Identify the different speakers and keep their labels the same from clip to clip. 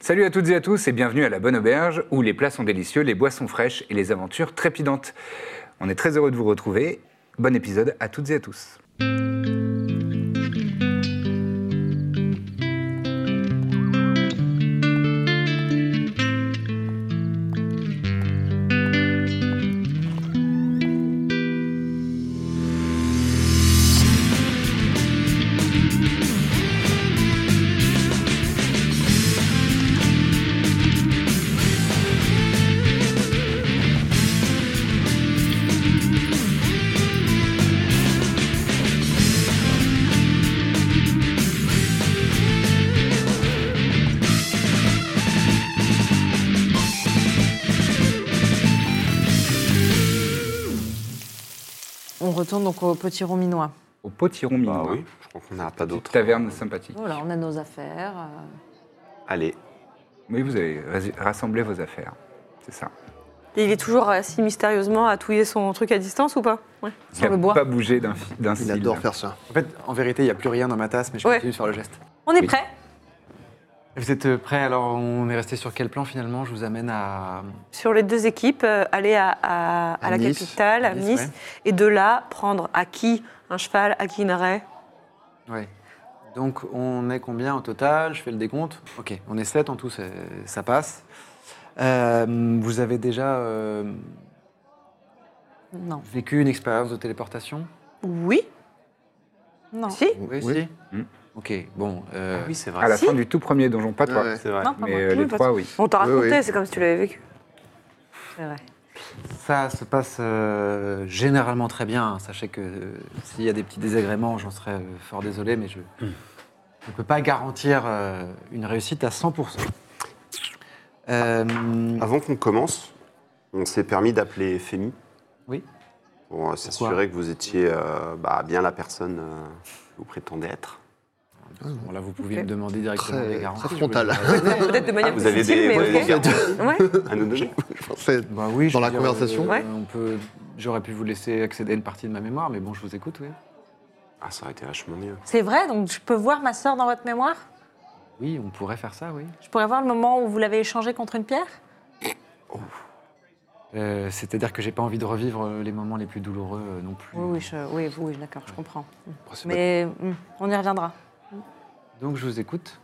Speaker 1: Salut à toutes et à tous et bienvenue à la Bonne Auberge où les plats sont délicieux, les boissons fraîches et les aventures trépidantes. On est très heureux de vous retrouver. Bon épisode à toutes et à tous.
Speaker 2: On retourne donc au petit rond minois.
Speaker 1: Au potiron
Speaker 3: Bah
Speaker 1: minois.
Speaker 4: Ah
Speaker 3: oui, je crois qu'on n'a pas d'autre.
Speaker 1: Taverne sympathique.
Speaker 2: Voilà, on a nos affaires. euh.
Speaker 3: Allez,
Speaker 1: Oui, vous avez ras- rassemblé vos affaires. C'est ça.
Speaker 5: Et il est toujours assis mystérieusement à touiller son truc à distance ou pas ouais.
Speaker 1: Il n'a
Speaker 2: le bois.
Speaker 1: pas bougé d'un fi- d'un
Speaker 4: Il
Speaker 1: cil.
Speaker 4: adore faire ça.
Speaker 6: En fait, en vérité, il n'y a plus rien dans ma tasse, mais je
Speaker 5: Ouais.
Speaker 6: continue de faire le geste.
Speaker 5: On est
Speaker 1: Oui.
Speaker 5: prêt
Speaker 6: Vous êtes euh, prêts Alors, on est resté sur quel plan finalement Je vous amène à.
Speaker 5: sur les deux équipes, euh, aller à, à- à
Speaker 4: À
Speaker 5: la
Speaker 4: Nice.
Speaker 5: capitale, à
Speaker 6: Nice,
Speaker 5: Nice,
Speaker 6: ouais.
Speaker 5: et de là prendre à qui un cheval, à qui une raie.
Speaker 6: Ouais. Donc, on est combien au total Je fais le décompte. Ok, on est 7 en tout, c'est- ça passe. Euh, vous avez déjà euh,
Speaker 2: Non.
Speaker 6: vécu une expérience de téléportation
Speaker 5: Oui,
Speaker 2: Non.
Speaker 5: si.
Speaker 6: Oui, si.
Speaker 1: Mm.
Speaker 6: Ok, bon. euh,
Speaker 3: Ah oui, c'est
Speaker 1: À
Speaker 3: vrai.
Speaker 1: la fin du tout premier donjon, pas toi.
Speaker 4: Ouais, ouais.
Speaker 3: C'est vrai.
Speaker 2: Non, pas
Speaker 1: Mais
Speaker 2: Ah, moi.
Speaker 1: euh,
Speaker 5: Oui,
Speaker 1: les
Speaker 5: parce-
Speaker 1: trois, oui.
Speaker 5: On t'a
Speaker 4: Oui,
Speaker 5: raconté,
Speaker 4: oui.
Speaker 5: c'est comme si tu l'avais vécu.
Speaker 2: C'est vrai.
Speaker 6: Ça se passe euh, généralement très bien. hein. Sachez que euh, s'il y a des petits désagréments, j'en serais euh, fort désolé, mais je ne peux pas garantir euh, une réussite à 100%. Euh,
Speaker 4: Ah.
Speaker 3: Avant qu'on commence, on s'est permis d'appeler Femi
Speaker 6: oui,
Speaker 3: pour euh, s'assurer que vous étiez euh, bah, bien la personne euh, que vous prétendez être.
Speaker 6: bon, là vous pouviez
Speaker 5: Ok.
Speaker 6: me demander directement
Speaker 4: Très-
Speaker 6: les garanties.
Speaker 4: très frontal.
Speaker 6: je euh, voulais-
Speaker 5: Peut-être de
Speaker 3: Ah,
Speaker 5: manière
Speaker 3: vous
Speaker 5: plus
Speaker 3: avez
Speaker 5: subtile,
Speaker 3: des,
Speaker 5: mais
Speaker 3: vous avez des
Speaker 5: ok.
Speaker 3: garanties
Speaker 5: Ouais.
Speaker 3: à nous donner
Speaker 4: Français.
Speaker 6: Bah oui, je
Speaker 4: Dans
Speaker 6: veux
Speaker 4: la conversation.
Speaker 6: euh,
Speaker 5: Ouais.
Speaker 6: on peut. J'aurais pu vous laisser accéder à une partie de ma mémoire, mais bon, je vous écoute, oui.
Speaker 3: Ah, ça aurait été vachement mieux.
Speaker 2: C'est vrai, donc je peux voir ma sœur dans votre mémoire
Speaker 6: Oui, on pourrait faire ça, oui.
Speaker 2: Je pourrais voir le moment où vous l'avez échangée contre une pierre
Speaker 6: Euh, C'est-à-dire que j'ai pas envie de revivre euh, les moments les plus douloureux euh, non plus.
Speaker 2: Oui, oui, je- oui, oui, d'accord, je comprends.
Speaker 4: Après, c'est
Speaker 2: Mais hum, on y reviendra.
Speaker 6: Donc je vous écoute.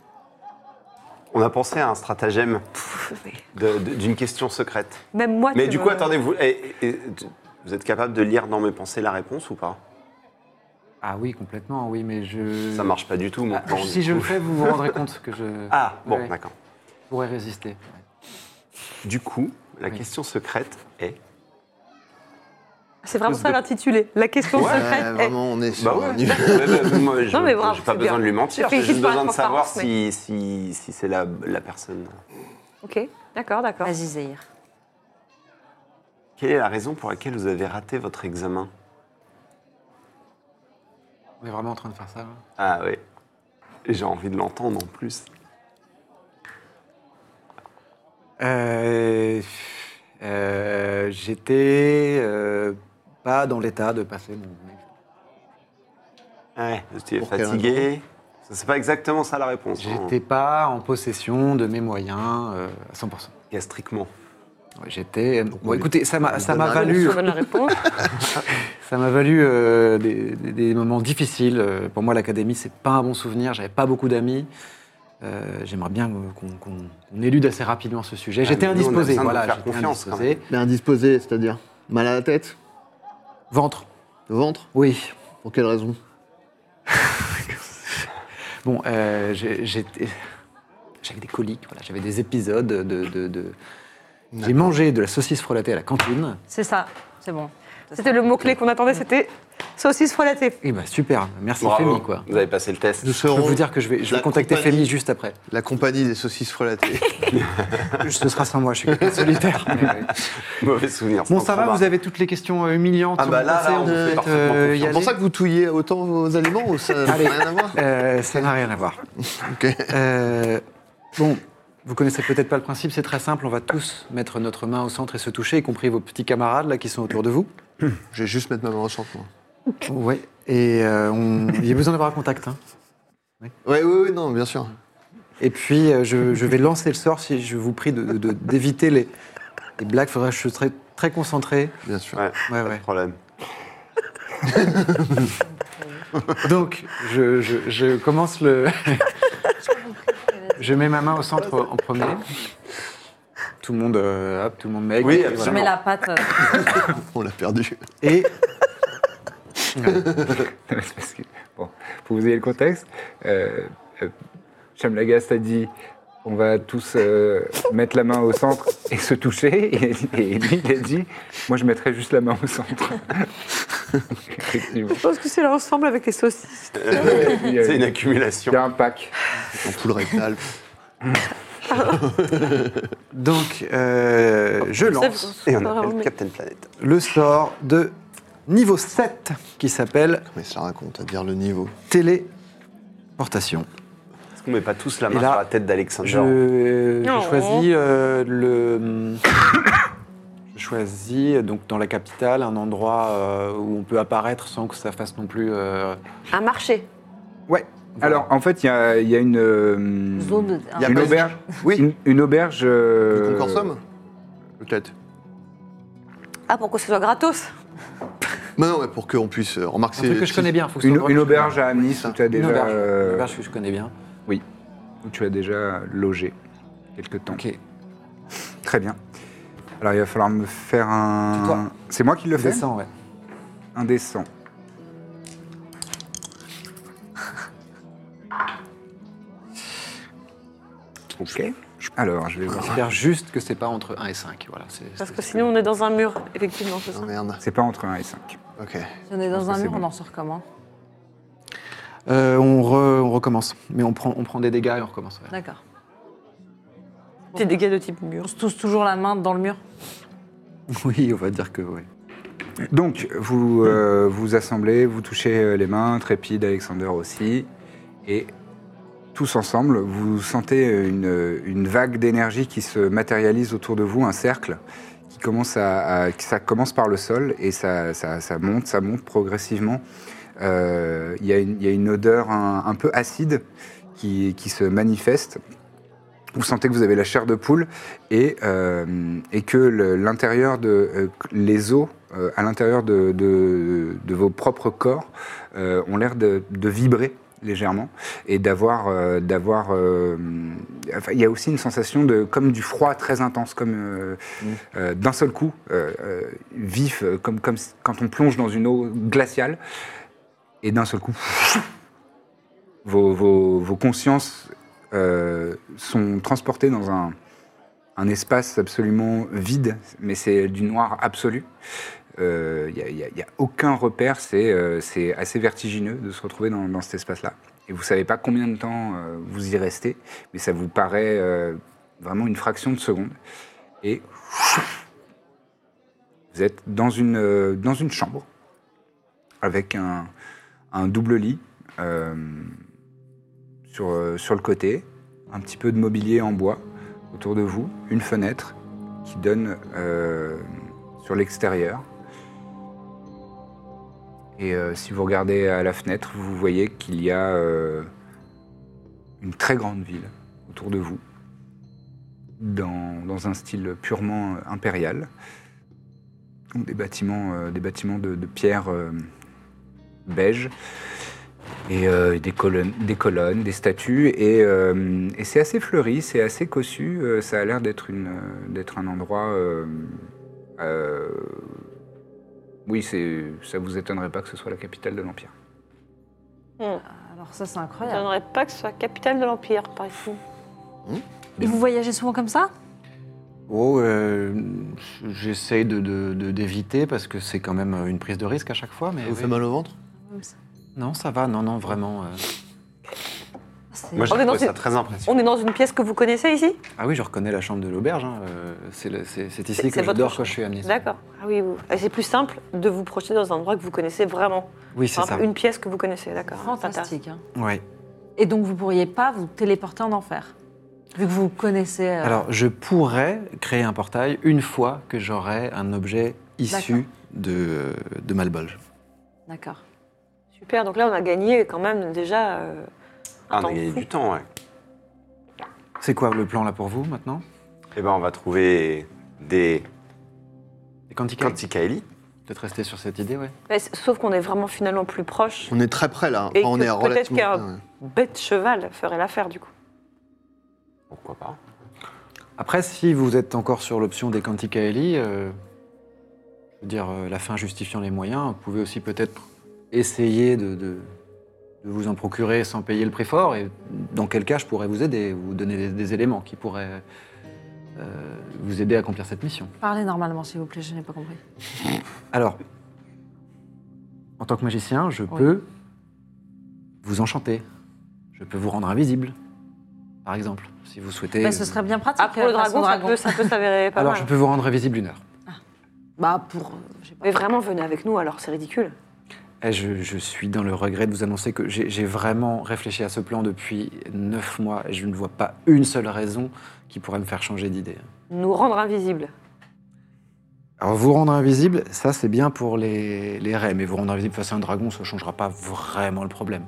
Speaker 3: On a pensé à un stratagème
Speaker 5: Pff, mais
Speaker 3: de- de- d'une question secrète.
Speaker 5: Même moi.
Speaker 3: Mais
Speaker 5: tu
Speaker 3: du
Speaker 5: me-
Speaker 3: coup, attendez, vous, eh, eh, tu- vous êtes capable de lire dans mes pensées la réponse ou pas
Speaker 6: Ah oui, complètement, oui, mais je.
Speaker 3: Ça marche pas du tout, mon
Speaker 6: Ah,
Speaker 3: plan, du
Speaker 6: si je
Speaker 3: coup.
Speaker 6: le fais, vous vous rendrez compte que je
Speaker 3: Ah, bon,
Speaker 6: Ouais.
Speaker 3: d'accord.
Speaker 6: pourrais résister.
Speaker 3: Du coup, la
Speaker 6: Oui.
Speaker 3: question secrète est
Speaker 5: C'est vraiment ça
Speaker 3: de-
Speaker 5: l'intitulé. La question
Speaker 3: Ouais,
Speaker 5: secrète.
Speaker 4: Ouais,
Speaker 5: est-
Speaker 4: Ah, vraiment, on est sur
Speaker 3: Bah ouais.
Speaker 4: un niveau.
Speaker 3: Ouais, bah, moi, je-
Speaker 5: Non, mais bravo,
Speaker 3: J'ai pas
Speaker 5: c'est
Speaker 3: besoin
Speaker 5: bien.
Speaker 3: de lui mentir,
Speaker 5: Je
Speaker 3: j'ai juste
Speaker 5: félicite pour la
Speaker 3: besoin de savoir
Speaker 5: transparence,
Speaker 3: si, si, si c'est la, la personne.
Speaker 5: Ok, d'accord, d'accord.
Speaker 2: Vas-y, Zahir.
Speaker 3: Quelle est la raison pour laquelle vous avez raté votre examen
Speaker 6: On est vraiment en train de faire ça. hein.
Speaker 3: Ah
Speaker 6: là
Speaker 3: oui. J'ai envie de l'entendre en plus.
Speaker 6: Euh, euh, J'étais euh, pas dans l'état de passer mon.
Speaker 3: Ouais, tu es
Speaker 4: Pour quelle
Speaker 3: fatigué. Ça, C'est pas exactement ça la réponse. hein.
Speaker 6: J'étais pas en possession de mes moyens euh, à 100%.
Speaker 3: gastriquement.
Speaker 6: Ouais, J'étais. Bon,
Speaker 4: on
Speaker 6: écoutez, ça m'a
Speaker 4: on
Speaker 6: ça
Speaker 4: donne
Speaker 6: m'a
Speaker 4: la
Speaker 6: valu,
Speaker 5: On donne la réponse.
Speaker 6: ça m'a valu euh, des, des- des moments difficiles. Euh, Pour moi, l'académie, c'est pas un bon souvenir. J'avais pas beaucoup d'amis. Euh, J'aimerais bien qu'on qu'on- qu'on élude assez rapidement ce sujet.
Speaker 3: Ah,
Speaker 6: J'étais
Speaker 3: mais nous, on a
Speaker 6: indisposé.
Speaker 3: besoin de
Speaker 6: Voilà,
Speaker 3: vous faire
Speaker 6: j'étais
Speaker 3: confiance, quand
Speaker 6: indisposé.
Speaker 4: Mais indisposé, c'est-à-dire mal à la tête,
Speaker 6: Ventre.
Speaker 4: le ventre.
Speaker 6: Oui.
Speaker 4: Pour quelle raison
Speaker 6: Bon, euh, j'ai- j'étais- j'avais des coliques, voilà, j'avais des épisodes de. de- de- J'ai mangé de la saucisse frelatée à la cantine.
Speaker 2: C'est ça, c'est bon.
Speaker 5: C'était le mot-clé qu'on attendait, c'était saucisse frelatée.
Speaker 6: Et bah super, merci
Speaker 3: Bravo.
Speaker 6: Femi quoi.
Speaker 3: Vous avez passé le test.
Speaker 4: Nous
Speaker 6: Je peux
Speaker 4: serons
Speaker 6: vous dire que je vais, je vais
Speaker 4: la
Speaker 6: contacter
Speaker 4: compagnie-
Speaker 6: Femi juste après.
Speaker 4: la compagnie des saucisses frelatées.
Speaker 6: Ce sera sans moi, je suis quelqu'un de solitaire. mais, euh,
Speaker 3: Mauvais souvenir.
Speaker 6: Bon,
Speaker 3: sans
Speaker 6: ça va,
Speaker 3: combat.
Speaker 6: vous avez toutes les questions euh, humiliantes.
Speaker 3: Ah bah là, là, on vous fait
Speaker 6: peut
Speaker 3: parfaitement
Speaker 6: euh, y
Speaker 4: C'est
Speaker 6: aller.
Speaker 4: pour ça que vous touillez autant vos aliments ou ça n'a
Speaker 6: Allez.
Speaker 4: rien à voir
Speaker 6: Euh, ça n'a rien à voir.
Speaker 4: Ok.
Speaker 6: Euh, bon, vous connaissez peut-être pas le principe, c'est très simple, on va tous mettre notre main au centre et se toucher, y compris vos petits camarades là qui sont autour de vous.
Speaker 4: Je vais juste mettre ma main en chante, moi.
Speaker 6: Oui, et euh, on- il y a besoin d'avoir un contact. hein.
Speaker 4: Ouais, oui, oui, non, bien sûr.
Speaker 6: Et puis, euh, je, je vais lancer le sort si je vous prie d'éviter de, d'éviter les, les blagues, faudrait que je sois très, très concentré.
Speaker 4: Bien sûr.
Speaker 3: Ouais, pas
Speaker 6: Ouais, ouais.
Speaker 3: de problème.
Speaker 6: Donc, je, je- je commence le. je mets ma main au centre en premier. Tout le monde, euh, hop, tout le monde mec.
Speaker 3: Oui,
Speaker 6: et
Speaker 2: Je
Speaker 3: absolument.
Speaker 2: mets la patte. euh,
Speaker 4: On l'a perdu.
Speaker 6: Et
Speaker 1: C'est parce que- bon, pour vous ayez le contexte, euh, euh, Chamlagas a dit on va tous euh, mettre la main au centre et se toucher. Et, et lui, il a dit moi, je mettrai juste la main au centre. euh, Effectivement.
Speaker 5: Je pense que c'est l'ensemble avec les saucisses.
Speaker 1: Il y a-
Speaker 3: C'est une
Speaker 1: il
Speaker 3: accumulation.
Speaker 1: y a un pack.
Speaker 4: On fout le rectal.
Speaker 6: donc, euh, je lance
Speaker 3: Et on
Speaker 5: Ah,
Speaker 3: appelle
Speaker 5: mais-
Speaker 3: Captain Planet.
Speaker 6: le sort de niveau 7 qui s'appelle
Speaker 4: Mais ça raconte à dire le niveau.
Speaker 6: téléportation.
Speaker 3: Est-ce qu'on met pas tous la
Speaker 6: Et
Speaker 3: main
Speaker 6: là,
Speaker 3: sur la tête d'Alexander
Speaker 6: Je, je
Speaker 5: Non.
Speaker 6: choisis euh, le. Je choisis euh, donc dans la capitale un endroit euh, où on peut apparaître sans que ça fasse non plus. euh,
Speaker 5: Un marché.
Speaker 1: Ouais. Alors, en fait, il y a, il y a une. euh,
Speaker 2: Zone.
Speaker 4: Il y a
Speaker 1: une
Speaker 4: pas-
Speaker 1: auberge.
Speaker 4: Oui.
Speaker 1: Une, une auberge. euh,
Speaker 4: Qu'on consomme Peut-être.
Speaker 5: Ah, pour que ce soit gratos.
Speaker 4: Mais non, mais pour qu'on puisse euh, remarquer.
Speaker 6: Un truc que
Speaker 4: si-
Speaker 6: je connais bien. Faut que
Speaker 1: Une,
Speaker 6: ce soit-
Speaker 1: une auberge à Amnis
Speaker 4: ça.
Speaker 1: où tu as
Speaker 6: Une
Speaker 1: déjà.
Speaker 6: auberge.
Speaker 1: euh,
Speaker 6: Une auberge que je connais bien.
Speaker 1: où tu as déjà logé quelque temps.
Speaker 6: Ok.
Speaker 1: Très bien. Alors il va falloir me faire
Speaker 6: C'est toi.
Speaker 1: un. C'est moi qui le fais
Speaker 6: Descends, ouais.
Speaker 1: Un dessin. Ok. Alors je vais voir.
Speaker 6: J'espère juste que c'est pas entre 1 et 5. Voilà, c'est-
Speaker 5: Parce
Speaker 6: c'est-
Speaker 5: que sinon, on est dans un mur, effectivement, c'est ça.
Speaker 4: Ah, merde.
Speaker 1: C'est pas entre 1 et 5.
Speaker 4: Ok.
Speaker 2: Si on est dans un
Speaker 1: c'est
Speaker 2: mur,
Speaker 1: bon.
Speaker 2: on en sort comment
Speaker 6: Euh, on, re- on recommence. Mais on prend, on prend des dégâts et on recommence. ouais.
Speaker 2: D'accord.
Speaker 5: Des dégâts de type mur.
Speaker 2: On se touche toujours la main dans le mur.
Speaker 6: Oui, on va dire que oui.
Speaker 1: Donc vous euh, vous assemblez, vous touchez euh, les mains, Trépide, Alexander aussi, et tous ensemble, vous sentez une, une vague d'énergie qui se matérialise autour de vous, un cercle qui commence à, à- qui- ça commence par le sol et ça, ça- ça monte, ça monte progressivement. Euh, Il y, a une- il y a une odeur un, un peu acide qui, qui se manifeste. Vous sentez que vous avez la chair de poule et, euh, et que le- l'intérieur de euh, les os euh, à l'intérieur de, de- de vos propres corps euh, ont l'air de, de vibrer légèrement et d'avoir euh, d'avoir euh, enfin, il y a aussi une sensation de comme du froid très intense comme euh, euh, d'un seul coup euh, euh, vif euh, comme comme si- quand on plonge dans une eau glaciale et d'un seul coup vos, vos- vos consciences euh, sont transportées dans un un espace absolument vide, mais c'est du noir absolu. Il n'y a, y a- y a aucun repère, c'est euh, c'est assez vertigineux de se retrouver dans, dans cet espace-là. Et vous savez pas combien de temps euh, vous y restez, mais ça vous paraît euh, vraiment une fraction de seconde. Et vous êtes dans une, euh, dans une chambre avec un, un double lit euh, sur, euh, sur le côté, un petit peu de mobilier en bois autour de vous, une fenêtre qui donne euh, sur l'extérieur. Et euh, si vous regardez à la fenêtre, vous voyez qu'il y a euh, une très grande ville autour de vous, dans, dans un style purement euh, impérial. Donc des bâtiments, euh, des bâtiments de, de pierre euh, beige et euh, des, colonnes, des colonnes, des statues. Et, euh, et c'est assez fleuri, c'est assez cossu. euh, ça a l'air d'être une, euh, d'être un endroit. euh, euh, oui, c'est, ça vous étonnerait pas que ce soit la capitale de l'Empire.
Speaker 5: Hmm.
Speaker 2: Alors ça, c'est
Speaker 5: Je
Speaker 2: incroyable.
Speaker 5: n'aimerais pas que ce soit la capitale de l'Empire, par ici.
Speaker 2: Et vous voyagez souvent comme ça
Speaker 6: Oh, euh, j'essaye de- de- de- d'éviter parce que c'est quand même euh, une prise de risque à chaque fois. Mais
Speaker 4: Ça vous
Speaker 6: oui.
Speaker 4: fait mal au ventre
Speaker 6: Non, ça va, non, non, vraiment. euh.
Speaker 2: Ah, C'est-
Speaker 3: Moi, j'ai
Speaker 5: On est dans
Speaker 3: trouvé ça
Speaker 5: une-
Speaker 3: très impressionnant.
Speaker 5: On est dans une pièce que vous connaissez ici
Speaker 6: Ah oui, je reconnais la chambre de l'auberge. hein, euh, C'est le- c'est c'est
Speaker 5: C'est-
Speaker 6: ici
Speaker 5: c'est
Speaker 6: que je
Speaker 5: votre
Speaker 6: dors
Speaker 5: chambre.
Speaker 6: quand je suis amnésique.
Speaker 5: D'accord. Ah oui, vous- et c'est plus simple de vous projeter dans un endroit que vous connaissez vraiment.
Speaker 6: Oui, c'est
Speaker 5: Par
Speaker 6: ça.
Speaker 5: exemple, Une pièce que vous connaissez, d'accord. Ah,
Speaker 2: Fantastique. hein.
Speaker 6: Ouais.
Speaker 2: Et donc, vous pourriez pas vous téléporter en enfer Vu que vous connaissez...
Speaker 7: Ah.
Speaker 2: euh,
Speaker 6: Alors, je pourrais créer un portail une fois que j'aurai un objet issu de, de Malbolge.
Speaker 2: D'accord.
Speaker 5: Super, donc là, on a gagné quand même déjà... euh,
Speaker 3: Ah, on
Speaker 5: Attends.
Speaker 3: a gagné du temps, ouais.
Speaker 6: C'est quoi le plan là pour vous maintenant
Speaker 3: Eh ben, on va trouver des
Speaker 6: Les Quantica
Speaker 3: Quanticaeli.
Speaker 6: Peut-être rester sur cette idée, ouais.
Speaker 5: mais c- sauf qu'on est vraiment finalement plus proche.
Speaker 4: On est très près là.
Speaker 5: Et
Speaker 4: Enfin, on
Speaker 5: que
Speaker 4: est à
Speaker 5: peut-être
Speaker 4: relativement
Speaker 5: qu'il y a
Speaker 4: près.
Speaker 5: un-
Speaker 4: ouais.
Speaker 5: Bête cheval ferait l'affaire, du coup.
Speaker 3: Pourquoi pas
Speaker 6: Après, si vous êtes encore sur l'option des Quanticaeli, euh, je veux dire, euh, la fin justifiant les moyens, vous pouvez aussi peut-être essayer de, de- de vous en procurer sans payer le prix fort, et dans quel cas je pourrais vous aider, vous donner des, des éléments qui pourraient euh, vous aider à accomplir cette mission.
Speaker 2: Parlez normalement, s'il vous plaît, je n'ai pas compris.
Speaker 6: Alors, en tant que magicien, je
Speaker 2: Oui.
Speaker 6: peux vous enchanter, je peux vous rendre invisible, par exemple, si vous souhaitez.
Speaker 2: Bah, ce serait bien pratique.
Speaker 5: Après, Ah, le
Speaker 2: euh, face au
Speaker 5: dragon, ça peut, ça peut s'avérer pas
Speaker 6: Alors,
Speaker 5: mal.
Speaker 6: je peux vous rendre invisible une heure.
Speaker 2: Bah, pour... euh, je sais pas.
Speaker 5: Mais vraiment, venez avec nous, alors c'est ridicule.
Speaker 6: Eh, Je, je suis dans le regret de vous annoncer que j'ai j'ai vraiment réfléchi à ce plan depuis neuf mois et je ne vois pas une seule raison qui pourrait me faire changer d'idée.
Speaker 5: Nous rendre invisibles.
Speaker 6: Alors vous rendre invisible, ça c'est bien pour les, les raies, mais vous rendre invisible face à un dragon, ça ne changera pas vraiment le problème.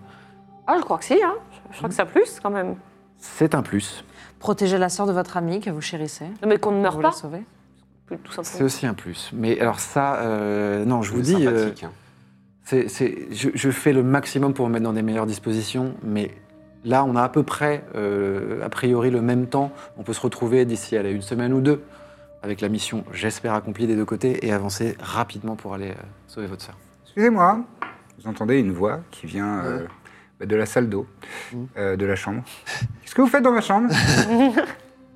Speaker 5: Ah, je crois que si, hein. Je, je crois que ça plus, quand même.
Speaker 6: C'est un plus.
Speaker 2: Protéger la sœur de votre ami que vous chérissez.
Speaker 5: Non, mais qu'on ne
Speaker 2: Vous
Speaker 5: meurt
Speaker 2: la
Speaker 5: pas,
Speaker 2: sauvez.
Speaker 5: tout
Speaker 6: C'est
Speaker 5: simplement.
Speaker 6: aussi un plus. Mais alors ça, euh, non, je vous dis, euh,
Speaker 3: Sympathique, hein.
Speaker 6: c'est- c'est- je, je fais le maximum pour me mettre dans des meilleures dispositions, mais là on a à peu près, euh, a priori, le même temps. On peut se retrouver d'ici à la- une semaine ou deux avec la mission, j'espère, accomplie des deux côtés et avancer rapidement pour aller euh, sauver votre sœur.
Speaker 1: Excusez-moi, vous entendez une voix qui vient euh, bah, de la salle d'eau,
Speaker 2: Mmh.
Speaker 1: euh, de la chambre. Qu'est-ce que vous faites dans ma chambre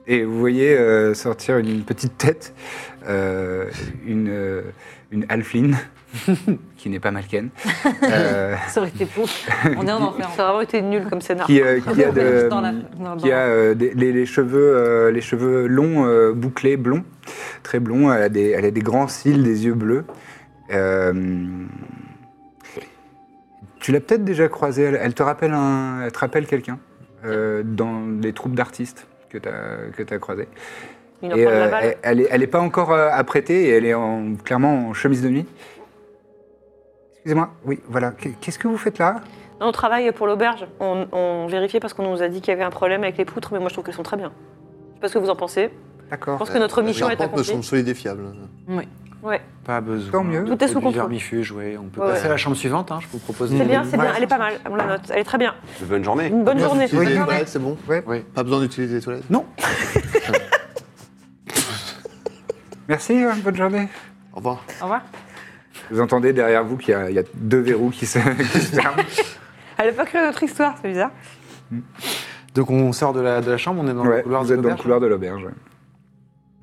Speaker 1: Et vous voyez euh, sortir une petite tête, euh, une, euh, une halfling, qui n'est pas malcaine, euh,
Speaker 2: Ça aurait été pour. On est en enfer.
Speaker 5: Ça a vraiment été nul comme scénario.
Speaker 1: qui, euh, qui a, de-
Speaker 2: Dans la- dans-
Speaker 1: qui a euh, des- les, les cheveux, euh, les cheveux longs, euh, bouclés, blonds, très blonds. Elle a des, elle a des grands cils, des yeux bleus. Euh, tu l'as peut-être déjà croisée. Elle, elle te rappelle, un- elle te rappelle quelqu'un euh, dans les troupes d'artistes que tu as, que t'as croisé.
Speaker 5: Une
Speaker 1: Et,
Speaker 5: enfant de la
Speaker 1: euh,
Speaker 5: balle.
Speaker 1: elle- elle n'est est pas encore euh, apprêtée et elle est en- clairement en chemise de nuit. Excusez-moi, oui, voilà. Qu'est- Qu'est-ce que vous faites là
Speaker 5: Non, on travaille pour l'auberge. On, on vérifiait parce qu'on nous a dit qu'il y avait un problème avec les poutres, mais moi je trouve qu'elles sont très bien. Je sais pas ce que vous en pensez. Je
Speaker 1: D'accord.
Speaker 5: pense que notre
Speaker 4: Les
Speaker 5: mission est
Speaker 4: charpentes me semblent
Speaker 5: accomplie.
Speaker 4: solides et fiables.
Speaker 5: Ouais.
Speaker 6: Pas besoin.
Speaker 1: Tant mieux.
Speaker 6: de
Speaker 5: Tout est sous
Speaker 6: produits
Speaker 5: contrôle.
Speaker 6: vermifuges, ouais. On peut
Speaker 5: Ouais,
Speaker 6: passer
Speaker 5: ouais.
Speaker 6: à la chambre suivante, hein, je vous propose.
Speaker 5: C'est
Speaker 6: une-
Speaker 5: bien, c'est bien.
Speaker 6: Ouais.
Speaker 5: Elle est pas mal. On la note. Elle est très bien.
Speaker 3: Bonne journée.
Speaker 5: Une bonne
Speaker 4: Pas besoin
Speaker 5: journée.
Speaker 4: d'utiliser les
Speaker 1: Oui.
Speaker 4: toilettes, c'est bon
Speaker 1: Ouais.
Speaker 6: Oui.
Speaker 4: Pas besoin d'utiliser les toilettes
Speaker 6: Non,
Speaker 1: Merci, euh, bonne journée.
Speaker 4: Au revoir.
Speaker 2: Au revoir.
Speaker 1: Vous entendez derrière vous qu'il y, a- il y a deux verrous qui se, qui se ferment.
Speaker 5: Elle a pas cru à notre histoire, c'est bizarre.
Speaker 6: Donc on sort de la, de la chambre, on est dans
Speaker 1: Ouais,
Speaker 6: le couloir
Speaker 1: vous
Speaker 6: de
Speaker 1: êtes dans le
Speaker 6: l'auberge.
Speaker 1: couloir de l'auberge. ouais.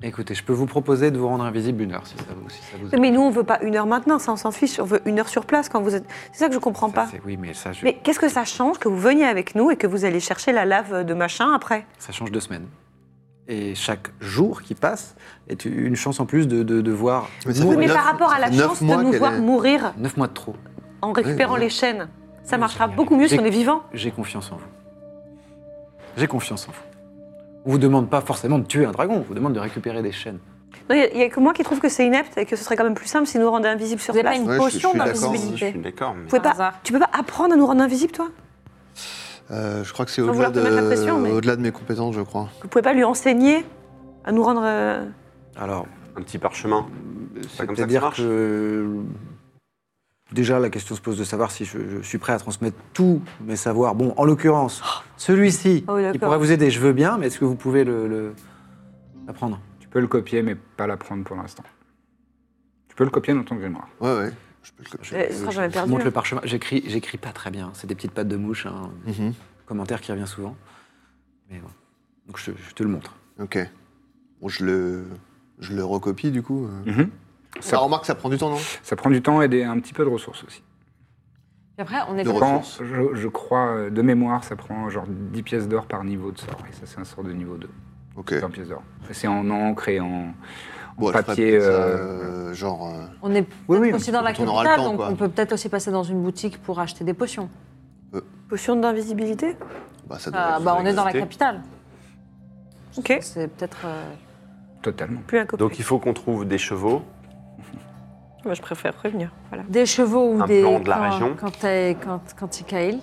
Speaker 6: Écoutez, je peux vous proposer de vous rendre invisible une heure si ça vous, si ça vous
Speaker 5: Mais nous, on veut pas une heure maintenant, ça on s'en fiche. On veut une heure sur place quand vous êtes. C'est ça que je comprends
Speaker 6: Ça,
Speaker 5: pas.
Speaker 6: c'est- Oui, mais ça, je-
Speaker 5: Mais qu'est-ce que ça change que vous veniez avec nous et que vous allez chercher la lave de machin après
Speaker 6: ça change de semaine. Et chaque jour qui passe est une chance en plus de, de- de voir
Speaker 4: Mais ça
Speaker 5: Oui,
Speaker 4: fait
Speaker 5: mais
Speaker 4: neuf-
Speaker 5: par rapport à
Speaker 4: ça
Speaker 5: la
Speaker 4: fait neuf
Speaker 5: chance de
Speaker 4: mois
Speaker 5: nous
Speaker 4: qu'elle
Speaker 5: voir
Speaker 4: est-
Speaker 5: mourir
Speaker 6: neuf mois de trop.
Speaker 5: en récupérant
Speaker 4: oui.
Speaker 5: les chaînes, ça
Speaker 6: Oui,
Speaker 5: marchera
Speaker 6: c'est
Speaker 5: beaucoup mieux si
Speaker 6: J'ai-
Speaker 5: on est vivant.
Speaker 6: J'ai confiance en vous. J'ai confiance en vous. On vous demande pas forcément de tuer un dragon, on vous demande de récupérer des chaînes.
Speaker 5: Il n'y a, que moi qui trouve que c'est inepte et que ce serait quand même plus simple si nous rendait invisibles sur
Speaker 2: Vous avez
Speaker 5: place.
Speaker 2: pas une
Speaker 4: Ouais, je- je
Speaker 2: potion
Speaker 4: suis d'accord.
Speaker 3: Si, je
Speaker 2: d'invisibilité
Speaker 3: suis d'accord, mais
Speaker 5: Vous pouvez
Speaker 2: Par
Speaker 5: pas-
Speaker 2: hasard.
Speaker 5: Tu peux pas apprendre à nous rendre invisibles, toi
Speaker 4: Euh, je crois que c'est
Speaker 5: Sans
Speaker 4: au-delà
Speaker 5: vouloir te mettre la
Speaker 4: de...
Speaker 5: pression, mais-
Speaker 4: au-delà de mes compétences, je crois.
Speaker 5: Vous pouvez pas lui enseigner à nous rendre. euh,
Speaker 6: Alors,
Speaker 3: un petit parchemin. C'est comme ça que ça
Speaker 6: C'est-à-dire
Speaker 3: marche.
Speaker 6: que déjà la question se pose de savoir si je, je suis prêt à transmettre tous mes savoirs. Bon, en l'occurrence, Oh, celui-ci
Speaker 5: Ah oui,
Speaker 6: qui
Speaker 5: d'accord.
Speaker 6: pourrait vous aider, je veux bien, mais est-ce que vous pouvez le, le- l'apprendre
Speaker 1: Tu peux le copier, mais pas l'apprendre pour l'instant. Tu peux le copier dans ton grimoire.
Speaker 4: Ouais, ouais. Je peux te le-
Speaker 5: Euh, ce sera jamais
Speaker 6: Je
Speaker 5: perdu.
Speaker 6: montre
Speaker 5: hein.
Speaker 6: le parchemin. J'écris, j'écris pas très bien. C'est des petites pattes de mouche, un
Speaker 4: Mhm.
Speaker 6: commentaire qui revient souvent. Mais voilà. Donc je, te- je te le montre.
Speaker 4: Ok. Bon, je le, je le recopie du coup. euh.
Speaker 1: Mhm.
Speaker 4: Ça remarque, ça prend du temps, non
Speaker 1: Ça prend du temps et des- un petit peu de ressources aussi.
Speaker 2: Puis après, on est
Speaker 4: De
Speaker 1: Je,
Speaker 4: Ressources.
Speaker 1: pense, je, je crois, euh, de mémoire, ça prend genre 10 pièces d'or par niveau de sort. Et ça, c'est un sort de niveau 2.
Speaker 4: Ok.
Speaker 1: 20 pièces d'or. C'est en encre et en, en
Speaker 4: Bon, je ferai
Speaker 1: papier.
Speaker 4: peut-être ça,
Speaker 1: euh,
Speaker 4: euh, genre. euh,
Speaker 2: On est
Speaker 1: Oui, oui.
Speaker 2: aussi dans la
Speaker 4: on aura le
Speaker 2: capitale,
Speaker 4: temps,
Speaker 2: donc
Speaker 4: quoi.
Speaker 2: on peut peut-être aussi passer dans une boutique pour acheter des potions.
Speaker 5: Potion d'invisibilité
Speaker 4: Bah, ça
Speaker 2: Ah,
Speaker 4: devrait-
Speaker 2: bah, on est dans la
Speaker 3: exister.
Speaker 2: capitale.
Speaker 5: Ok.
Speaker 2: C'est peut-être. euh,
Speaker 1: Totalement.
Speaker 5: Plus un copier.
Speaker 3: Donc il faut qu'on trouve des chevaux.
Speaker 5: Moi, je préfère prévenir. Voilà.
Speaker 2: Des chevaux ou
Speaker 3: Un
Speaker 2: des.
Speaker 3: plan de la
Speaker 2: quand-
Speaker 3: région.
Speaker 2: Quand, t'es- quand, quand c'est Kael.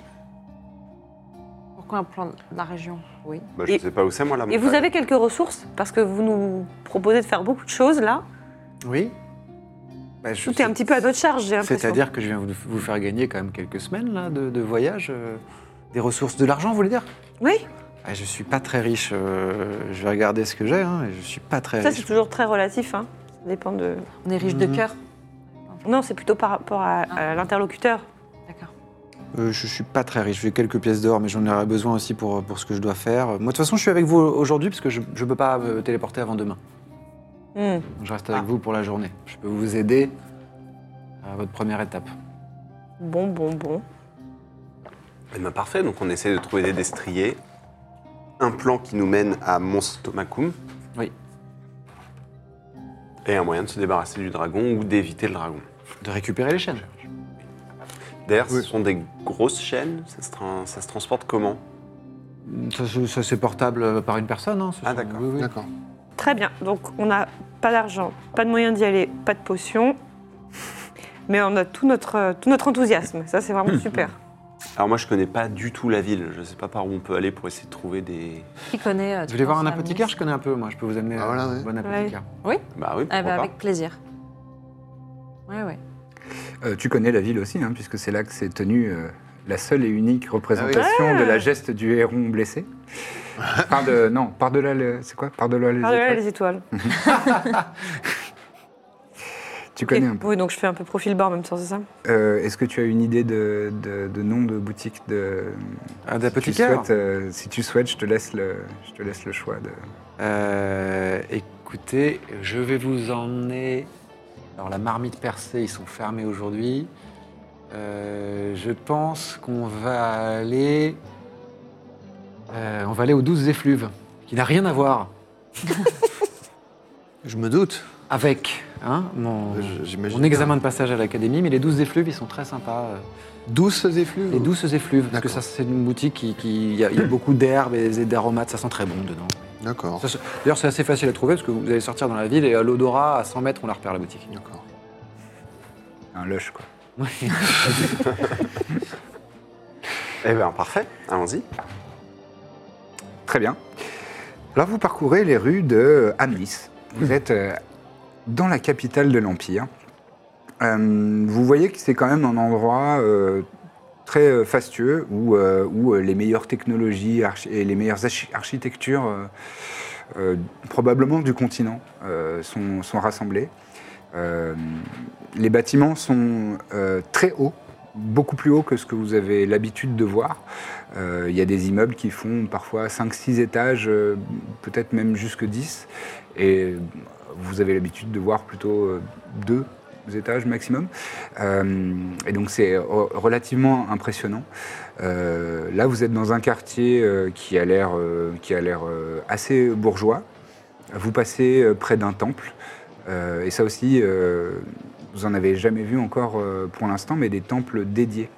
Speaker 2: Pourquoi un plan de la région Oui.
Speaker 3: Bah, je
Speaker 5: Et-
Speaker 3: sais pas où c'est moi la
Speaker 5: Et
Speaker 3: montagne.
Speaker 5: vous avez quelques ressources Parce que vous nous proposez de faire beaucoup de choses là.
Speaker 6: Oui. Bah,
Speaker 5: Tout est un petit peu à notre charge, j'ai l'impression.
Speaker 6: C'est-à-dire que je viens vous, vous faire gagner quand même quelques semaines là, de, de voyage, euh, des ressources, de l'argent, vous voulez dire
Speaker 5: Oui,
Speaker 6: Ah, Je suis pas très riche. euh, je vais regarder ce que j'ai. Hein, et je suis pas très
Speaker 5: ça c'est
Speaker 6: riche.
Speaker 5: toujours très relatif. Hein. Ça dépend de.
Speaker 2: On est riche de
Speaker 6: Mhm.
Speaker 2: cœur.
Speaker 5: Non, c'est plutôt par rapport à, à l'interlocuteur.
Speaker 2: D'accord.
Speaker 6: Euh, je suis pas très riche. J'ai quelques pièces d'or, mais j'en aurai besoin aussi pour, euh, pour ce que je dois faire. Moi, de toute façon, je suis avec vous aujourd'hui parce que je, je peux pas me téléporter avant demain.
Speaker 5: Hmm.
Speaker 6: Donc, Je reste avec vous pour la journée. Je peux vous aider à votre première étape.
Speaker 5: Bon, bon, bon.
Speaker 3: Eh ben, parfait, donc on essaie de trouver des destriers. Un plan qui nous mène à Monstomacum.
Speaker 6: Oui.
Speaker 3: Et un moyen de se débarrasser du dragon ou d'éviter le dragon.
Speaker 6: De récupérer les chaînes.
Speaker 3: D'ailleurs, ce
Speaker 4: Oui.
Speaker 3: sont des grosses chaînes. Ça se, tra- ça se transporte comment
Speaker 6: Ça, c'est- ça, c'est portable euh, par une personne. Hein, ce
Speaker 3: Ah,
Speaker 6: sont-
Speaker 3: d'accord.
Speaker 6: oui, oui.
Speaker 4: D'accord.
Speaker 5: Très bien. Donc on n'a pas d'argent, pas de moyen d'y aller, pas de potion. Mais on a tout notre, euh, tout notre enthousiasme. Ça, c'est
Speaker 1: Hmm.
Speaker 5: vraiment super.
Speaker 3: Alors moi, je connais pas du tout la ville. Je sais pas par où on peut aller pour essayer de trouver des.
Speaker 2: Qui connaît. euh,
Speaker 6: Vous
Speaker 2: tu
Speaker 6: voulez voir
Speaker 2: penses
Speaker 6: un
Speaker 2: à la
Speaker 6: apothicaire Je
Speaker 2: ministre
Speaker 6: connais un peu, moi. Je peux vous amener
Speaker 4: Ah,
Speaker 6: un
Speaker 4: voilà, ouais.
Speaker 6: bon apothicaire.
Speaker 3: Bah oui,
Speaker 7: Ah
Speaker 2: Eh ben,
Speaker 3: pourquoi pas.
Speaker 2: avec plaisir. Oui, oui.
Speaker 1: Euh, tu connais la ville aussi, hein, puisque c'est là que s'est tenue euh, la seule et unique représentation de la geste du héron blessé. par de, non, par-delà, le- c'est quoi Par-delà les
Speaker 5: Par-delà
Speaker 1: étoiles.
Speaker 5: Ah, les étoiles.
Speaker 1: Tu
Speaker 5: Ok.
Speaker 1: connais un peu.
Speaker 5: Oui, donc je fais un peu profil bar en même temps, c'est ça
Speaker 1: Euh, est-ce que tu as une idée de, de- de nom de boutique de...
Speaker 6: Un
Speaker 1: si tu,
Speaker 6: apothicaire
Speaker 1: souhaites, euh, si tu souhaites, je te laisse le, je te laisse le choix. De...
Speaker 6: Euh, écoutez, je vais vous emmener. Alors, la marmite percée, ils sont fermés aujourd'hui. Euh, je pense qu'on va aller. euh, on va aller aux 12 effluves, qui n'a rien à voir
Speaker 4: Je me doute.
Speaker 6: avec hein, mon,
Speaker 4: Euh, je- J'imagine.
Speaker 6: mon examen de passage à l'académie, mais les 12 effluves, ils sont très sympas. euh.
Speaker 4: Douce effluves
Speaker 6: Les douces effluves, parce que ça,
Speaker 4: D'accord.
Speaker 6: c'est une boutique qui. qui- Il y, a il y a beaucoup d'herbes et d'aromates, ça sent très bon dedans.
Speaker 4: D'accord.
Speaker 6: Ça se- D'ailleurs, c'est assez facile à trouver parce que vous allez sortir dans la ville et à l'odorat, à 100 mètres, on la repère la boutique.
Speaker 4: D'accord.
Speaker 1: Un lush, quoi.
Speaker 3: Eh ben parfait. Allons-y.
Speaker 1: Très bien. Alors vous parcourez les rues de Amnis. Vous êtes euh, dans la capitale de l'Empire. Euh, vous voyez que c'est quand même un endroit euh, très euh, fastueux où, euh, où, euh, les meilleures technologies archi- et les meilleures archi- architectures, euh, euh, probablement du continent, euh, sont, sont rassemblées. Euh, les bâtiments sont euh, très hauts, beaucoup plus hauts que ce que vous avez l'habitude de voir. Euh, Il y a des immeubles qui font parfois 5-6 étages, euh, peut-être même jusque 10. Et vous avez l'habitude de voir plutôt 2 étages maximum. Euh, et donc c'est re- relativement impressionnant. Euh, là, vous êtes dans un quartier euh, qui a l'air euh, qui a l'air euh, assez bourgeois. Vous passez euh, près d'un temple. Euh, et ça aussi, euh, vous en avez jamais vu encore euh, pour l'instant, mais des temples dédiés.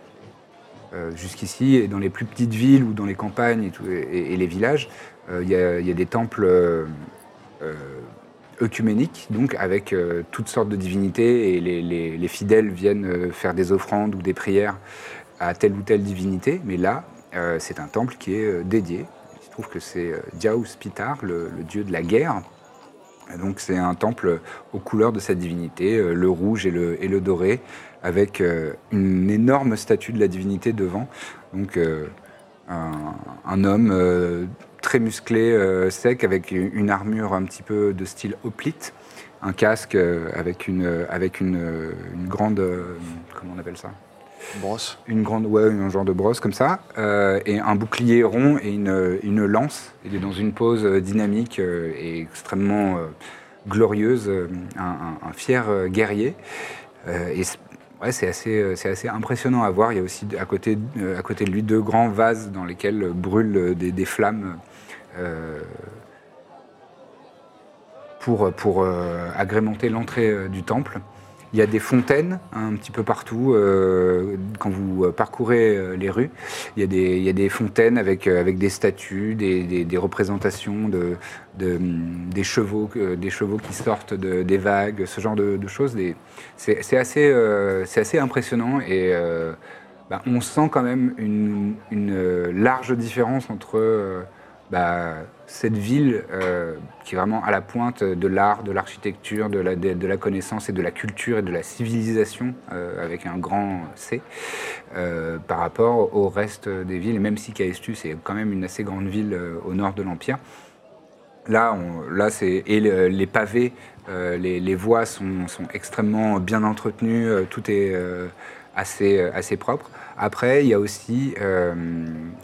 Speaker 1: Euh, Jusqu'ici, et dans les plus petites villes ou dans les campagnes et, tout- et- et les villages, euh, il y a- il y, a des temples euh, euh, œcuméniques, donc avec euh, toutes sortes de divinités, et les, les- les fidèles viennent euh, faire des offrandes ou des prières à telle ou telle divinité. Mais là, euh, c'est un temple qui est euh, dédié. Il se trouve que c'est euh, Diaus Pitar, le- le dieu de la guerre, et Donc c'est un temple aux couleurs de sa divinité, euh, le rouge et le, et le doré, avec euh, une énorme statue de la divinité devant. Donc euh, un, un homme euh, très musclé, euh, sec, avec une armure un petit peu de style hoplite, un casque euh, avec une, euh, avec une, euh, une grande. euh, comment on appelle ça
Speaker 4: Brosse.
Speaker 1: Une grande. Ouais, un genre de brosse comme ça. euh, et un bouclier rond et une, euh, une lance. Il est dans une pose euh, dynamique euh, et extrêmement euh, glorieuse. euh, un, un- un fier euh, guerrier. Euh, et c'est- ouais, c'est assez, euh, c'est assez impressionnant à voir. Il y a aussi à côté, euh, à côté de lui deux grands vases dans lesquels euh, brûlent euh, des, des flammes. euh, pour, pour euh, agrémenter l'entrée euh, du temple. Il y a des fontaines hein, un petit peu partout euh, quand vous euh, parcourez euh, les rues. Il y a des, il y a des fontaines avec, euh, avec des statues, des, des- des représentations de, de, hum, des, chevaux, que- des chevaux qui sortent de- des vagues, ce genre de, de choses. Des- C'est c'est assez, euh, c'est assez impressionnant et euh, bah, on sent quand même une, une, euh, large différence entre euh, bah, cette ville euh, qui est vraiment à la pointe de l'art, de l'architecture, de la, de, de la connaissance et de la culture et de la civilisation, euh, avec un grand C, euh, par rapport au reste des villes, Et même si Caestus est quand même une assez grande ville euh, au nord de l'Empire. Là, on- là c'est et le- les pavés, euh, les, les voies sont, sont extrêmement bien entretenues, euh, tout est euh, assez, euh, assez propre. Après, il y a aussi, euh,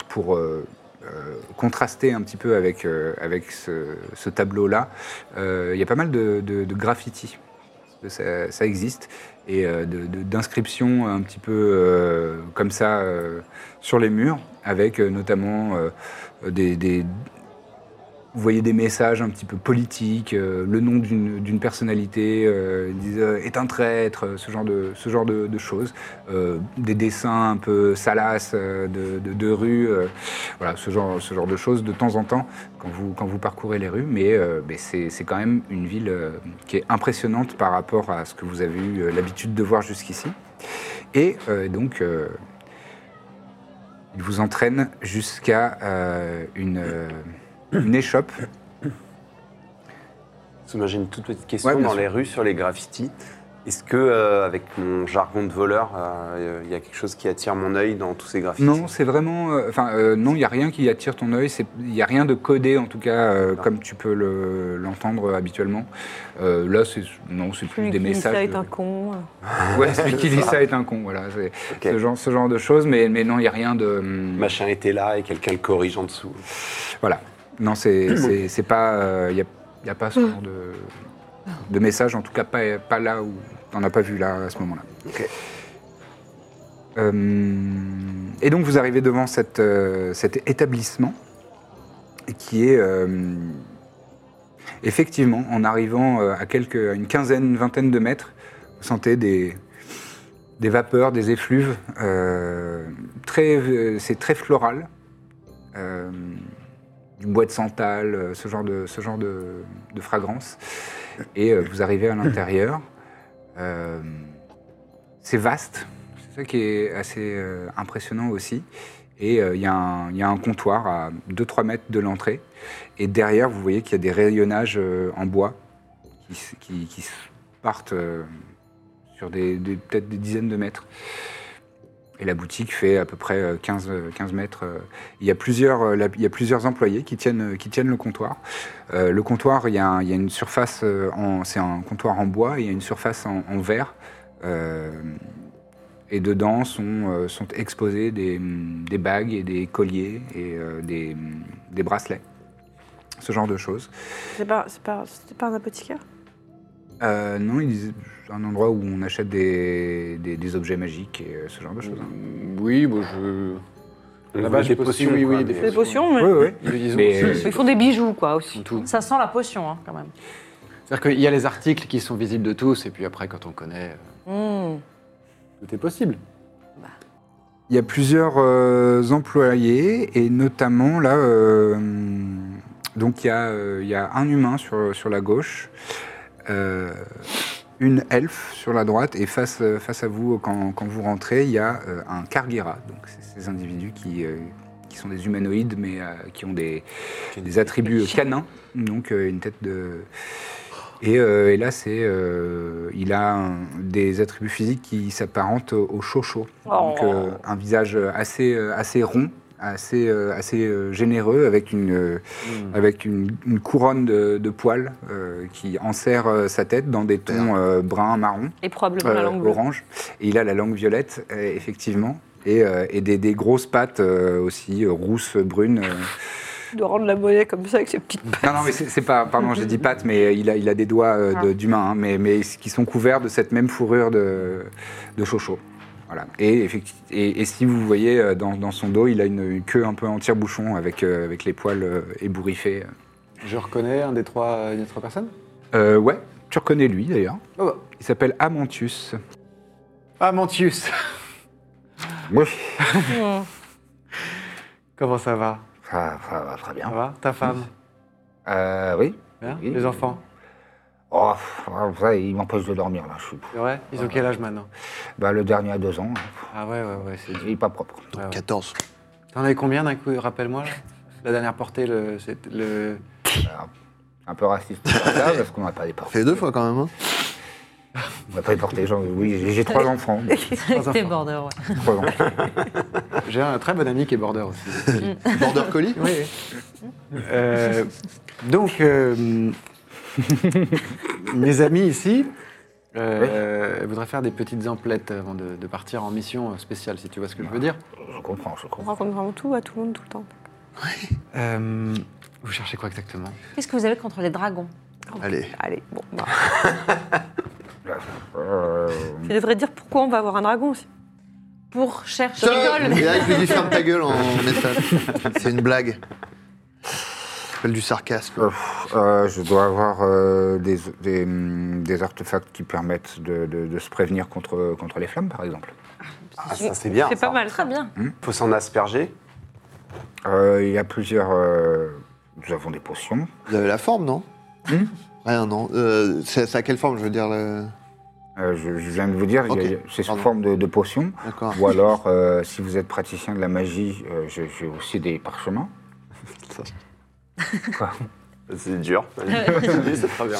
Speaker 1: pour euh, euh, contraster un petit peu avec, euh, avec ce, ce tableau-là, euh, il y a pas mal de, de, de graffitis. Ça, ça existe. Et euh, de- de- d'inscriptions un petit peu euh, comme ça euh, sur les murs, avec euh, notamment euh, des, des- Vous voyez des messages un petit peu politiques, euh, le nom d'une d'une personnalité, euh, ils disent euh, est un traître, ce genre de, ce genre de, de choses. Euh, des dessins un peu salaces euh, de, de, de rue. euh, voilà, ce genre, ce genre de choses de temps en temps quand vous, quand vous parcourez les rues, mais, euh, mais c'est c'est quand même une ville euh, qui est impressionnante par rapport à ce que vous avez eu euh, l'habitude de voir jusqu'ici. Et euh, donc, euh, il vous entraîne jusqu'à euh, une, euh, une échoppe.
Speaker 3: Parce que moi, j'ai une toute petite question
Speaker 1: Ouais, bien
Speaker 3: dans
Speaker 1: sûr.
Speaker 3: les rues, sur les graffitis. Est-ce que, euh, avec mon jargon de voleur, euh, il y a quelque chose qui attire mon œil dans tous ces graffitis
Speaker 1: Non, c'est vraiment. euh, Enfin, euh, non, il n'y a rien qui attire ton œil. c'est- Il n'y a rien de codé, en tout cas, euh, comme tu peux le- l'entendre habituellement. Euh, là, c'est non, c'est plus
Speaker 5: Celui
Speaker 1: des
Speaker 5: qui dit
Speaker 1: messages. euh.
Speaker 5: ça est
Speaker 1: de-
Speaker 5: un con.
Speaker 1: Ouais, celui qui lit ça est un con, voilà. c'est
Speaker 3: Ok. Hmm.
Speaker 1: Ce, genre, ce genre de choses, mais, mais non, il n'y a rien de. hum,
Speaker 3: Machin était là et quelqu'un le corrige en dessous.
Speaker 1: Voilà. Non, c'est c'est- c'est pas. Il n'y a, y a pas ce genre de, de message, en tout cas pas, pas là où. T'en as pas vu là, à ce moment-là.
Speaker 3: Ok.
Speaker 1: Hum, et donc, vous arrivez devant cette, euh, cet établissement qui est. euh, effectivement, en arrivant euh, à, quelques, à une quinzaine, une vingtaine de mètres, vous sentez des, des vapeurs, des effluves. euh, très, euh, c'est très floral. euh, du bois de santal, euh, ce genre de, ce genre de, de fragrance. Et euh, vous arrivez à l'intérieur. Euh, c'est vaste. C'est ça qui est assez euh, impressionnant aussi. Et euh, il y, a un- il y a un comptoir à 2-3 mètres de l'entrée. Et derrière, vous voyez qu'il y a des rayonnages euh, en bois qui, s- qui- qui s- partent euh, sur des, des- peut-être des dizaines de mètres. Et la boutique fait à peu près euh, 15, euh, 15 mètres. euh. Il y, a plusieurs, euh, la- il y a plusieurs employés qui tiennent, qui tiennent le comptoir. Euh, le comptoir, il y a, un- il y a une surface, euh, en- c'est un comptoir en bois, et il y a une surface en, en verre. Euh, et dedans sont, euh, sont exposés des, hum, des bagues et des colliers et euh, des, hum, des bracelets. Ce genre de choses.
Speaker 5: C'est pas, c'est pas, c'était pas un apothicaire
Speaker 1: Euh, non, ils- un endroit où on achète des, des- des objets magiques et euh, ce genre de choses. hein.
Speaker 6: Oui, bon, je. Là-bas,
Speaker 3: voulait
Speaker 6: j'ai
Speaker 3: des
Speaker 6: possible,
Speaker 3: potions,
Speaker 6: oui,
Speaker 3: quoi,
Speaker 6: oui,
Speaker 3: mais-
Speaker 5: Des potions, mais.
Speaker 1: Oui, oui.
Speaker 6: Ils ils ont
Speaker 1: Mais-
Speaker 6: aussi-
Speaker 2: Ils font des bijoux, quoi, aussi.
Speaker 6: Tout.
Speaker 2: Ça sent la potion, hein, quand même.
Speaker 6: C'est-à-dire qu'il y a les articles qui sont visibles de tous, et puis après, quand on connaît, euh,
Speaker 2: Mmh.
Speaker 6: tout est possible.
Speaker 1: Il y a plusieurs euh, employés et notamment là, euh, donc il y, a, euh, il y a un humain sur, sur la gauche, euh, une elfe sur la droite et face, euh, face à vous quand, quand vous rentrez, il y a euh, un Kargira. Donc c'est ces individus qui, euh, qui sont des humanoïdes mais euh, qui ont des, des attributs canins, donc euh, une tête de et, euh, et là c'est euh, il a un- des attributs physiques qui s'apparentent au chocho. Donc,
Speaker 5: Oh.
Speaker 1: euh, un visage assez, euh, assez rond assez, euh, assez euh, généreux, avec une, euh, avec une, une couronne de, de poils euh, qui enserre euh, sa tête dans des tons euh, bruns, marron,
Speaker 5: Et probablement la
Speaker 1: euh,
Speaker 5: langue bleue.
Speaker 1: orange. Et il a la langue violette, euh, effectivement. Et, euh, et des, des grosses pattes euh, aussi, euh, rousses, brunes. euh.
Speaker 5: Il doit rendre la monnaie comme ça avec ses petites pattes.
Speaker 1: Non, non, mais c'est c'est pas. Pardon, j'ai dit pattes, mais il a, il a des doigts euh,
Speaker 5: Ah.
Speaker 1: de- d'humain, hein, mais, mais qui sont couverts de cette même fourrure de, de chocho. Voilà. Et, effecti- et, et si vous voyez euh, dans, dans son dos, il a une, une queue un peu en tire-bouchon avec, euh, avec les poils euh, ébouriffés.
Speaker 6: Je reconnais un des trois, une des trois personnes
Speaker 1: Euh, ouais, tu reconnais lui d'ailleurs.
Speaker 6: Oh, bah.
Speaker 1: Il s'appelle Amantus.
Speaker 6: Ah, Mantius Comment ça va
Speaker 1: Ça, ça va très
Speaker 6: Ça
Speaker 1: bien.
Speaker 6: va Ta femme
Speaker 1: Euh, oui.
Speaker 6: Bien
Speaker 1: Oui.
Speaker 6: Les enfants
Speaker 1: Oh, pff, ça, il m'empêche de dormir là. Je suis...
Speaker 6: C'est vrai Ils ont quel âge maintenant
Speaker 1: bah, le dernier a deux ans. hein.
Speaker 6: Ah ouais, ouais, ouais, c'est
Speaker 1: Il
Speaker 6: dur.
Speaker 1: est pas propre.
Speaker 4: Ah.
Speaker 6: Ouais, ouais.
Speaker 4: 14.
Speaker 6: T'en avais combien d'un coup Rappelle-moi, là La dernière portée, le... c'est- le...
Speaker 1: Un peu raciste ça, parce qu'on n'a pas des portées.
Speaker 4: Fait deux fois quand même. Hein.
Speaker 1: On n'a pas des portées. genre, oui, j'ai- j'ai trois enfants.
Speaker 7: T'es border, ouais.
Speaker 1: Trois enfants.
Speaker 6: J'ai un très bon ami qui est border aussi.
Speaker 4: Border Collie
Speaker 6: Oui. Euh, donc, euh, mes amis ici euh, voudraient faire des petites emplettes avant de, de partir en mission spéciale, si tu vois ce que je veux dire.
Speaker 1: Je comprends, je
Speaker 5: On
Speaker 1: comprends.
Speaker 5: raconte vraiment tout à tout le monde tout le temps.
Speaker 6: Euh, vous cherchez quoi exactement
Speaker 7: Qu'est-ce que vous avez contre les dragons
Speaker 4: Allez.
Speaker 5: Allez, bon, bah.
Speaker 1: Euh,
Speaker 5: Tu devrais dire pourquoi on va avoir un dragon aussi.
Speaker 7: Pour chercher.
Speaker 4: Et là, je lui dis ferme ta gueule en message. C'est une blague. Ça s'appelle du sarcasme.
Speaker 1: euh, pff, euh, je dois avoir euh, des, des, hum, des artefacts qui permettent de, de- de se prévenir contre, contre les flammes, par exemple.
Speaker 3: Ah, ça, c'est bien.
Speaker 5: C'est
Speaker 3: ça.
Speaker 5: pas mal.
Speaker 7: Très bien.
Speaker 3: Faut s'en asperger.
Speaker 1: Euh, Il y a plusieurs. euh, nous avons des potions.
Speaker 4: Vous avez la forme, non
Speaker 1: Hmm
Speaker 4: Rien, non. Euh, c'est c'est à quelle forme, je veux dire le-
Speaker 1: Euh, je, je viens de vous dire, il y a-
Speaker 4: Ok.
Speaker 1: il y a- c'est sous
Speaker 4: Pardon.
Speaker 1: forme de, de potions.
Speaker 4: D'accord.
Speaker 1: Ou alors, euh, si vous êtes praticien de la magie, euh, j'ai j'ai aussi des parchemins.
Speaker 3: C'est dur. Vas-y, c'est très bien.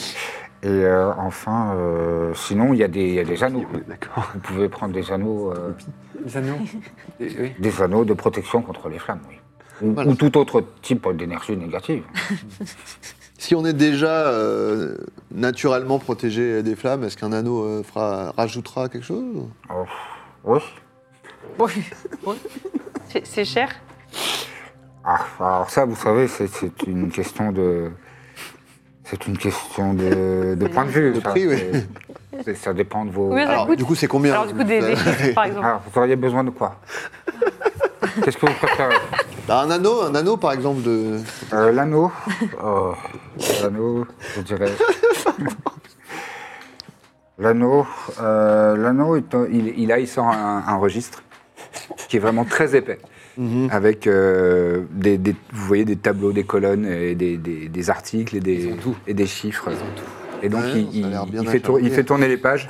Speaker 1: Et euh, enfin, euh, sinon, il y, a des- il y a des anneaux.
Speaker 3: Oui, D'accord.
Speaker 1: Vous pouvez prendre des anneaux, euh,
Speaker 6: Les anneaux Et- Oui.
Speaker 1: des anneaux de protection contre les flammes, oui. Ou,
Speaker 4: Voilà.
Speaker 1: ou tout autre type d'énergie négative.
Speaker 4: Si on est déjà euh, naturellement protégé des flammes, est-ce qu'un anneau euh, fera, rajoutera quelque chose
Speaker 1: Oh, oui.
Speaker 5: C'est c'est cher.
Speaker 1: Ah, alors ça, vous savez, c'est- c'est une question de... C'est une question de, de point de vue.
Speaker 4: De
Speaker 1: ça.
Speaker 4: prix, oui.
Speaker 1: C'est- c'est- Ça dépend de vos...
Speaker 5: Combien ça
Speaker 4: Alors,
Speaker 5: coûte
Speaker 4: du coup, c'est combien
Speaker 5: Ah,
Speaker 4: Euh,
Speaker 5: Alors, du coup, des, des chiffres, par exemple.
Speaker 1: Alors, vous auriez besoin de quoi Qu'est-ce que vous préférez
Speaker 4: Bah, un anneau, un anneau, par exemple, de.
Speaker 1: Euh, L'anneau Oh, L'anneau, je dirais. L'anneau, euh, l'anneau, est un- il, il a, il sort un, un registre qui est vraiment très épais,
Speaker 4: Mhm.
Speaker 1: avec euh, des, des- vous voyez des tableaux, des colonnes et des, des- des articles et des, et des chiffres. Et donc il,
Speaker 4: Ouais, non, ça a
Speaker 1: il-
Speaker 4: l'air bien
Speaker 1: il fait tour- il
Speaker 4: achalandé.
Speaker 1: fait tourner les pages.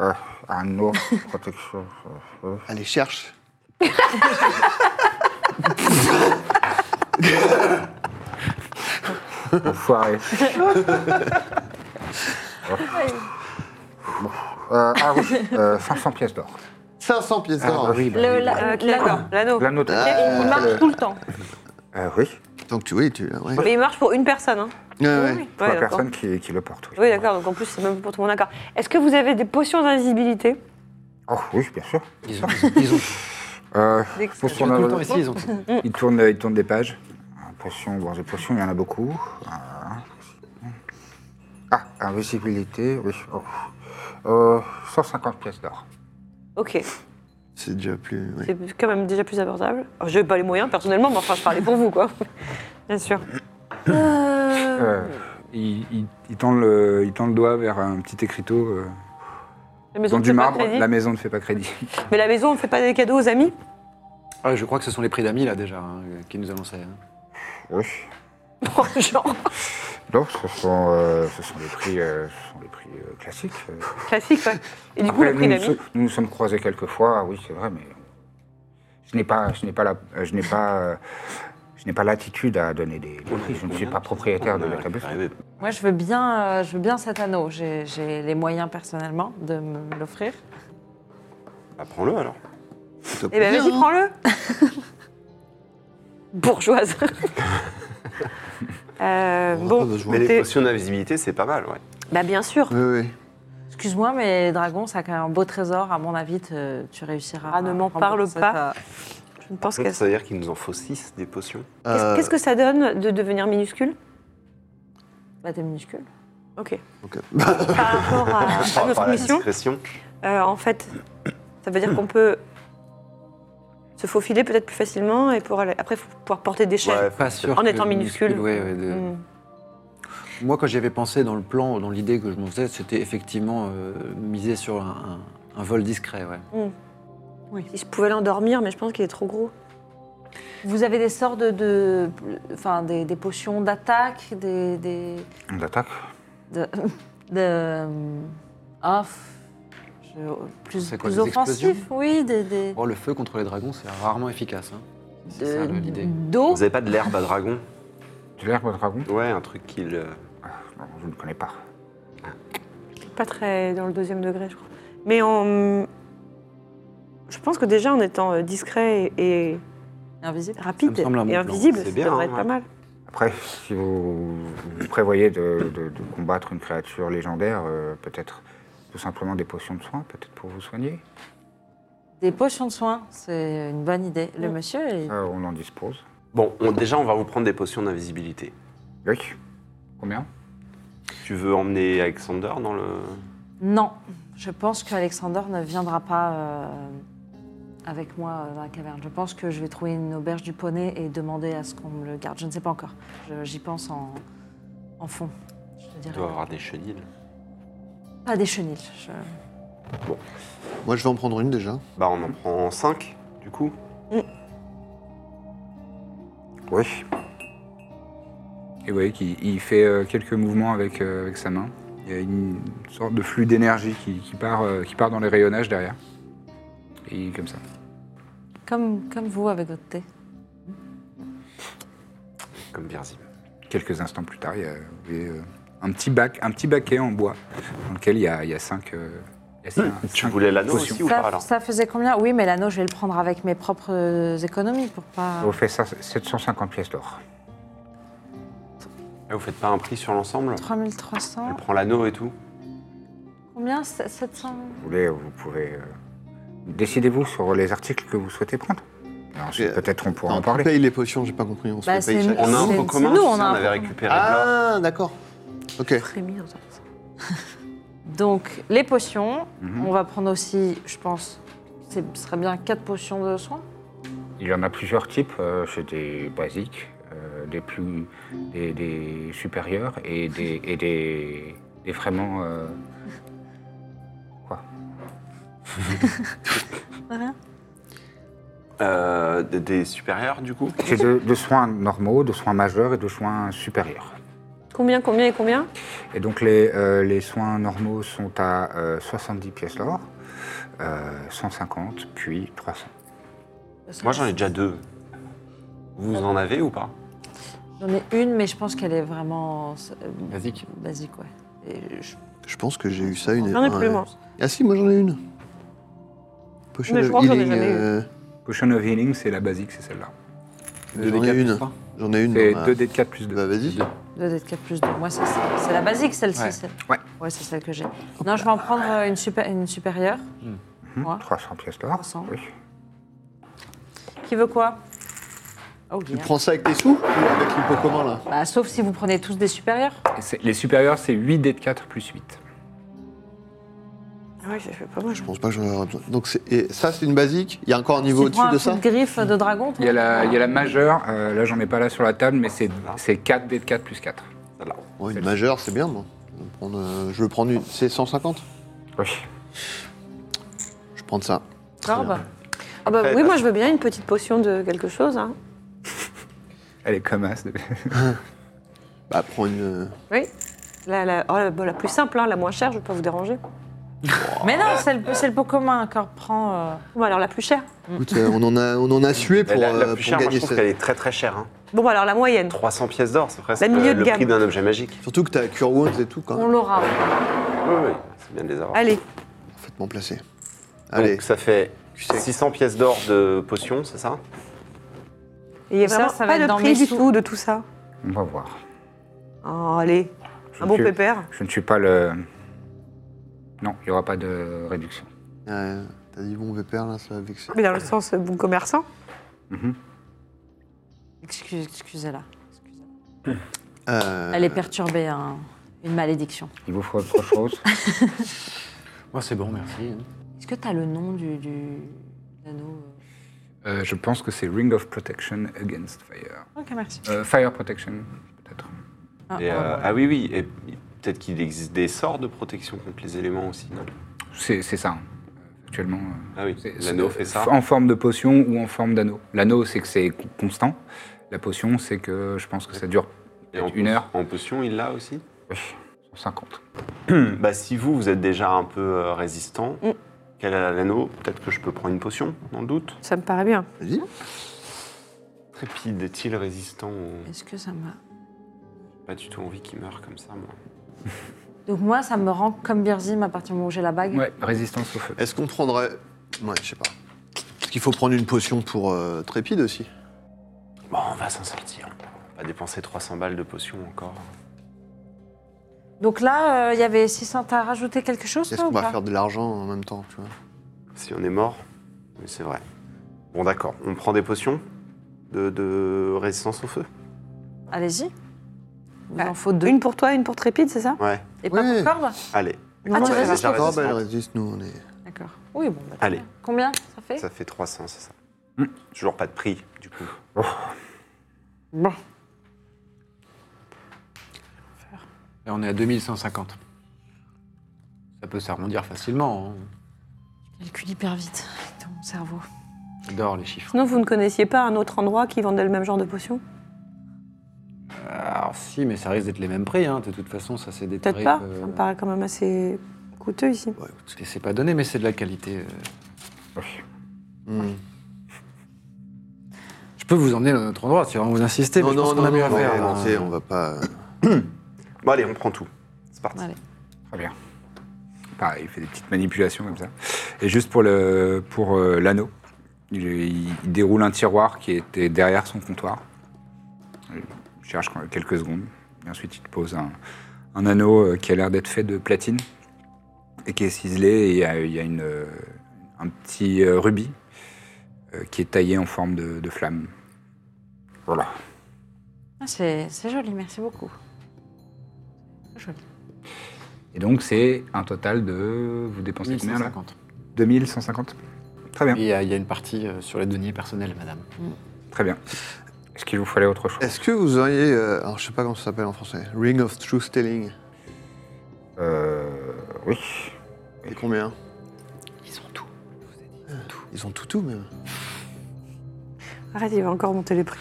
Speaker 1: Euh, anneau, protection. euh, euh.
Speaker 4: Allez, cherche.
Speaker 1: Enfoiré. Euh, ah oui, euh, 500 pièces d'or.
Speaker 4: 500 pièces d'or.
Speaker 1: oui, bah
Speaker 7: Le-
Speaker 1: oui, bah.
Speaker 7: la-
Speaker 5: Euh, L'anneau. L'anneau.
Speaker 1: L'anneau de-
Speaker 5: Ah. Il marche tout le temps.
Speaker 1: Euh, oui,
Speaker 4: Donc, tu. Oui, tu. Ouais.
Speaker 5: Mais il marche pour une personne. Hein.
Speaker 4: Ouais, ouais.
Speaker 5: Oui,
Speaker 1: trois
Speaker 5: d'accord.
Speaker 1: personnes qui, qui le portent. Oui.
Speaker 5: Oui, d'accord. Donc en plus, c'est même pour tout le monde d'accord. Est-ce que vous avez des potions d'invisibilité
Speaker 1: Oh, oui, bien sûr.
Speaker 6: Ils ont, ils ont-
Speaker 1: Euh,
Speaker 5: Dès que-
Speaker 1: pour
Speaker 6: ils ont tout le temps ici, ils ont
Speaker 1: il, tourne, il tourne des pages. Euh, Potion, bon, des potions, il y en a beaucoup. Euh, Ah, invisibilité, oui. oh. Euh, 150 pièces d'or.
Speaker 5: Ok.
Speaker 4: C'est déjà plus. ouais.
Speaker 5: C'est quand même déjà plus abordable. Alors, je n'ai pas les moyens personnellement, mais enfin, je parlais pour vous, quoi. Bien sûr.
Speaker 1: Euh, il, il- il tend le, il tend le doigt vers un petit écriteau. euh,
Speaker 5: La maison
Speaker 1: dans
Speaker 5: ne
Speaker 1: du
Speaker 5: fait pas
Speaker 1: marbre,
Speaker 5: crédit.
Speaker 1: la maison ne fait pas crédit.
Speaker 5: Mais la maison, on ne fait pas des cadeaux aux amis
Speaker 6: Ah, je crois que ce sont les prix d'amis, là, déjà, hein, qui nous annonçaient. hein.
Speaker 1: Oui.
Speaker 5: Genre,
Speaker 1: Non, ce sont, euh, ce sont les prix, euh, ce sont les prix euh, classiques. euh.
Speaker 5: classique, ouais. Et du coup,
Speaker 1: Après,
Speaker 5: le prix
Speaker 1: nous, nous,
Speaker 5: d'amis.
Speaker 1: sommes- nous nous sommes croisés quelques fois, ah oui, c'est vrai, mais je n'ai pas, je n'ai pas la, euh, je n'ai pas, euh, je n'ai pas l'attitude à donner des, des prix. Je ne suis pas propriétaire de la cabesse.
Speaker 7: Moi, je veux bien, euh, je veux bien cet anneau. J'ai j'ai les moyens personnellement de me l'offrir.
Speaker 3: Bah, prends-le alors.
Speaker 4: C'est top.
Speaker 5: Eh ben, vas-y, prends-le. bourgeoise. Euh,
Speaker 4: On aura
Speaker 5: bon,
Speaker 4: pas besoin.
Speaker 3: Mais les
Speaker 5: t'es-
Speaker 3: potions d'invisibilité, c'est pas mal, ouais.
Speaker 5: bah bien sûr.
Speaker 4: Oui, oui.
Speaker 7: Excuse-moi, mais Dragon, ça a quand même un beau trésor. À mon avis, te- tu réussiras.
Speaker 5: Ah, ne
Speaker 7: à euh,
Speaker 5: m'en parle
Speaker 7: rembourser
Speaker 5: pas.
Speaker 7: ta-
Speaker 5: Je ne pense
Speaker 3: Donc,
Speaker 5: qu'à
Speaker 3: ça
Speaker 5: ça.
Speaker 3: veut dire qu'il nous en faut 6 des potions.
Speaker 5: Qu'est-ce
Speaker 4: Euh,
Speaker 5: qu'est-ce que ça donne de devenir minuscule
Speaker 7: Bah, t'es minuscule.
Speaker 5: Ok.
Speaker 4: Ok.
Speaker 5: Par rapport à, à
Speaker 3: Par- par
Speaker 5: notre
Speaker 3: la
Speaker 5: mission,
Speaker 3: discrétion.
Speaker 5: euh, en fait, ça veut dire qu'on peut se faufiler peut-être plus facilement et pour aller... après faut pouvoir porter des chaînes.
Speaker 3: Ouais,
Speaker 6: Pas sûr.
Speaker 5: En
Speaker 6: que
Speaker 5: étant minuscule.
Speaker 6: ouais, ouais, de-
Speaker 5: Hmm.
Speaker 6: Moi, quand j'y avais pensé dans le plan, dans l'idée que je m'en faisais, c'était effectivement euh, miser sur un, un- un vol discret. Ouais.
Speaker 5: Si je pouvais l'endormir, mais je pense qu'il est trop gros.
Speaker 7: Vous avez des sorts de. de- Enfin, des, des potions d'attaque, des. des
Speaker 1: On l'attaque.
Speaker 7: de. de euh, off. plus
Speaker 6: C'est quoi,
Speaker 7: plus
Speaker 6: des
Speaker 7: offensif,
Speaker 6: explosions
Speaker 7: oui. Des, des-
Speaker 6: Oh, le feu contre les dragons, c'est rarement efficace. hein. C'est
Speaker 7: de-
Speaker 6: ça le- l'idée.
Speaker 7: D'eau.
Speaker 3: Vous avez pas de l'herbe à dragon
Speaker 1: Tu l'as, votre dragon
Speaker 3: Ouais, un truc qu'il. euh,
Speaker 1: Non, Je ne connais pas.
Speaker 5: Pas très dans le deuxième degré, je crois. Mais on... Je pense que déjà en étant euh, discret et, et
Speaker 7: Invisible.
Speaker 5: rapide
Speaker 6: semble un bon
Speaker 5: et
Speaker 6: plan.
Speaker 5: invisible,
Speaker 3: C'est
Speaker 5: ça
Speaker 3: bien,
Speaker 5: devrait
Speaker 3: hein,
Speaker 5: être
Speaker 3: ouais.
Speaker 5: pas mal.
Speaker 1: Après, si vous, vous prévoyez de, de- de combattre une créature légendaire, euh, peut-être tout simplement des potions de soins, peut-être pour vous soigner.
Speaker 7: Des potions de soins, c'est une bonne idée. Le monsieur, il-
Speaker 1: Ça, Euh, on en dispose.
Speaker 3: Bon, on- déjà, on va vous prendre des potions d'invisibilité.
Speaker 1: Oui. Combien
Speaker 3: Tu veux emmener Alexander dans le.
Speaker 7: Non, je pense qu'Alexander ne viendra pas euh, avec moi euh, dans la caverne. Je pense que je vais trouver une auberge du poney et demander à ce qu'on me le garde. Je ne sais pas encore. Je- J'y pense en, en fond. Je te
Speaker 3: Il
Speaker 7: dirais.
Speaker 3: doit avoir des chenilles.
Speaker 7: Pas des chenilles. je-
Speaker 4: Moi, je vais en prendre une déjà.
Speaker 3: Bah, on en prend 5, du coup.
Speaker 1: Oui. Et vous voyez qu'il il fait euh, quelques mouvements avec, euh, avec sa main. Il y a une sorte de flux d'énergie qui, qui part, euh, qui part dans les rayonnages derrière. Et comme ça.
Speaker 7: Comme, comme vous avec votre thé.
Speaker 3: Comme Birzim.
Speaker 1: Quelques instants plus tard, il y a vous voyez, euh, un, petit bac, un petit baquet en bois dans lequel il y a, il y a cinq. euh, il y a cinq-
Speaker 3: Tu
Speaker 1: cinq
Speaker 3: voulais l'anneau
Speaker 1: potions.
Speaker 3: aussi ou pas
Speaker 7: Ça,
Speaker 3: alors
Speaker 7: ça faisait combien Oui, mais l'anneau, je vais le prendre avec mes propres euh, économies pour pas.
Speaker 1: Ça vous fait ça- 750 pièces d'or.
Speaker 3: Et Vous faites pas un prix sur l'ensemble Elle
Speaker 7: 3300.
Speaker 3: prend l'anneau et tout
Speaker 7: Combien 700
Speaker 1: Vous voulez, vous pouvez. euh, Décidez-vous sur les articles que vous souhaitez prendre. Et ensuite,
Speaker 4: Et,
Speaker 1: peut-être on pourra
Speaker 4: Non,
Speaker 1: en
Speaker 4: qui
Speaker 1: parler.
Speaker 4: paye les potions, j'ai pas compris. On se
Speaker 7: Bah,
Speaker 4: les paye
Speaker 7: c'est-
Speaker 4: chacun.
Speaker 3: On a un
Speaker 7: C'est-
Speaker 3: pot commun,
Speaker 7: nous,
Speaker 3: tu sais,
Speaker 7: on a un
Speaker 3: avait
Speaker 7: pot
Speaker 3: récupéré de l'or.
Speaker 4: Ah, d'accord. Ok.
Speaker 7: Donc, les potions.
Speaker 1: Mhm.
Speaker 7: On va prendre aussi, je pense, c'est- ce serait bien quatre potions de soins.
Speaker 1: Il y en a plusieurs types. euh, c'est des basiques, euh, des plus. des, des supérieurs et des. et des, des vraiment. euh,
Speaker 3: Euh, des, des supérieurs, du coup
Speaker 1: c'est de, de soins normaux, de soins majeurs et de soins supérieurs.
Speaker 5: Combien, combien et combien
Speaker 1: Et donc les, euh, les soins normaux sont à euh, 70 pièces d'or, euh, 150, puis 300.
Speaker 3: Moi, j'en ai déjà deux. Vous en avez ou pas
Speaker 7: J'en ai une, mais je pense qu'elle est vraiment euh,
Speaker 6: Basique.
Speaker 7: basique, ouais. Et je-
Speaker 4: Je pense que j'ai eu ça une.
Speaker 5: J'en ai plus,
Speaker 4: un-
Speaker 5: moi.
Speaker 4: Ah si, moi j'en ai une. Potion
Speaker 5: Mais je
Speaker 4: of
Speaker 5: crois que j'en ai
Speaker 4: healing,
Speaker 5: jamais eu.
Speaker 4: euh,
Speaker 1: Potion of Healing, c'est la basique, c'est celle-là.
Speaker 6: Deux
Speaker 4: J'en
Speaker 6: des quatre,
Speaker 4: ai une.
Speaker 6: n'est-ce pas
Speaker 4: J'en ai une.
Speaker 1: C'est
Speaker 4: dans ma-
Speaker 1: 2D4 plus 2.
Speaker 4: Bah vas-y.
Speaker 7: Deux d'être quatre plus deux. Moi, c'est ça. C'est la basique, celle-ci.
Speaker 6: Ouais.
Speaker 7: c'est-
Speaker 1: Ouais.
Speaker 7: Ouais, c'est celle que j'ai. Non, je vais en prendre euh, une, supé- une supérieure. Moi.
Speaker 1: 300 pièces d'or.
Speaker 7: 300.
Speaker 1: Oui.
Speaker 7: Qui veut quoi Oh,
Speaker 4: Tu
Speaker 7: yeah.
Speaker 4: prends ça avec tes sous ou avec le pot commun là
Speaker 7: Bah, sauf si vous prenez tous des supérieurs.
Speaker 1: Et c'est- Les supérieurs, c'est 8 dés de 4 plus 8.
Speaker 5: Ah ouais, ça fait pas mal.
Speaker 4: Je pense pas que j'en aurai besoin. Donc c'est- et ça c'est une basique. Il y a encore un niveau
Speaker 7: tu prends
Speaker 4: au-dessus
Speaker 7: un
Speaker 4: de
Speaker 7: coup
Speaker 4: ça.
Speaker 7: de griffe de dragon, toi
Speaker 1: Il y a la, il y a la majeure, euh, là j'en ai pas là sur la table, mais c'est c'est 4 dés de 4 plus 4.
Speaker 3: Celle-là.
Speaker 4: Ouais, une majeure, c'est bien. Moi. Je vais prendre, euh, je vais prendre une. C'est 150.
Speaker 1: Oui.
Speaker 4: Je prends ça.
Speaker 7: Corbe.
Speaker 5: Ah bah
Speaker 3: Après,
Speaker 5: oui,
Speaker 3: là,
Speaker 5: moi je veux bien une petite potion de quelque chose. hein.
Speaker 1: Elle est comme as. de-
Speaker 4: Bah prends une. euh,
Speaker 5: Oui. La, la- oh, la- bah, la plus simple, hein, la moins chère, je vais pas vous déranger.
Speaker 7: Mais non, c'est le, c'est le pot commun. Corbe prend. euh,
Speaker 5: Bon, alors la plus chère.
Speaker 4: Écoute, euh, on en a, on en a sué pour,
Speaker 3: la, la
Speaker 4: euh, pour
Speaker 3: plus chère, moi, je
Speaker 4: gagner
Speaker 3: trouve
Speaker 4: ça.
Speaker 3: qu'elle est très très chère. hein.
Speaker 5: Bon, bah, alors la moyenne.
Speaker 3: 300 pièces d'or, c'est presque
Speaker 5: La milieu
Speaker 3: euh,
Speaker 5: de
Speaker 3: le
Speaker 5: gamme.
Speaker 3: prix d'un objet magique.
Speaker 4: Surtout que t'as Cure Wounds et tout quand
Speaker 7: On
Speaker 4: même.
Speaker 7: l'aura.
Speaker 3: Oui, oui, c'est bien de les avoir.
Speaker 5: Allez,
Speaker 4: Parfaitement placé.
Speaker 3: Donc
Speaker 4: Allez.
Speaker 3: ça fait
Speaker 4: Tu sais.
Speaker 3: 600 pièces d'or de potion, c'est ça
Speaker 5: Et il n'y a
Speaker 2: Et ça,
Speaker 5: vraiment
Speaker 2: ça va
Speaker 5: pas
Speaker 2: être
Speaker 5: de
Speaker 2: dans
Speaker 5: prix
Speaker 2: mes
Speaker 5: du
Speaker 2: sous.
Speaker 5: tout de tout ça.
Speaker 1: On va voir.
Speaker 5: Oh, allez,
Speaker 1: Je
Speaker 5: un
Speaker 1: ne
Speaker 5: bon
Speaker 1: suis-
Speaker 5: pépère.
Speaker 1: Je ne suis pas le. Non, il n'y aura pas de réduction.
Speaker 4: Ouais, euh, T'as dit bon pépère, là, ça va vexer.
Speaker 5: Mais dans le sens euh, bon commerçant.
Speaker 1: Mhm.
Speaker 7: Excuse- Excusez-la.
Speaker 4: Euh,
Speaker 7: Elle est perturbée, hein. une malédiction.
Speaker 1: Il vous faut autre chose
Speaker 6: Moi, c'est bon, merci.
Speaker 7: Est-ce que tu as le nom du, du... l'anneau euh
Speaker 1: Euh, Je pense que c'est Ring of Protection Against Fire.
Speaker 5: Ok, merci.
Speaker 1: Euh, fire Protection, peut-être.
Speaker 7: Ah,
Speaker 3: Et,
Speaker 7: ah,
Speaker 3: euh,
Speaker 7: voilà.
Speaker 3: ah oui, oui. Et peut-être qu'il existe des sorts de protection contre les éléments aussi, non
Speaker 1: C'est c'est ça, hein. actuellement. euh,
Speaker 3: Ah oui,
Speaker 1: c'est-
Speaker 3: l'anneau
Speaker 1: c'est-
Speaker 3: fait ça.
Speaker 1: En forme de potion ou en forme d'anneau. L'anneau, c'est que c'est co- constant. La potion, c'est que je pense que ça dure
Speaker 3: Et en
Speaker 1: une heure.
Speaker 3: En potion, il l'a aussi
Speaker 1: oui, 150.
Speaker 3: Bah, si vous, vous êtes déjà un peu euh, résistant,
Speaker 5: Mm.
Speaker 3: quel est l'anneau Peut-être que je peux prendre une potion, dans le doute.
Speaker 5: Ça me paraît bien.
Speaker 4: Vas-y.
Speaker 3: Trépide est-il résistant au-
Speaker 7: Est-ce que ça m'a.
Speaker 3: Pas du tout envie qu'il meure comme ça, moi.
Speaker 7: Donc moi, ça me rend comme Birzim à partir du moment où j'ai la bague.
Speaker 1: Ouais, résistance au feu.
Speaker 4: Est-ce qu'on prendrait. Ouais, je sais pas. Est-ce qu'il faut prendre une potion pour euh, Trépide aussi
Speaker 3: Bon, on va s'en sortir. On va dépenser 300 balles de potion encore.
Speaker 7: Donc là, euh, il y avait 600. T'as rajouté quelque chose,
Speaker 4: Est-ce
Speaker 7: toi,
Speaker 4: qu'on
Speaker 7: ou
Speaker 4: va
Speaker 7: pas
Speaker 4: faire de l'argent en même temps tu vois
Speaker 3: Si on est mort, oui, c'est vrai. Bon, d'accord. On prend des potions de, de résistance au feu
Speaker 7: Allez-y. Il vous
Speaker 5: Ah,
Speaker 7: en faut deux.
Speaker 5: Une pour toi, une pour Trépide, c'est ça
Speaker 3: Ouais,
Speaker 7: Et pas
Speaker 4: Ouais.
Speaker 7: pour corde
Speaker 3: allez.
Speaker 7: Ah,
Speaker 3: D'accord,
Speaker 7: tu
Speaker 3: bah,
Speaker 7: résistes
Speaker 3: déjà
Speaker 4: Encore, bah, elle
Speaker 3: résistante.
Speaker 4: résiste, nous, on est.
Speaker 7: D'accord. Oui, bon. bah,
Speaker 3: Allez,
Speaker 7: Combien ça fait
Speaker 3: ça fait 300, c'est ça.
Speaker 1: Mm.
Speaker 3: Toujours pas de prix, du coup.
Speaker 5: Bon.
Speaker 6: Et on est à 2150. Ça peut s'arrondir facilement. hein.
Speaker 7: Je calcule hyper vite dans mon cerveau.
Speaker 6: J'adore les chiffres.
Speaker 5: Sinon, vous ne connaissiez pas un autre endroit qui vendait le même genre de potion
Speaker 6: Alors Ah, si, mais ça risque d'être les mêmes prix. hein. De toute façon, ça c'est des
Speaker 5: Peut-être
Speaker 6: tarifs.
Speaker 5: pas.
Speaker 6: euh,
Speaker 5: Ça me paraît quand même assez coûteux ici.
Speaker 4: Ouais, écoute.
Speaker 6: et c'est pas donné, mais c'est de la qualité. euh.
Speaker 4: Hmm.
Speaker 6: Je peux vous emmener à notre endroit si vraiment vous insistez. mais je pense qu'on a mieux à
Speaker 4: non,
Speaker 6: faire,
Speaker 4: non,
Speaker 6: hein.
Speaker 4: tu sais, on va pas. euh.
Speaker 3: Bon, allez, on prend tout. C'est parti.
Speaker 7: Allez.
Speaker 1: Très bien. Pareil, il fait des petites manipulations comme ça. Et juste pour le pour euh, l'anneau, il, il déroule un tiroir qui était derrière son comptoir. Il cherche quand- quelques secondes. Et ensuite, il te pose un, un anneau euh, qui a l'air d'être fait de platine et qui est ciselé. Et il y a, il y a une, euh, un petit euh, rubis euh, qui est taillé en forme de, de flamme. Voilà.
Speaker 7: Ah, c'est c'est joli, merci beaucoup. Joli.
Speaker 1: Et donc, c'est un total de. Vous dépensez combien là
Speaker 6: 1150.
Speaker 1: 2150 Très bien.
Speaker 6: Et, euh, Il y, a une partie euh, sur les deniers personnels, madame.
Speaker 1: Très bien. Est-ce qu'il vous fallait autre chose
Speaker 4: Est-ce que vous auriez. euh, alors, je sais pas comment ça s'appelle en français. Ring of Truth Telling.
Speaker 1: Euh. Oui.
Speaker 4: Et combien
Speaker 6: Ils ont tout.
Speaker 4: Ils ont tout, tout, même.
Speaker 5: Arrête, il va encore monter les prix.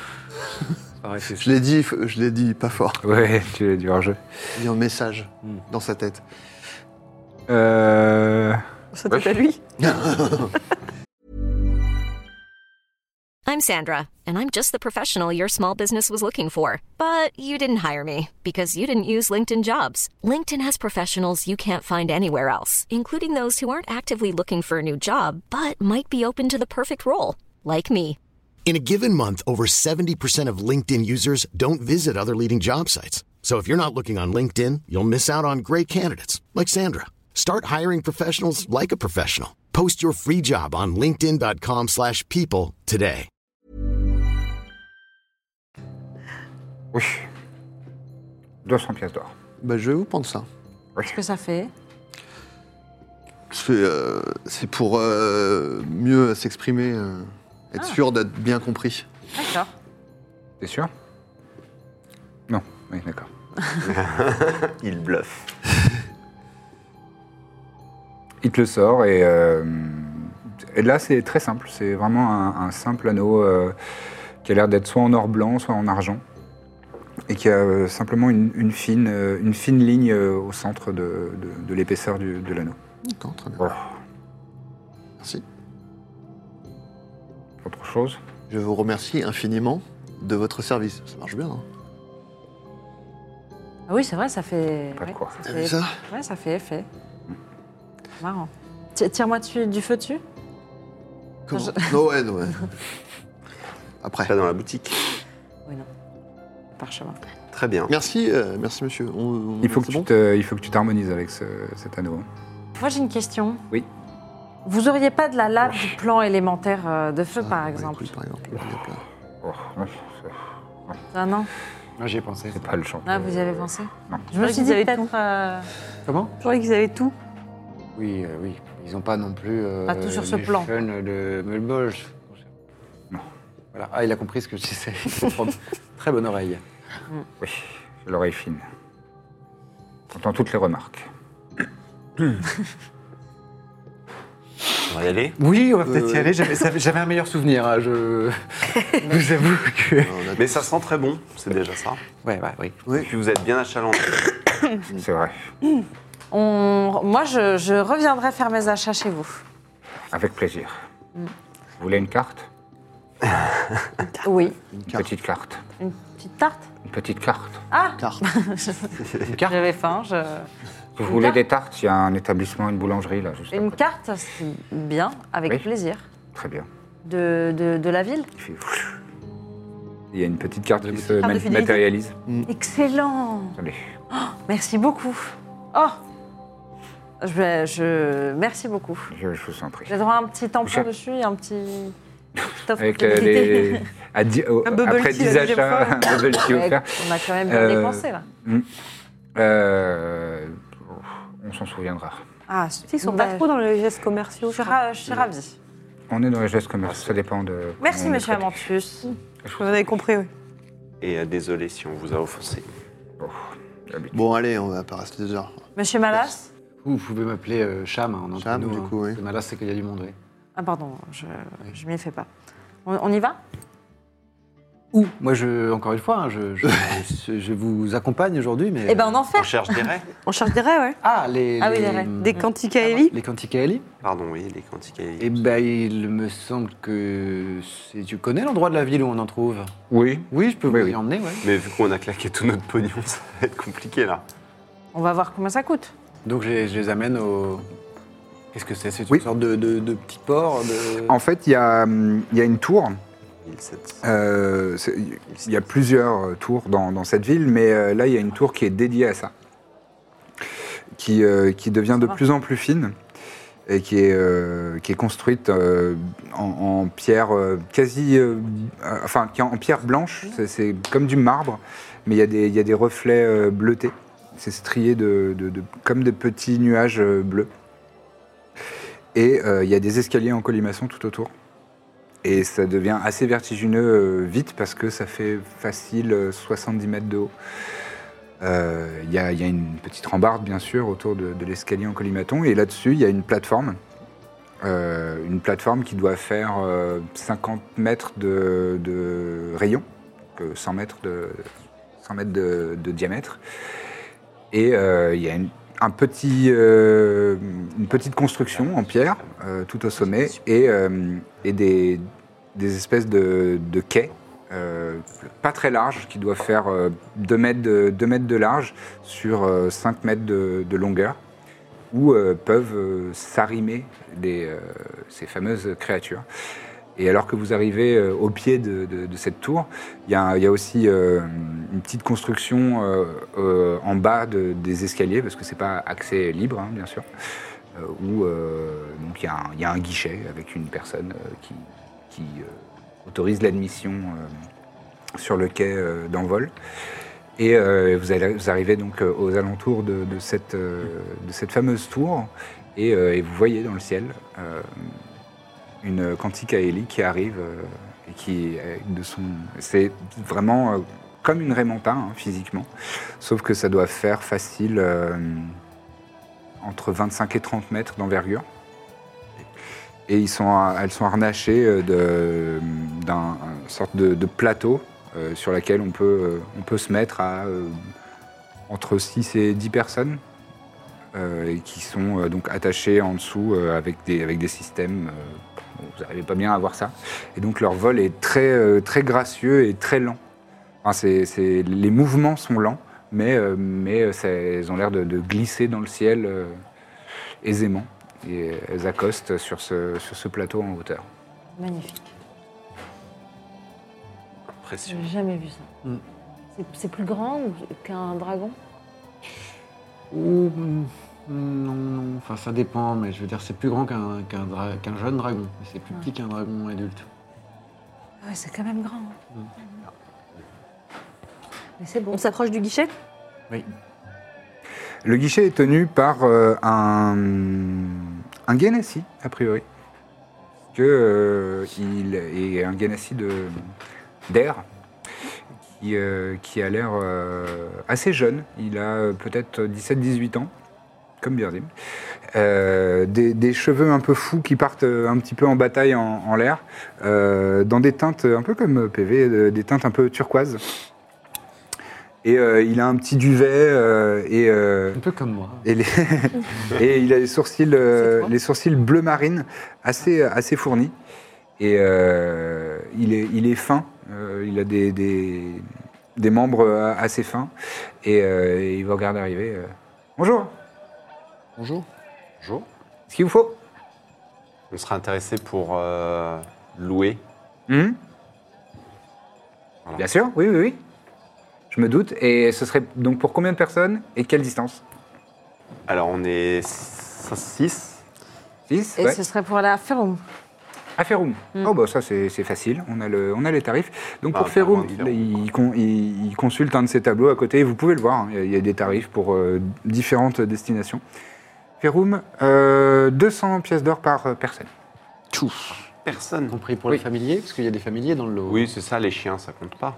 Speaker 4: Je l'ai dit, f- je l'ai dit pas fort.
Speaker 1: Ouais, tu es du hors-jeu.
Speaker 4: Il y a un message
Speaker 6: Hmm.
Speaker 4: dans sa tête.
Speaker 1: Euh.
Speaker 5: Ça tête à lui.
Speaker 8: I'm Sandra, and I'm just the professional your small business was looking for. But you didn't hire me because you didn't use LinkedIn jobs. LinkedIn has professionals you can't find anywhere else, including those who aren't actively looking for a new job but might be open to the perfect role, like me.
Speaker 9: In a given month, over 70% of LinkedIn users don't visit other leading job sites. So if you're not looking on LinkedIn, you'll miss out on great candidates like Sandra. Start hiring professionals like a professional. Post your free job on linkedin.com/people slash people today.
Speaker 1: Oui. 200 pièces d'or.
Speaker 4: Bah, je vais vous prendre ça.
Speaker 7: Qu'est-ce que ça fait
Speaker 4: C'est euh, c'est pour euh, mieux s'exprimer, euh, être
Speaker 7: Ah.
Speaker 4: sûr d'être bien compris.
Speaker 7: D'accord.
Speaker 1: T'es sûr Non. Oui, d'accord.
Speaker 3: Il bluffe.
Speaker 1: Il te le sort et. euh, et là, c'est très simple. C'est vraiment un, un simple anneau euh, qui a l'air d'être soit en or blanc, soit en argent. Et qui a euh, simplement une, une fine, euh, une fine ligne euh, au centre de, de- de l'épaisseur du- de l'anneau.
Speaker 4: D'accord, très bien.
Speaker 1: Voilà.
Speaker 4: Merci.
Speaker 1: Autre chose
Speaker 4: Je vous remercie infiniment de votre service. Ça marche bien, hein
Speaker 7: Ah oui, c'est vrai, ça fait.
Speaker 1: Pas de
Speaker 7: ouais,
Speaker 1: quoi. Mm.
Speaker 7: ça
Speaker 4: T'as
Speaker 7: fait-
Speaker 4: vu Ah, ça
Speaker 7: Ouais, ça fait effet. Marrant. Ti- Tire-moi dessus- du feu dessus
Speaker 4: Comment
Speaker 7: Je-
Speaker 4: Non, ouais, non, ouais. après.
Speaker 3: Là, dans la boutique.
Speaker 7: Oui, non. Par chemin.
Speaker 3: Très bien.
Speaker 4: Merci, euh, merci monsieur. On- on-
Speaker 1: Il faut, que
Speaker 4: c'est
Speaker 1: tu
Speaker 4: bon
Speaker 1: te- il faut que tu t'harmonises avec ce- cet anneau.
Speaker 7: Moi, j'ai une question.
Speaker 1: Oui.
Speaker 7: Vous auriez pas de la lave du plan élémentaire euh, de feu,
Speaker 1: bah
Speaker 7: par
Speaker 4: Ah,
Speaker 7: exemple
Speaker 4: oui, par exemple. Il y a plein.
Speaker 1: Oh,
Speaker 7: Ah non
Speaker 6: Moi, j'y ai pensé.
Speaker 1: C'est pas le champ.
Speaker 7: Ah, vous y avez pensé
Speaker 1: Non.
Speaker 7: Je me
Speaker 5: Ouais,
Speaker 7: suis
Speaker 5: vous
Speaker 7: dit
Speaker 5: avez
Speaker 7: peut-être... euh,
Speaker 6: Comment
Speaker 5: Je croyais qu'ils avaient tout.
Speaker 6: Oui, euh, oui. Ils n'ont pas non plus. euh,
Speaker 7: Pas tout sur ce
Speaker 6: les
Speaker 7: plan.
Speaker 6: fun de Mulbolge.
Speaker 1: Non.
Speaker 6: Voilà. Ah, il a compris ce que je disais. Très bonne oreille.
Speaker 1: Oui, j'ai l'oreille fine. J'entends toutes les remarques.
Speaker 3: On va y aller.
Speaker 6: Oui, on va peut-être
Speaker 4: Euh,
Speaker 6: y aller. J'avais- ça- J'avais un meilleur souvenir. hein, Je vous avoue que.
Speaker 4: On a-
Speaker 3: Mais ça sent très bon, c'est déjà ça.
Speaker 6: Ouais, ouais, oui.
Speaker 3: Et puis vous êtes bien achalandé.
Speaker 1: C'est vrai.
Speaker 7: on- Moi, je, je reviendrai faire mes achats chez vous.
Speaker 1: Avec plaisir. Vous voulez une carte
Speaker 7: Oui.
Speaker 4: Une
Speaker 1: Une
Speaker 4: carte.
Speaker 1: petite carte.
Speaker 7: Une petite tarte
Speaker 1: Une petite carte.
Speaker 4: carte.
Speaker 7: J'avais faim. je-
Speaker 1: Vous
Speaker 7: Une
Speaker 1: voulez
Speaker 7: carte
Speaker 1: des tartes Il y a un établissement, une boulangerie là, juste à
Speaker 7: Une
Speaker 1: côté.
Speaker 7: carte, c'est bien, avec
Speaker 1: Oui.
Speaker 7: plaisir.
Speaker 1: Très bien.
Speaker 7: De, de, de la ville
Speaker 1: Il fait- Il y a une petite carte qui se
Speaker 5: de
Speaker 1: ma-
Speaker 5: fidélité.
Speaker 1: matérialise.
Speaker 7: Excellent
Speaker 1: Attendez.
Speaker 7: Merci beaucoup. Oh je, vais- je- Merci beaucoup.
Speaker 1: Je, je vous en prie.
Speaker 7: J'ai droit à un petit tampon
Speaker 1: Je-
Speaker 7: dessus et un petit. petit offre
Speaker 1: Avec
Speaker 7: de
Speaker 1: euh,
Speaker 7: fidélité.
Speaker 1: les... à dix- au-
Speaker 5: Un bubble
Speaker 1: après
Speaker 5: tea
Speaker 1: 10
Speaker 5: la deuxième
Speaker 1: achats, un bubble tea
Speaker 7: Ouais,
Speaker 1: offert.
Speaker 7: On a quand même bien
Speaker 1: Euh,
Speaker 7: dépensé là.
Speaker 1: Euh, on s'en souviendra.
Speaker 7: Ah,
Speaker 5: Ils sont pas trop dans les gestes commerciaux.
Speaker 7: Je suis, ra- je suis ravie.
Speaker 1: On est dans les gestes commerciaux, ça dépend de.
Speaker 7: Merci,
Speaker 1: comment on est
Speaker 7: monsieur
Speaker 1: traité.
Speaker 7: Amantus.
Speaker 5: Vous en avez compris, oui.
Speaker 3: Et euh, désolé si on vous a offensé.
Speaker 1: D'habitude.
Speaker 4: Bon, allez, on va pas rester deux heures.
Speaker 7: Monsieur Malas
Speaker 6: Vous, vous pouvez m'appeler euh, Cham. Hein, entre
Speaker 4: Cham,
Speaker 6: nous,
Speaker 4: du
Speaker 6: hein.
Speaker 4: coup, oui.
Speaker 6: Mais là, c'est qu'il y a du monde, oui.
Speaker 7: Ah, pardon, je, je m'y fais pas. On, on y va
Speaker 6: Où Moi, je, encore une fois, hein, je, je, je- je vous accompagne aujourd'hui, mais.
Speaker 7: Eh ben, on en
Speaker 3: On
Speaker 7: fait
Speaker 3: cherche des raies
Speaker 5: On cherche des raies, ouais.
Speaker 6: Ah, les.
Speaker 7: Ah oui,
Speaker 6: les,
Speaker 7: les raies.
Speaker 5: Des canticaeli.
Speaker 6: Les Canticaeli
Speaker 3: Pardon, oui, les quanticaillis.
Speaker 6: Eh ben, il me semble que. c'est- Tu connais l'endroit de la ville où on en trouve
Speaker 1: Oui.
Speaker 6: Oui, je peux vous
Speaker 1: Oui, oui.
Speaker 6: y emmener, ouais.
Speaker 3: Mais vu qu'on a claqué tout notre pognon, ça va être compliqué là.
Speaker 7: On va voir comment ça coûte.
Speaker 6: Donc, je, les- je les amène au. Qu'est-ce que c'est C'est une
Speaker 1: Oui.
Speaker 6: sorte de, de, de petit port de...
Speaker 1: En fait, il y a, hum, il y a une tour.
Speaker 3: 1700.
Speaker 1: euh, c'est- il y a plusieurs euh, tours dans, dans cette ville, mais euh, là, il y a une tour qui est dédiée à ça. Qui, euh, qui devient de plus en plus fine et qui est, euh, qui est construite euh, en, en pierre euh, quasi. euh, euh, enfin, qui est en pierre blanche. C'est- C'est comme du marbre, mais il y a des, il y a des reflets euh, bleutés. C'est strié de, de- de- comme des petits nuages euh, bleus. Et euh, il y a des escaliers en colimaçon tout autour. Et ça devient assez vertigineux euh, vite parce que ça fait facile euh, 70 mètres de haut. Euh, Il y, a il y a une petite rambarde, bien sûr, autour de, de l'escalier en colimaton. Et là-dessus, il y a une plateforme. Euh, une plateforme qui doit faire euh, 50 mètres de, de rayon, que 100 mètres de, 100 mètres de, de diamètre. Et euh, il y a une, un petit, euh, une petite construction en pierre euh, tout au sommet et, euh, et des, des espèces de, de quais. euh, pas très larges, qui doivent faire 2 mètres, de, deux mètres de large sur 5 mètres de, de longueur, où euh, peuvent euh, s'arrimer les, euh, ces fameuses créatures. Et alors que vous arrivez euh, au pied de, de- de cette tour, il y a, il y a aussi euh, une petite construction euh, euh, en bas de- des escaliers, parce que c'est pas accès libre, hein, bien sûr, euh, où euh, donc il y, a un- il y a un guichet avec une personne euh, qui, qui, euh, autorise l'admission euh, sur le quai euh, d'envol. Et euh, vous, allez- vous arrivez donc euh, aux alentours de, de cette, euh, de cette fameuse tour, et, euh, et vous voyez dans le ciel euh, une cantique à Ellie qui arrive euh, et qui euh, de son c'est vraiment euh, comme une Raymontin hein, physiquement sauf que ça doit faire facile euh, entre 25 et 30 mètres d'envergure et ils sont à- elles sont harnachées euh, de- d'un un sorte de, de plateau euh, sur laquelle on peut euh, on peut se mettre à euh, entre 6 et 10 personnes euh, et qui sont euh, donc attachés en dessous euh, avec, des, avec des systèmes. euh, vous n'arrivez pas bien à voir ça. Et donc leur vol est très, euh, très gracieux et très lent. Enfin, c'est- c'est- les mouvements sont lents, mais, euh, mais euh, ça- elles ont l'air de, de glisser dans le ciel euh, aisément. Et euh, elles accostent sur ce, sur ce plateau en hauteur.
Speaker 7: Magnifique.
Speaker 3: impression.
Speaker 7: J'ai jamais vu ça.
Speaker 6: Mm.
Speaker 7: C'est- C'est plus grand ou- qu'un dragon
Speaker 6: Ou. mm, Non, non, enfin ça dépend, mais je veux dire, c'est plus grand qu'un qu'un dra- qu'un jeune dragon, mais c'est plus petit qu'un dragon adulte.
Speaker 7: Ah ouais, c'est quand même grand. hein.
Speaker 1: Mmh.
Speaker 6: Mm.
Speaker 7: Mais c'est bon.
Speaker 5: On s'approche du guichet
Speaker 6: Oui.
Speaker 1: Le guichet est tenu par euh, un, un Guénassi, a priori. Que, euh, il est un Guénassi de- d'air qui, euh, qui a l'air euh, assez jeune. Il a euh, peut-être 17-18 ans, comme Birzim. Euh, des, des cheveux un peu fous qui partent euh, un petit peu en bataille en, en l'air, euh, dans des teintes un peu comme PV, euh, des teintes un peu turquoises. Et euh, il a un petit duvet euh, et euh,
Speaker 6: Un peu comme moi.
Speaker 1: et, les- et il a les sourcils, euh, les sourcils bleu marine assez, euh, assez fournis. Et euh, il, est, il est fin. euh, il a des, des, des membres euh, assez fins. Et euh, et il vous regarde arriver. euh, Bonjour.
Speaker 4: Bonjour.
Speaker 3: Bonjour.
Speaker 1: Ce qu'il vous faut
Speaker 3: On serait intéressé pour euh, louer.
Speaker 1: Hmm
Speaker 3: Voilà.
Speaker 1: Bien sûr, oui, oui, oui. Je me doute. Et ce serait donc pour combien de personnes et quelle distance
Speaker 3: Alors on est 6.
Speaker 1: 6
Speaker 7: Et ce serait pour aller à Ferrum.
Speaker 1: À Ferrum. Oh bah ça c'est c'est facile, on a, le, on a les tarifs. Donc
Speaker 3: Mm. Ah,
Speaker 1: pour
Speaker 3: pas
Speaker 1: Ferrum,
Speaker 3: loin de
Speaker 1: il,
Speaker 3: Ferrum,
Speaker 1: il con- il- il consulte un de ses tableaux à côté, vous pouvez le voir, hein, il y a- il y a des tarifs pour euh, différentes destinations. Ferrum, euh, 200 pièces d'or par euh, personne.
Speaker 3: Personne.
Speaker 6: Compris pour les familiers, parce qu'il y a des familiers dans le lot.
Speaker 3: Oui, c'est ça, les chiens, ça compte pas.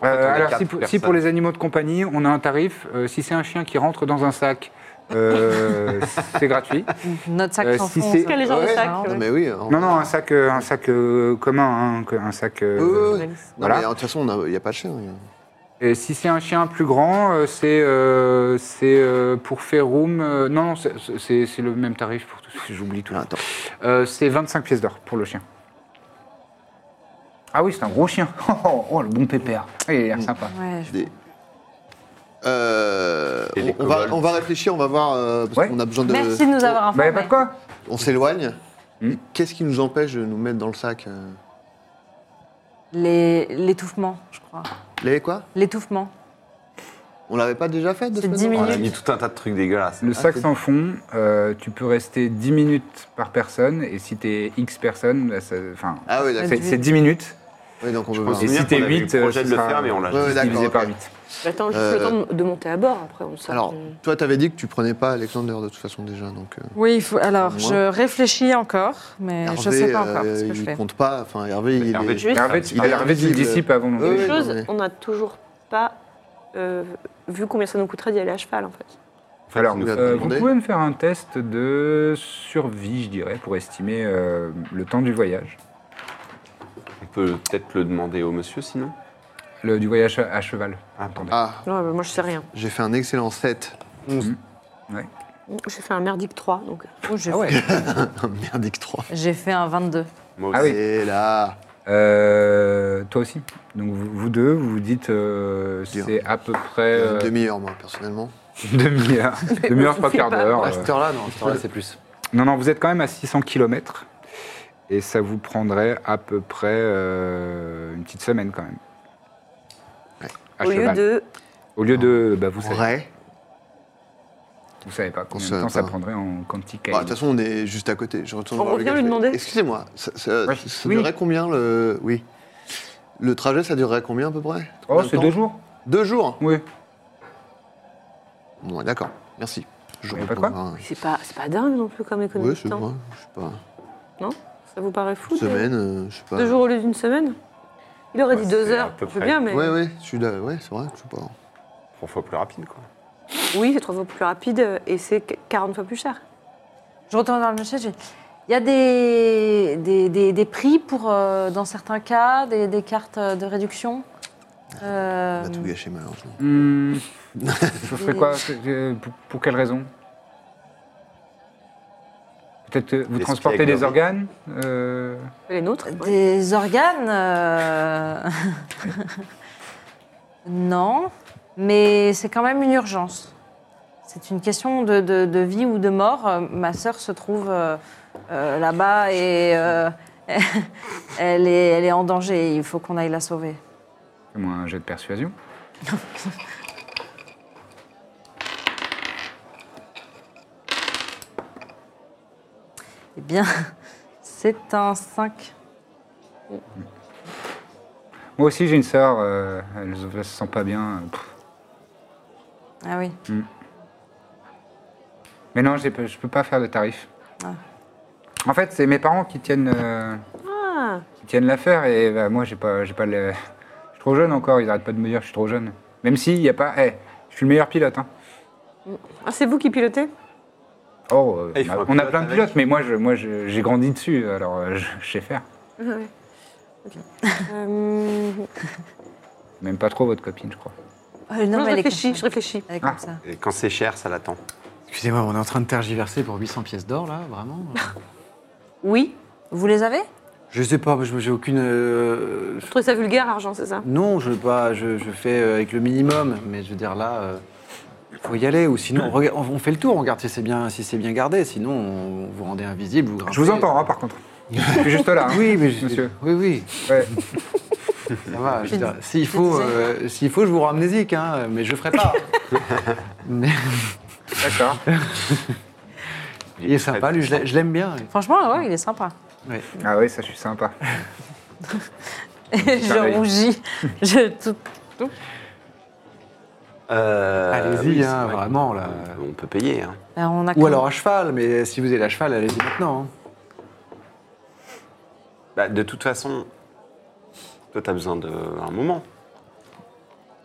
Speaker 3: En fait,
Speaker 1: Euh,
Speaker 3: on est
Speaker 1: alors
Speaker 3: quatre
Speaker 1: si pour, si
Speaker 3: personnes.
Speaker 1: pour les animaux de compagnie, on a un tarif, euh, si c'est un chien qui rentre dans un sac, euh, c'est gratuit.
Speaker 7: Notre sac
Speaker 1: Euh,
Speaker 7: sans
Speaker 1: si
Speaker 7: fond,
Speaker 1: c'est-
Speaker 7: ça-
Speaker 5: Quel est le genre de
Speaker 4: Ouais.
Speaker 5: sac
Speaker 7: Ah,
Speaker 4: Non,
Speaker 5: ouais.
Speaker 4: mais oui. hein. en-
Speaker 1: Non, non, un sac, euh, un sac euh, commun, hein, un sac... euh,
Speaker 4: Ouais, ouais, ouais. Non,
Speaker 1: Voilà.
Speaker 4: mais, euh, de toute façon, on a- il n'y a pas de chien. il y a-
Speaker 1: Et si c'est un chien plus grand, euh, c'est euh, c'est, euh, pour Ferrum. euh, non, non, c'est- c'est c'est le même tarif pour tout. J'oublie tout.
Speaker 4: Ah, attends.
Speaker 1: Euh, c'est 25 pièces d'or pour le chien. Ah oui, c'est un gros chien. Oh, oh, oh, le bon pépère. Il a l'air sympa.
Speaker 7: Ouais, je-
Speaker 4: Des- Euh,
Speaker 3: Et les
Speaker 4: on, on va,
Speaker 3: kobolds.
Speaker 4: on va réfléchir, on va voir, euh, parce
Speaker 1: Ouais.
Speaker 4: qu'on a besoin de...
Speaker 7: Merci de nous avoir
Speaker 1: Bah, y a
Speaker 7: informés.
Speaker 1: pas de quoi
Speaker 4: On s'éloigne.
Speaker 1: Hmm.
Speaker 4: Qu'est-ce qui nous empêche de nous mettre dans le sac euh
Speaker 7: Les- L'étouffement, je crois.
Speaker 4: Les quoi
Speaker 7: L'étouffement.
Speaker 4: On l'avait pas déjà fait de
Speaker 7: C'est
Speaker 4: ce
Speaker 7: 10
Speaker 4: nom
Speaker 3: On
Speaker 7: minutes.
Speaker 3: a mis tout un tas de trucs dégueulasses.
Speaker 1: Le sac
Speaker 4: c'est-
Speaker 1: sans fond, euh, tu peux rester 10 minutes par personne. Et si t'es X personnes, là, ça- enfin,
Speaker 4: Ah oui, d'accord.
Speaker 1: c'est c'est 10 minutes.
Speaker 4: Oui, donc on veut
Speaker 3: pense
Speaker 4: voir.
Speaker 1: Et
Speaker 3: souviens
Speaker 1: si t'es
Speaker 3: qu'on avait eu le
Speaker 1: 8, euh,
Speaker 3: projet
Speaker 1: ce
Speaker 3: de le
Speaker 1: sera
Speaker 3: faire, mais on l'a
Speaker 4: Ouais, ouais, d'accord,
Speaker 1: divisé par
Speaker 4: ok.
Speaker 1: 8.
Speaker 5: J'attends Bah, juste
Speaker 4: Euh,
Speaker 5: le temps de- de monter à bord, après on sort.
Speaker 4: Alors, toi, t'avais dit que tu prenais pas Alexander de toute façon déjà, donc... euh,
Speaker 7: Oui, il faut- alors
Speaker 4: Moi.
Speaker 7: je réfléchis encore, mais je ne sais pas encore
Speaker 4: euh,
Speaker 7: ce que je
Speaker 4: il
Speaker 7: fais.
Speaker 4: compte pas, enfin Hervé, il
Speaker 3: Hervé,
Speaker 4: est...
Speaker 5: Juste-
Speaker 1: Hervé, tu-
Speaker 4: Il est
Speaker 1: Hervé, tu le
Speaker 4: invisible.
Speaker 1: dissipes avant.
Speaker 4: Ouais, ouais.
Speaker 5: Une chose,
Speaker 4: non, mais-
Speaker 5: on n'a toujours pas euh, vu combien ça nous coûterait d'y aller à cheval, en fait.
Speaker 3: En fait,
Speaker 1: Alors,
Speaker 3: il nous
Speaker 4: euh,
Speaker 3: faut-
Speaker 1: Euh, vous
Speaker 4: Demandez.
Speaker 1: pouvez me faire un test de survie, je dirais, pour estimer euh, le temps du voyage.
Speaker 3: on peut peut-être le demander au monsieur sinon.
Speaker 1: Le, du voyage à, à cheval.
Speaker 3: Attendez.
Speaker 4: Ah,
Speaker 5: Non, mais moi je sais rien.
Speaker 4: j'ai fait un excellent 7.
Speaker 5: J'ai fait un merdique 3, donc. euh,
Speaker 7: Oh,
Speaker 1: Ah
Speaker 7: j'ai-
Speaker 4: Un merdique 3.
Speaker 7: J'ai fait un 22.
Speaker 3: Moi
Speaker 1: Ah
Speaker 3: aussi.
Speaker 1: oui.
Speaker 4: Et là,
Speaker 1: Euh, toi aussi. Donc vous, vous deux, vous vous dites euh,
Speaker 4: Dur.
Speaker 1: c'est à peu près
Speaker 4: une
Speaker 1: euh,
Speaker 4: demi-heure, moi, personnellement.
Speaker 1: demi-heure, demi-heure, trois quarts d'heure.
Speaker 6: À
Speaker 1: euh.
Speaker 6: cette heure-là, non, à cette heure-là, c'est plus.
Speaker 1: Non, non, vous êtes quand même à 600 km et ça vous prendrait à peu près euh, une petite semaine quand même.
Speaker 4: Ouais.
Speaker 1: À
Speaker 5: Au
Speaker 1: cheval.
Speaker 5: lieu de.
Speaker 1: Au lieu de, bah, vous
Speaker 4: En
Speaker 1: savez,
Speaker 4: vrai,
Speaker 1: vous savez pas combien de
Speaker 4: sait
Speaker 1: temps ça
Speaker 4: pas.
Speaker 1: prendrait en quantique.
Speaker 4: bah, de toute façon, on est juste à côté. Je retourne
Speaker 5: On
Speaker 4: voir le
Speaker 5: revient
Speaker 4: gars,
Speaker 5: lui
Speaker 4: je fais,
Speaker 5: demander.
Speaker 4: Excusez-moi, ça, ça,
Speaker 1: Ouais.
Speaker 4: ça
Speaker 1: Oui.
Speaker 4: durerait combien le... Oui. Le trajet, ça durerait combien à peu près
Speaker 1: oh,
Speaker 4: Combien de
Speaker 1: c'est
Speaker 4: temps
Speaker 1: deux jours.
Speaker 4: Deux jours
Speaker 1: Oui.
Speaker 4: Bon, ouais, d'accord, merci. Je
Speaker 1: Mais pas de quoi.
Speaker 4: reprendrai un-
Speaker 5: C'est pas, c'est pas dingue non plus comme économie
Speaker 4: Ouais,
Speaker 5: de
Speaker 4: c'est
Speaker 5: temps.
Speaker 4: vrai, je sais pas.
Speaker 5: Ça vous paraît fou
Speaker 4: Une
Speaker 5: de-
Speaker 4: semaine, euh, je sais pas.
Speaker 5: Deux jours au lieu d'une semaine Il aurait
Speaker 3: Ouais,
Speaker 5: dit deux
Speaker 3: c'est à
Speaker 5: heures,
Speaker 3: peu
Speaker 5: je veux
Speaker 3: près.
Speaker 5: bien, mais.
Speaker 4: Ouais, ouais, je suis là, ouais, c'est vrai, je sais pas.
Speaker 3: Trois fois plus rapide quoi.
Speaker 5: Oui, c'est trois fois plus rapide euh, et c'est qu- 40 fois plus cher.
Speaker 7: Je retourne dans le marché, j'ai- Il y a des, des, des- des prix pour, euh, dans certains cas, des, des cartes de réduction. Euh,
Speaker 1: Bah,
Speaker 4: On a tout gâché, malheureusement.
Speaker 1: Hmm. je ferais quoi C'est- euh, pour, pour quelle raison Peut-être euh, vous
Speaker 3: Des
Speaker 1: transportez
Speaker 3: spiègles.
Speaker 1: des organes euh,
Speaker 5: Les nôtres ouais.
Speaker 7: des organes euh, Non, mais c'est quand même une urgence. C'est une question de, de- de vie ou de mort. Euh, Ma sœur se trouve euh, euh, là-bas et euh, Elle est, elle est en danger, il faut qu'on aille la sauver.
Speaker 1: Fais-moi un jet de persuasion.
Speaker 7: Eh bien, c'est un 5.
Speaker 1: Moi aussi, j'ai une sœur, euh, elle se sent pas bien. euh, Pff.
Speaker 7: Ah oui.
Speaker 5: Hmm.
Speaker 1: Mais non, j'ai pas- je peux pas faire de tarif. En fait, c'est mes parents qui tiennent, euh, qui tiennent l'affaire et bah, moi, j'ai pas, j'ai pas le... je suis trop jeune encore. Ils arrêtent pas de me dire que je suis trop jeune. Même si il y a pas, eh, je suis le meilleur pilote. hein.
Speaker 5: Ah, c'est vous qui pilotez
Speaker 1: Oh, euh,
Speaker 3: Eh, il faut
Speaker 1: on a- on a
Speaker 3: un pilote
Speaker 1: plein de
Speaker 3: avec.
Speaker 1: pilotes, mais moi, je, moi, je- j'ai grandi dessus, alors euh, je, je sais faire.
Speaker 5: Ouais. Ok. Euh,
Speaker 1: Même pas trop votre copine, je crois.
Speaker 7: Euh, non,
Speaker 5: non,
Speaker 7: mais
Speaker 5: je
Speaker 7: elle est
Speaker 5: réfléchis,
Speaker 7: comme
Speaker 5: je
Speaker 7: ça.
Speaker 5: réfléchis.
Speaker 7: Elle est comme
Speaker 1: Ah.
Speaker 7: ça.
Speaker 3: Et quand c'est cher, ça l'attend.
Speaker 6: Excusez-moi, on est en train de tergiverser pour 800 pièces d'or, là, vraiment
Speaker 5: Oui.
Speaker 7: Vous les avez
Speaker 6: Je sais pas, je- j'ai aucune... euh,
Speaker 5: Je trouvais ça vulgaire, l'argent, c'est ça
Speaker 6: Non, je, pas, je, je fais euh, avec le minimum, mais je veux dire là, il faut y aller, ou sinon on, rega- on- on fait le tour, on regarde si c'est bien, si c'est bien gardé, sinon on, vous rendez invisible. Vous grimpez.
Speaker 1: Je vous entends, hein, par contre. je suis juste là. hein.
Speaker 6: Oui, mais je-
Speaker 1: Monsieur.
Speaker 6: Oui, oui,
Speaker 1: Ouais.
Speaker 6: ça va. je veux dire, S'il faut, euh, s'il faut, je vous rends amnésique, hein, mais je le ferai pas. Mais-
Speaker 1: D'accord.
Speaker 6: il est sympa, lui, je l'ai- je l'aime bien.
Speaker 7: Franchement, ouais, il est sympa.
Speaker 6: ouais.
Speaker 1: Ah oui, ça, je suis sympa.
Speaker 7: je
Speaker 1: Pareil.
Speaker 7: rougis. Je, tout-
Speaker 3: Euh,
Speaker 6: Allez-y,
Speaker 3: oui, c'est
Speaker 6: hein,
Speaker 3: vrai.
Speaker 6: vraiment, là.
Speaker 3: On peut payer. hein.
Speaker 7: Ben, on a
Speaker 6: Ou
Speaker 7: quand-
Speaker 6: alors à cheval, mais si vous êtes à cheval, allez-y maintenant. hein.
Speaker 3: Bah, de toute façon, toi, t'as besoin d'un moment.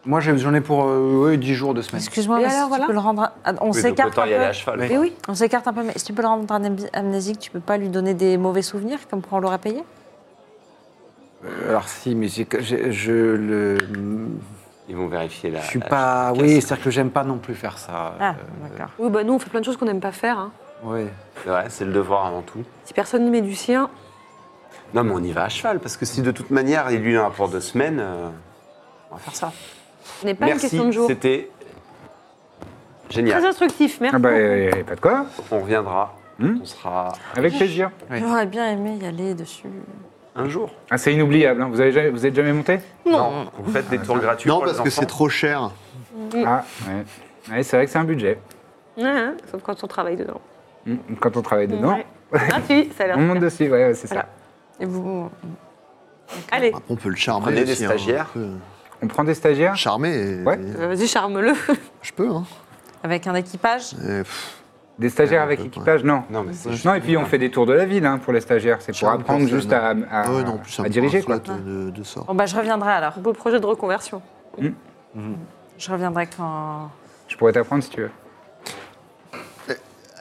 Speaker 6: Moi, j'ai- j'en ai pour euh, ouais, 10 jours de semaine.
Speaker 7: Excuse-moi,
Speaker 5: Et
Speaker 7: mais
Speaker 5: alors,
Speaker 7: si
Speaker 5: voilà.
Speaker 7: tu peux le rendre. à- ah, On
Speaker 3: Oui, donc,
Speaker 7: s'écarte
Speaker 3: autant
Speaker 7: un
Speaker 3: y aller à
Speaker 7: peu.
Speaker 3: cheval.
Speaker 7: Mais oui, on s'écarte un peu. Mais si tu peux le rendre am- amnésique, tu peux pas lui donner des mauvais souvenirs comme quand on l'aurait payé
Speaker 6: Alors si, mais j'ai- j'ai- je le...
Speaker 3: Ils vont vérifier
Speaker 1: Bah,
Speaker 3: la.
Speaker 6: Je suis
Speaker 3: la-
Speaker 6: pas.
Speaker 3: la
Speaker 6: Oui,
Speaker 3: caisse.
Speaker 6: c'est-à-dire que j'aime pas non plus faire ça.
Speaker 7: Ah,
Speaker 6: Euh,
Speaker 7: d'accord.
Speaker 5: Oui, bah nous, on fait plein de choses qu'on n'aime pas faire. hein.
Speaker 6: ouais.
Speaker 3: C'est vrai, c'est le devoir avant tout.
Speaker 5: Si personne n'y met du sien,
Speaker 3: Non, mais on y va à cheval, parce que si de toute manière, il lui a un rapport de semaine, euh, on va faire ça.
Speaker 5: ce n'est pas une
Speaker 3: Merci,
Speaker 5: question de jour.
Speaker 3: c'était
Speaker 5: Très
Speaker 3: génial.
Speaker 5: instructif, merci.
Speaker 1: Ah bah, y a pas de quoi.
Speaker 3: On reviendra,
Speaker 1: Hmm
Speaker 3: on sera
Speaker 1: Avec plaisir.
Speaker 6: Ouais.
Speaker 7: J'aurais bien aimé y aller dessus.
Speaker 3: un jour.
Speaker 1: Ah, c'est inoubliable. hein. Vous, avez jamais- vous êtes jamais monté
Speaker 3: Non, vous faites des tours gratuits
Speaker 4: Non,
Speaker 3: pour
Speaker 4: parce
Speaker 3: les
Speaker 4: que
Speaker 3: enfants.
Speaker 4: c'est trop cher.
Speaker 1: Ah, ouais. Ouais, c'est vrai que c'est un budget.
Speaker 5: Ouais, hein, sauf quand on travaille dedans.
Speaker 1: Mm, Quand on travaille dedans,
Speaker 5: Ouais. Gratuit, ça a l'air.
Speaker 1: on monte
Speaker 5: super.
Speaker 1: dessus. Ouais, ouais, c'est
Speaker 5: Voilà.
Speaker 1: ça.
Speaker 7: Et vous
Speaker 5: Allez,
Speaker 4: Après, on peut le charmer.
Speaker 3: Prenez des
Speaker 4: aussi, hein,
Speaker 3: stagiaires.
Speaker 4: on peut
Speaker 1: On prend des stagiaires.
Speaker 4: Charmer. et-
Speaker 1: Ouais.
Speaker 4: et-
Speaker 5: euh, vas-y, charme-le.
Speaker 4: Je peux, hein.
Speaker 7: Avec un équipage
Speaker 4: Et, pff,
Speaker 1: Des stagiaires
Speaker 4: Ouais,
Speaker 1: avec
Speaker 4: on peut pas.
Speaker 1: équipage, non.
Speaker 3: Non, mais c'est
Speaker 1: Non, et puis on fait des tours de la ville hein, pour les stagiaires. C'est pour
Speaker 4: Charme
Speaker 1: apprendre
Speaker 4: personne,
Speaker 1: juste à,
Speaker 4: hein.
Speaker 1: à-
Speaker 4: ah ouais, non, en plus, ça
Speaker 1: à
Speaker 4: me prend
Speaker 1: diriger.
Speaker 4: un
Speaker 1: Quoi.
Speaker 4: slot de, de sort.
Speaker 7: Bon, bah, je reviendrai alors.
Speaker 5: Beau projet de reconversion.
Speaker 7: Je reviendrai quand.
Speaker 1: Je pourrais t'apprendre si tu veux.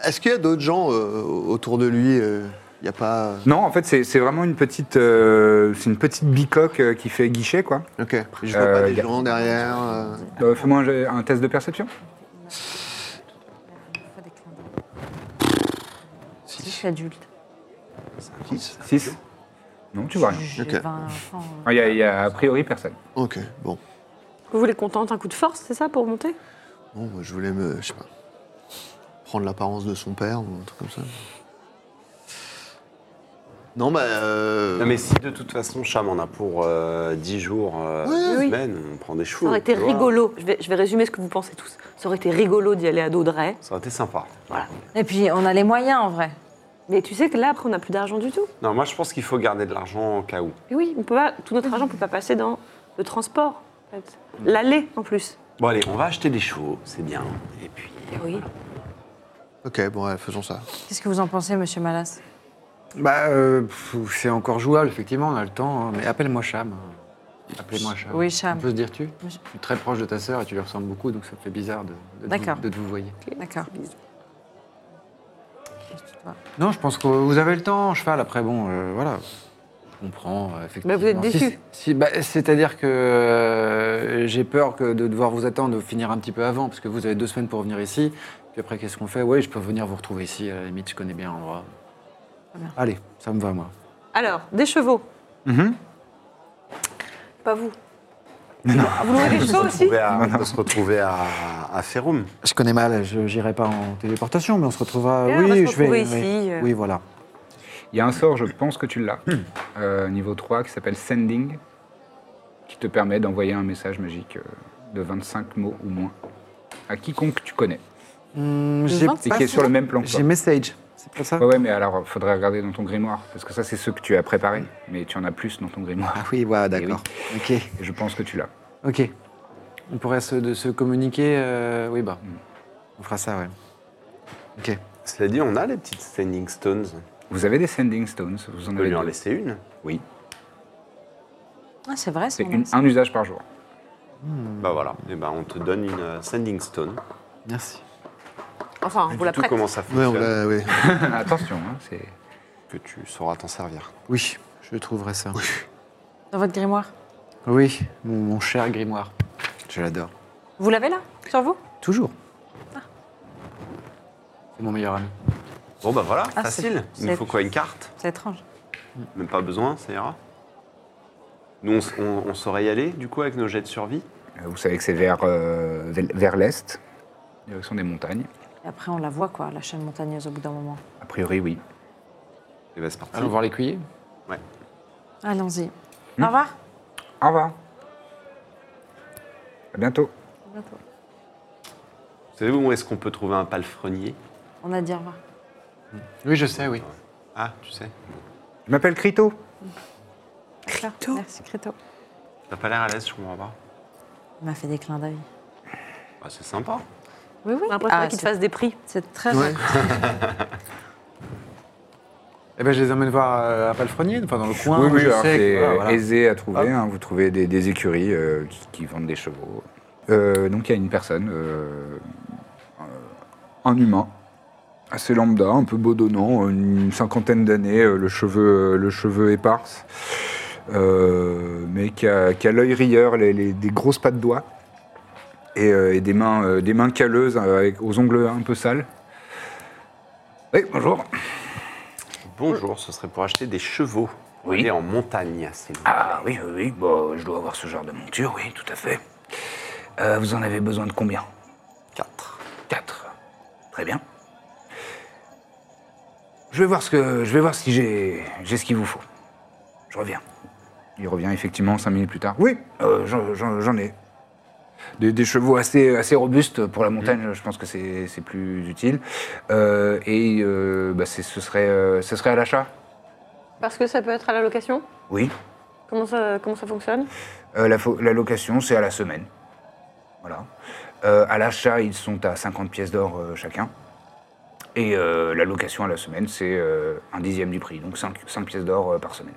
Speaker 4: Est-ce qu'il y a d'autres gens euh, autour de lui euh, Il n'y a pas.
Speaker 1: Non, en fait, c'est c'est vraiment une petite, euh, c'est une petite bicoque euh, qui fait guichet, quoi.
Speaker 4: Ok. Je vois
Speaker 1: Euh,
Speaker 4: pas des
Speaker 1: y a-
Speaker 4: gens derrière. euh.
Speaker 1: Euh, Fais-moi un, un test de perception.
Speaker 7: Si je suis adulte.
Speaker 4: Six.
Speaker 1: 6 Non, tu vois rien.
Speaker 7: J'ai
Speaker 4: Ok.
Speaker 7: 20 enfants.
Speaker 1: Il y, a- il y a a priori personne.
Speaker 4: Ok, bon.
Speaker 5: Vous voulez qu'on tente un coup de force, c'est ça, pour monter
Speaker 4: Bon, moi, je voulais me. Je sais pas. Prendre l'apparence de son père ou un truc comme ça. Non, bah. euh,
Speaker 3: Non, mais si de toute façon, Cham en a pour euh, 10 jours, euh,
Speaker 4: Ouais.
Speaker 5: Oui.
Speaker 3: semaine, on prend des chevaux.
Speaker 5: Ça aurait été
Speaker 3: tu vois.
Speaker 5: rigolo. Je vais, je vais résumer ce que vous pensez tous. Ça aurait été rigolo d'y aller à dos de raie.
Speaker 3: Ça aurait été sympa. Voilà.
Speaker 7: Et puis, on a les moyens en vrai.
Speaker 5: Mais tu sais que là, après, on n'a plus d'argent du tout.
Speaker 3: Non, moi je pense qu'il faut garder de l'argent au cas où.
Speaker 5: Et oui, on peut pas, tout notre argent ne peut pas passer dans le transport, en fait. L'aller, en plus.
Speaker 3: Bon, allez, on va acheter des chevaux, c'est bien. Et puis.
Speaker 5: Eh Oui.
Speaker 4: Ok, bon, ouais, faisons ça.
Speaker 7: Qu'est-ce que vous en pensez, monsieur Malas
Speaker 6: Bah, euh, pff, c'est encore jouable, effectivement, on a le temps. hein, Mais appelle-moi Cham. Appelez-moi Cham.
Speaker 7: Oui, Cham.
Speaker 6: On peut se dire tu
Speaker 7: Oui.
Speaker 6: Tu es très proche de ta sœur et tu lui ressembles beaucoup, donc ça fait bizarre de, de,
Speaker 7: D'accord.
Speaker 6: vous- de te vous voyez.
Speaker 7: D'accord.
Speaker 6: Non, je pense que vous avez le temps, cheval. Après, bon, euh, voilà. On prend, euh, effectivement.
Speaker 5: Bah, vous êtes
Speaker 6: Si-
Speaker 5: déçus.
Speaker 6: si- bah, C'est-à-dire que euh, j'ai peur que de devoir vous attendre, de finir un petit peu avant, parce que vous avez deux semaines pour venir ici. Puis après, qu'est-ce qu'on fait Oui, je peux venir vous retrouver ici, à la limite, je connais bien l'endroit. Allez, ça me va, moi.
Speaker 5: Alors, des chevaux.
Speaker 3: Mhm.
Speaker 5: Pas vous. Vous louez des chevaux aussi
Speaker 3: à- on peut se retrouver à, à Ferrum.
Speaker 6: Je connais mal, je n'irai pas en téléportation, mais on se retrouvera.
Speaker 5: Et Ah, on
Speaker 6: oui,
Speaker 5: va se
Speaker 6: je vais.
Speaker 5: retrouver
Speaker 6: oui.
Speaker 5: ici, euh.
Speaker 6: Oui, voilà.
Speaker 1: Il y a un sort, je pense que tu l'as,
Speaker 6: Hmm.
Speaker 1: euh, niveau 3, qui s'appelle Sending, qui te permet d'envoyer un message magique euh, de 25 mots ou moins à quiconque tu connais.
Speaker 6: Hum,
Speaker 2: Le
Speaker 6: j'ai-
Speaker 2: vin,
Speaker 1: Et qui est sur le même plan que toi.
Speaker 6: J'ai message, c'est pas ça
Speaker 1: Ouais, ouais, mais alors, faudrait regarder dans ton grimoire, parce que ça, c'est ceux que tu as préparés, mais tu en as plus dans ton grimoire,
Speaker 6: Ah oui, ouais,
Speaker 1: Eh
Speaker 6: d'accord. Ok.
Speaker 1: et je pense que tu l'as.
Speaker 6: Ok. On pourrait se, de se communiquer. euh, oui,
Speaker 1: Mm.
Speaker 6: bah. On fera ça, ouais. Ok.
Speaker 3: Cela dit, on a les petites Standing Stones.
Speaker 1: Vous avez des Sending Stones, vous en
Speaker 3: On peut
Speaker 1: avez
Speaker 3: lui en
Speaker 1: deux.
Speaker 3: laisser une.
Speaker 1: Oui,
Speaker 7: Ah, c'est vrai,
Speaker 1: c'est
Speaker 7: c'est
Speaker 1: une- un usage par jour.
Speaker 3: Bah voilà, et ben on te donne une euh, Standing Stone.
Speaker 6: Merci.
Speaker 2: Enfin,
Speaker 3: Et
Speaker 2: vous la
Speaker 3: tout
Speaker 2: prête.
Speaker 3: comment ça
Speaker 4: Ouais, on
Speaker 3: fonctionne,
Speaker 4: l'a. ouais.
Speaker 1: Attention, hein, c'est...
Speaker 3: que tu sauras t'en servir.
Speaker 6: Oui, je trouverai ça. Oui,
Speaker 2: Dans votre grimoire.
Speaker 6: mon, mon cher grimoire. Je l'adore.
Speaker 2: Vous l'avez là Sur vous
Speaker 6: Toujours.
Speaker 5: Ah.
Speaker 6: C'est mon meilleur ami.
Speaker 3: Bon bah voilà,
Speaker 2: Ah, c'est-
Speaker 3: facile. Il nous
Speaker 2: c'est-
Speaker 3: faut quoi Une carte
Speaker 2: C'est étrange.
Speaker 3: Même pas besoin, ça ira. Nous, on, s- on- on saurait y aller, du coup, avec nos jets de survie.
Speaker 1: Euh, Vous savez que c'est vers, euh, vers- vers l'est, direction des montagnes.
Speaker 7: Et après, on la voit, quoi, la chaîne montagneuse au bout d'un moment.
Speaker 1: A priori, oui.
Speaker 3: Et bah c'est parti.
Speaker 6: Allons voir l'écuyer
Speaker 7: Allons-y.
Speaker 2: Au revoir.
Speaker 1: Au revoir. À bientôt.
Speaker 3: Savez-vous où est-ce qu'on peut trouver un palefrenier
Speaker 7: On a dit au revoir.
Speaker 6: Oui, je sais, oui.
Speaker 3: Ah, tu sais.
Speaker 1: Je m'appelle Crito.
Speaker 7: Merci, Créto.
Speaker 3: T'as pas l'air à l'aise, je comprends pas.
Speaker 7: Il m'a fait des clins d'œil.
Speaker 3: Bah, c'est sympa.
Speaker 7: Oui, oui.
Speaker 5: J'ai l'impression
Speaker 7: Ah,
Speaker 5: qu'il te
Speaker 7: c'est-
Speaker 5: fasse des prix.
Speaker 7: c'est très
Speaker 4: Ouais.
Speaker 6: Eh ben, je les emmène voir euh, à Palefrenier, enfin dans le coin. hein,
Speaker 1: oui, oui,
Speaker 6: je
Speaker 1: alors
Speaker 6: sais
Speaker 1: c'est
Speaker 6: que- Ah, voilà, voilà.
Speaker 1: aisé à trouver. hein, vous trouvez des, des écuries euh, qui, qui vendent des chevaux. Euh, donc il y a une personne, euh, euh, un humain, assez lambda, un peu bedonnant, une cinquantaine d'années, euh, le cheveu, le cheveu éparse, euh, mais qui a, qui a l'œil rieur, les, les- des grosses pattes de doigts et, euh, et des mains, euh, des mains calleuses euh, avec, aux ongles un peu sales. Oui, bonjour.
Speaker 3: Bonjour, ce serait pour acheter des chevaux. pour
Speaker 1: Oui.
Speaker 3: aller en montagne, c'est vous.
Speaker 1: Ah oui, oui, oui, bon, je dois avoir ce genre de monture, oui, tout à fait. Euh, vous en avez besoin de combien
Speaker 3: Quatre.
Speaker 1: Quatre. Très bien. Je vais voir, ce que, je vais voir si j'ai, j'ai ce qu'il vous faut. Je reviens. Il revient effectivement cinq minutes plus tard. Oui, euh, j'en, j'en- j'en ai. Des, des chevaux assez, assez robustes pour la montagne, je pense que c'est, c'est plus utile. Euh, et euh, bah, c'est- ce, serait, euh, ce serait à l'achat
Speaker 5: Parce que ça peut être à la location
Speaker 1: Oui.
Speaker 5: Comment ça, comment ça fonctionne
Speaker 1: Euh, la, fo- la location, c'est à la semaine. Voilà. Euh, à l'achat, ils sont à 50 pièces d'or euh, chacun. Et euh, la location à la semaine, c'est euh, un dixième du prix, donc 5, pièces d'or euh, par semaine.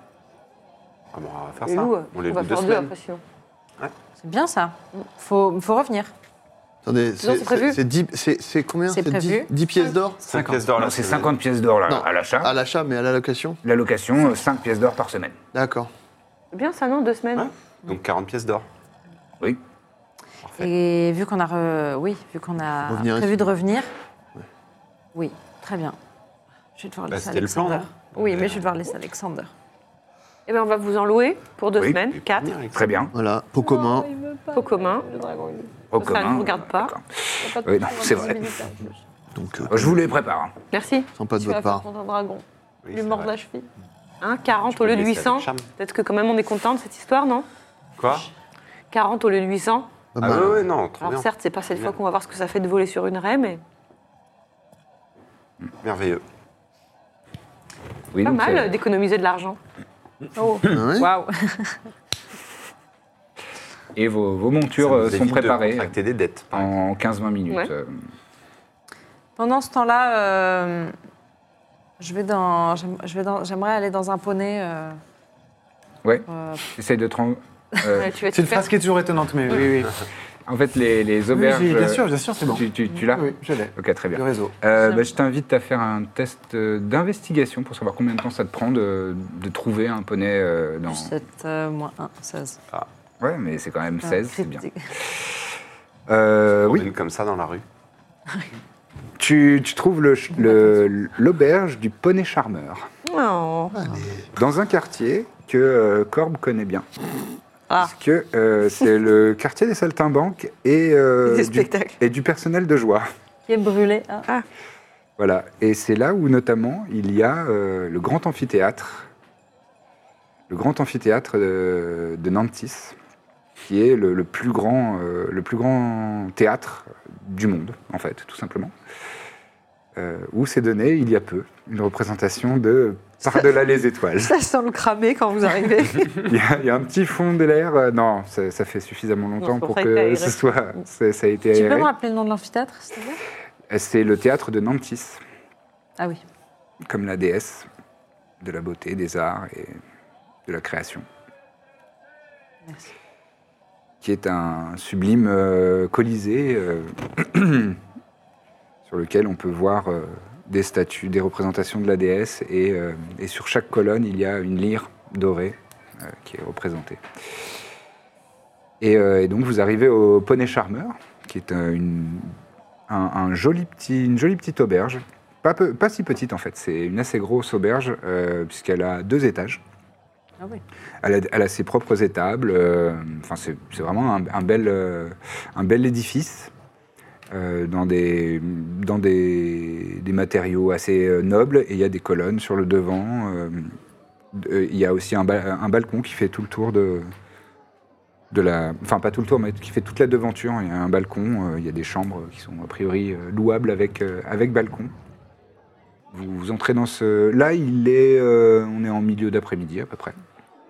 Speaker 3: Ah, bon, on va faire
Speaker 5: Les
Speaker 3: ça.
Speaker 5: loups,
Speaker 3: on les
Speaker 5: va
Speaker 3: loue deux
Speaker 5: faire deux
Speaker 3: semaines.
Speaker 5: après sinon.
Speaker 7: C'est bien ça. Faut, faut revenir.
Speaker 4: Attendez,
Speaker 5: c'est prévu.
Speaker 4: c'est dix- c'est- c'est combien
Speaker 7: C'est
Speaker 4: C'est dix-
Speaker 7: prévu.
Speaker 4: 10 pièces d'or
Speaker 3: Cinq pièces d'or
Speaker 1: Non,
Speaker 3: la
Speaker 1: c'est
Speaker 3: semaine.
Speaker 1: 50 pièces d'or là,
Speaker 4: Non.
Speaker 1: à l'achat.
Speaker 4: À l'achat, mais à la location
Speaker 1: La location, 5 pièces d'or par semaine.
Speaker 4: D'accord.
Speaker 5: C'est Bien ça, non Deux semaines
Speaker 3: Ouais. Donc 40 pièces d'or.
Speaker 1: Oui.
Speaker 3: Parfait.
Speaker 7: Et vu qu'on a, re- oui, vu qu'on a
Speaker 4: Revenir
Speaker 7: prévu
Speaker 4: ici.
Speaker 7: de revenir, oui, très bien. Je vais devoir
Speaker 3: Bah,
Speaker 7: laisser
Speaker 3: c'était le plan,
Speaker 7: Alexander.
Speaker 3: hein.
Speaker 7: Oui, mais je vais devoir laisser Alexander.
Speaker 5: Eh bien, on va vous en louer pour deux
Speaker 1: Oui.
Speaker 5: semaines, quatre,
Speaker 3: Venir avec
Speaker 1: Très bien.
Speaker 4: Voilà, pot commun.
Speaker 3: euh,
Speaker 5: au commun.
Speaker 1: Au
Speaker 5: Ça ne
Speaker 1: commun,
Speaker 5: vous regarde
Speaker 1: euh,
Speaker 5: pas.
Speaker 1: d'accord. Oui, non, c'est vrai.
Speaker 4: Donc, euh,
Speaker 1: Je vous les prépare. hein.
Speaker 5: Merci.
Speaker 4: sympa de votre part.
Speaker 5: un dragon.
Speaker 3: Oui,
Speaker 5: Lui
Speaker 3: c'est
Speaker 5: mord
Speaker 3: vrai.
Speaker 5: la cheville. Hein, 40
Speaker 3: peux
Speaker 5: au lieu
Speaker 3: le
Speaker 5: de
Speaker 3: laisser avec
Speaker 5: 800.
Speaker 3: charme.
Speaker 5: Peut-être que quand même on est content de cette histoire, non
Speaker 3: Quoi
Speaker 5: 40 au lieu de 800.
Speaker 4: Pas
Speaker 3: Ah
Speaker 4: mal.
Speaker 3: ouais, ouais, non, trop
Speaker 5: Alors
Speaker 3: bien.
Speaker 5: certes, c'est pas cette
Speaker 3: Bien.
Speaker 5: fois qu'on va voir ce que ça fait de voler sur une raie, mais
Speaker 3: Merveilleux.
Speaker 1: Oui,
Speaker 5: pas
Speaker 1: donc,
Speaker 5: mal
Speaker 1: euh,
Speaker 5: d'économiser de l'argent.
Speaker 4: Ah ouais
Speaker 7: Waouh.
Speaker 1: Et vos, vos montures
Speaker 3: Ça nous
Speaker 1: euh, sont
Speaker 3: évite de
Speaker 1: préparées
Speaker 3: contracter des dettes. par exemple.
Speaker 1: en 15-20 minutes.
Speaker 5: Ouais.
Speaker 1: euh.
Speaker 7: Pendant ce temps-là, euh, je vais dans, j'aime- je vais dans- j'aimerais aller dans un poney. euh,
Speaker 1: Ouais.
Speaker 7: euh,
Speaker 1: J'essaie de... tran- euh,
Speaker 5: Ouais, tu vas te
Speaker 6: C'est une
Speaker 5: faire
Speaker 6: phrase qui est toujours étonnante, mais oui, oui.
Speaker 1: en fait, les, les
Speaker 6: oui
Speaker 1: auberges...
Speaker 6: j'ai- bien
Speaker 1: euh,
Speaker 6: sûr, bien sûr, c'est bon.
Speaker 1: Tu, tu- tu l'as
Speaker 6: Oui, je l'ai.
Speaker 1: Ok, très bien.
Speaker 6: Le réseau.
Speaker 1: Euh, bah, je t'invite à faire un test euh, d'investigation pour savoir combien de temps ça te prend de, de trouver un poney euh, dans.
Speaker 7: 17 euh, moins 1, 16.
Speaker 1: Ouais, mais c'est quand
Speaker 5: Ah,
Speaker 1: même 16, c'est bien.
Speaker 7: Critique.
Speaker 1: Euh,
Speaker 3: On
Speaker 1: oui,
Speaker 3: est comme ça dans la rue.
Speaker 1: tu, tu trouves le ch- le- l'auberge du poney charmeur
Speaker 5: Non.
Speaker 1: dans un quartier que euh, Corbe connaît bien.
Speaker 5: Ah.
Speaker 1: Parce que euh, c'est le quartier des saltimbanques et, euh,
Speaker 5: Des
Speaker 1: du,
Speaker 5: spectacles.
Speaker 1: et du personnel de joie.
Speaker 7: Qui est brûlé. hein.
Speaker 1: Voilà, et c'est là où notamment il y a euh, le grand amphithéâtre, le grand amphithéâtre de, de Nantis, qui est le, le plus grand, euh, le plus grand théâtre du monde, en fait, tout simplement, euh, où s'est donné il y a peu une représentation de Par-delà les étoiles.
Speaker 2: Ça sent le cramer quand vous arrivez.
Speaker 1: Il y, a, il y a un petit fond de l'air. euh, Non, ça, ça fait suffisamment longtemps
Speaker 5: c'est pour
Speaker 1: pour
Speaker 5: ça que t'as
Speaker 1: que
Speaker 5: aéré.
Speaker 1: ce soit. c'est- Ça a été
Speaker 7: Tu peux
Speaker 1: aéré.
Speaker 7: me rappeler le nom de l'amphithéâtre, s'il te plaît
Speaker 1: C'est le théâtre de Nantis,
Speaker 7: Ah oui.
Speaker 1: comme la déesse de la beauté, des arts et de la création.
Speaker 7: Merci.
Speaker 1: Qui est un sublime euh, colisée euh, sur lequel on peut voir euh, des statues, des représentations de la déesse et, euh, et sur chaque colonne il y a une lyre dorée euh, qui est représentée. Et, euh, et donc vous arrivez au Poney Charmeur, qui est euh, une, un, un joli petit, une jolie petite auberge. Pas, peu- pas si petite en fait, c'est une assez grosse auberge euh, puisqu'elle a deux étages.
Speaker 7: Ah oui.
Speaker 1: Elle a, elle a ses propres étables. euh, Enfin, c'est- c'est vraiment un, un bel, euh, un bel édifice euh, dans, des, dans des, des matériaux assez euh, nobles. Et il y a des colonnes sur le devant. euh, de- euh, Il y a aussi un, ba- un balcon qui fait tout le tour de, de la. Enfin, pas tout le tour, mais qui fait toute la devanture. Il y a un balcon. euh, il y a des chambres qui sont a priori euh, louables avec, euh, avec balcon. Vous, vous entrez dans ce. Là, il est. euh, on est en milieu d'après-midi à peu près.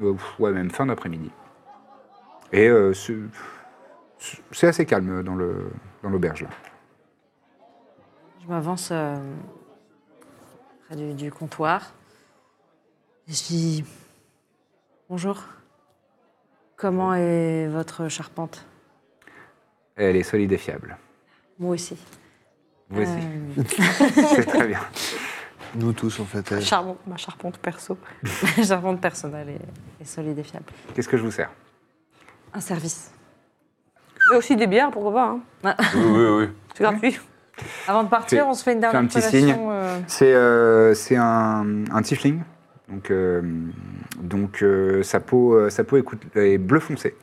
Speaker 1: Euh, ouais, même fin d'après-midi. Et euh, c'est c'est assez calme dans le- dans l'auberge, là.
Speaker 7: Je m'avance euh, près du, du comptoir. Et je dis Bonjour. Comment est votre charpente
Speaker 1: Elle est solide et fiable.
Speaker 7: Moi aussi.
Speaker 1: Voici,
Speaker 7: Euh,
Speaker 1: c'est très bien.
Speaker 4: Nous tous, en fait. euh,
Speaker 5: Charbon, ma charpente perso.
Speaker 7: ma charpente personnelle est, est solide et fiable.
Speaker 1: Qu'est-ce que je vous sers
Speaker 7: Un service.
Speaker 5: Mais aussi des bières, pourquoi pas. hein.
Speaker 3: Oui, oui, oui.
Speaker 5: C'est gratuit.
Speaker 7: Avant de partir,
Speaker 1: Fais-
Speaker 7: on se fait une
Speaker 1: fais
Speaker 7: dernière
Speaker 1: un petit
Speaker 7: collation,
Speaker 1: signe.
Speaker 7: euh,
Speaker 1: C'est euh, c'est un, un tiefling. Donc, euh, donc euh, sa peau, euh, sa peau est, coute- est bleu foncé,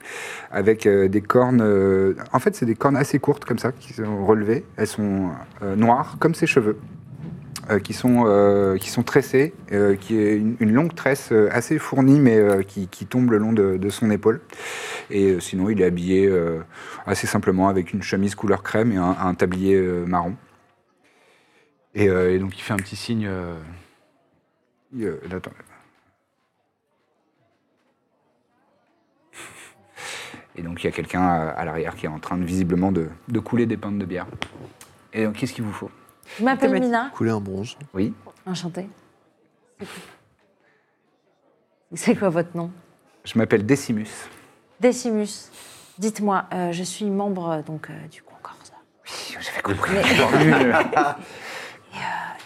Speaker 1: avec euh, des cornes. euh, en fait, c'est des cornes assez courtes comme ça, qui sont relevées. Elles sont euh, noires, comme ses cheveux, euh, qui sont euh, qui sont tressés, euh, qui est une, une longue tresse euh, assez fournie, mais euh, qui, qui tombe le long de, de son épaule. Et euh, sinon, il est habillé euh, assez simplement avec une chemise couleur crème et un, un tablier euh, marron. Et, euh, et donc il fait un petit signe. euh, il, euh, attends. Et donc il y a quelqu'un euh, à, à l'arrière qui est en train de, visiblement de, de couler des pintes de bière. Et donc qu'est-ce qu'il vous faut
Speaker 7: Je m'appelle
Speaker 5: Automatique.
Speaker 7: Mina.
Speaker 4: Couler un bronze.
Speaker 1: Oui.
Speaker 7: Enchantée. C'est quoi votre nom
Speaker 1: Je m'appelle Decimus.
Speaker 7: Decimus. Dites-moi, euh, je suis membre euh, donc euh, du Concorde.
Speaker 1: J'avais compris.
Speaker 7: Et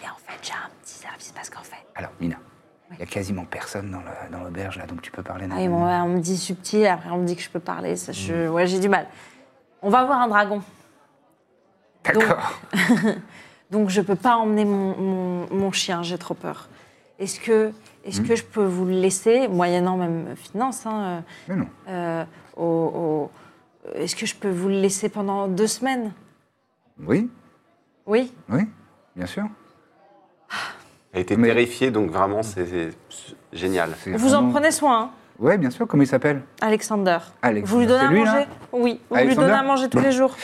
Speaker 7: en fait, j'ai un petit service parce qu'en fait.
Speaker 1: Alors Mina, il y a quasiment personne dans le- dans l'auberge là, donc tu peux parler.
Speaker 7: Ah oui, bon, ouais, on me dit subtil, après on me dit que je peux parler. ça, je-
Speaker 1: Mm.
Speaker 7: ouais, j'ai du mal. On va voir un dragon. Ah,
Speaker 1: D'accord.
Speaker 7: Donc je peux pas emmener mon, mon- mon chien, j'ai trop peur. Est-ce que, est
Speaker 1: Mm.
Speaker 7: ce que je peux vous le laisser, moyennant même finance, hein,
Speaker 1: Mais non.
Speaker 7: euh, euh, au- au- est-ce que je peux vous le laisser pendant deux semaines
Speaker 1: Oui,
Speaker 7: Oui
Speaker 1: oui, bien sûr.
Speaker 3: Elle était
Speaker 1: Mais- Ah
Speaker 3: terrifiée, donc vraiment, c'est c'est- c'est génial.
Speaker 1: C'est
Speaker 7: Vous en
Speaker 1: vraiment-
Speaker 7: prenez soin, hein,
Speaker 1: Ouais, bien sûr. Comment il s'appelle
Speaker 7: Alexander.
Speaker 1: Alexander,
Speaker 7: Vous lui donnez
Speaker 1: c'est
Speaker 7: à
Speaker 1: lui, là
Speaker 7: manger Oui, vous lui
Speaker 1: Alexander
Speaker 7: donnez à manger tous les jours.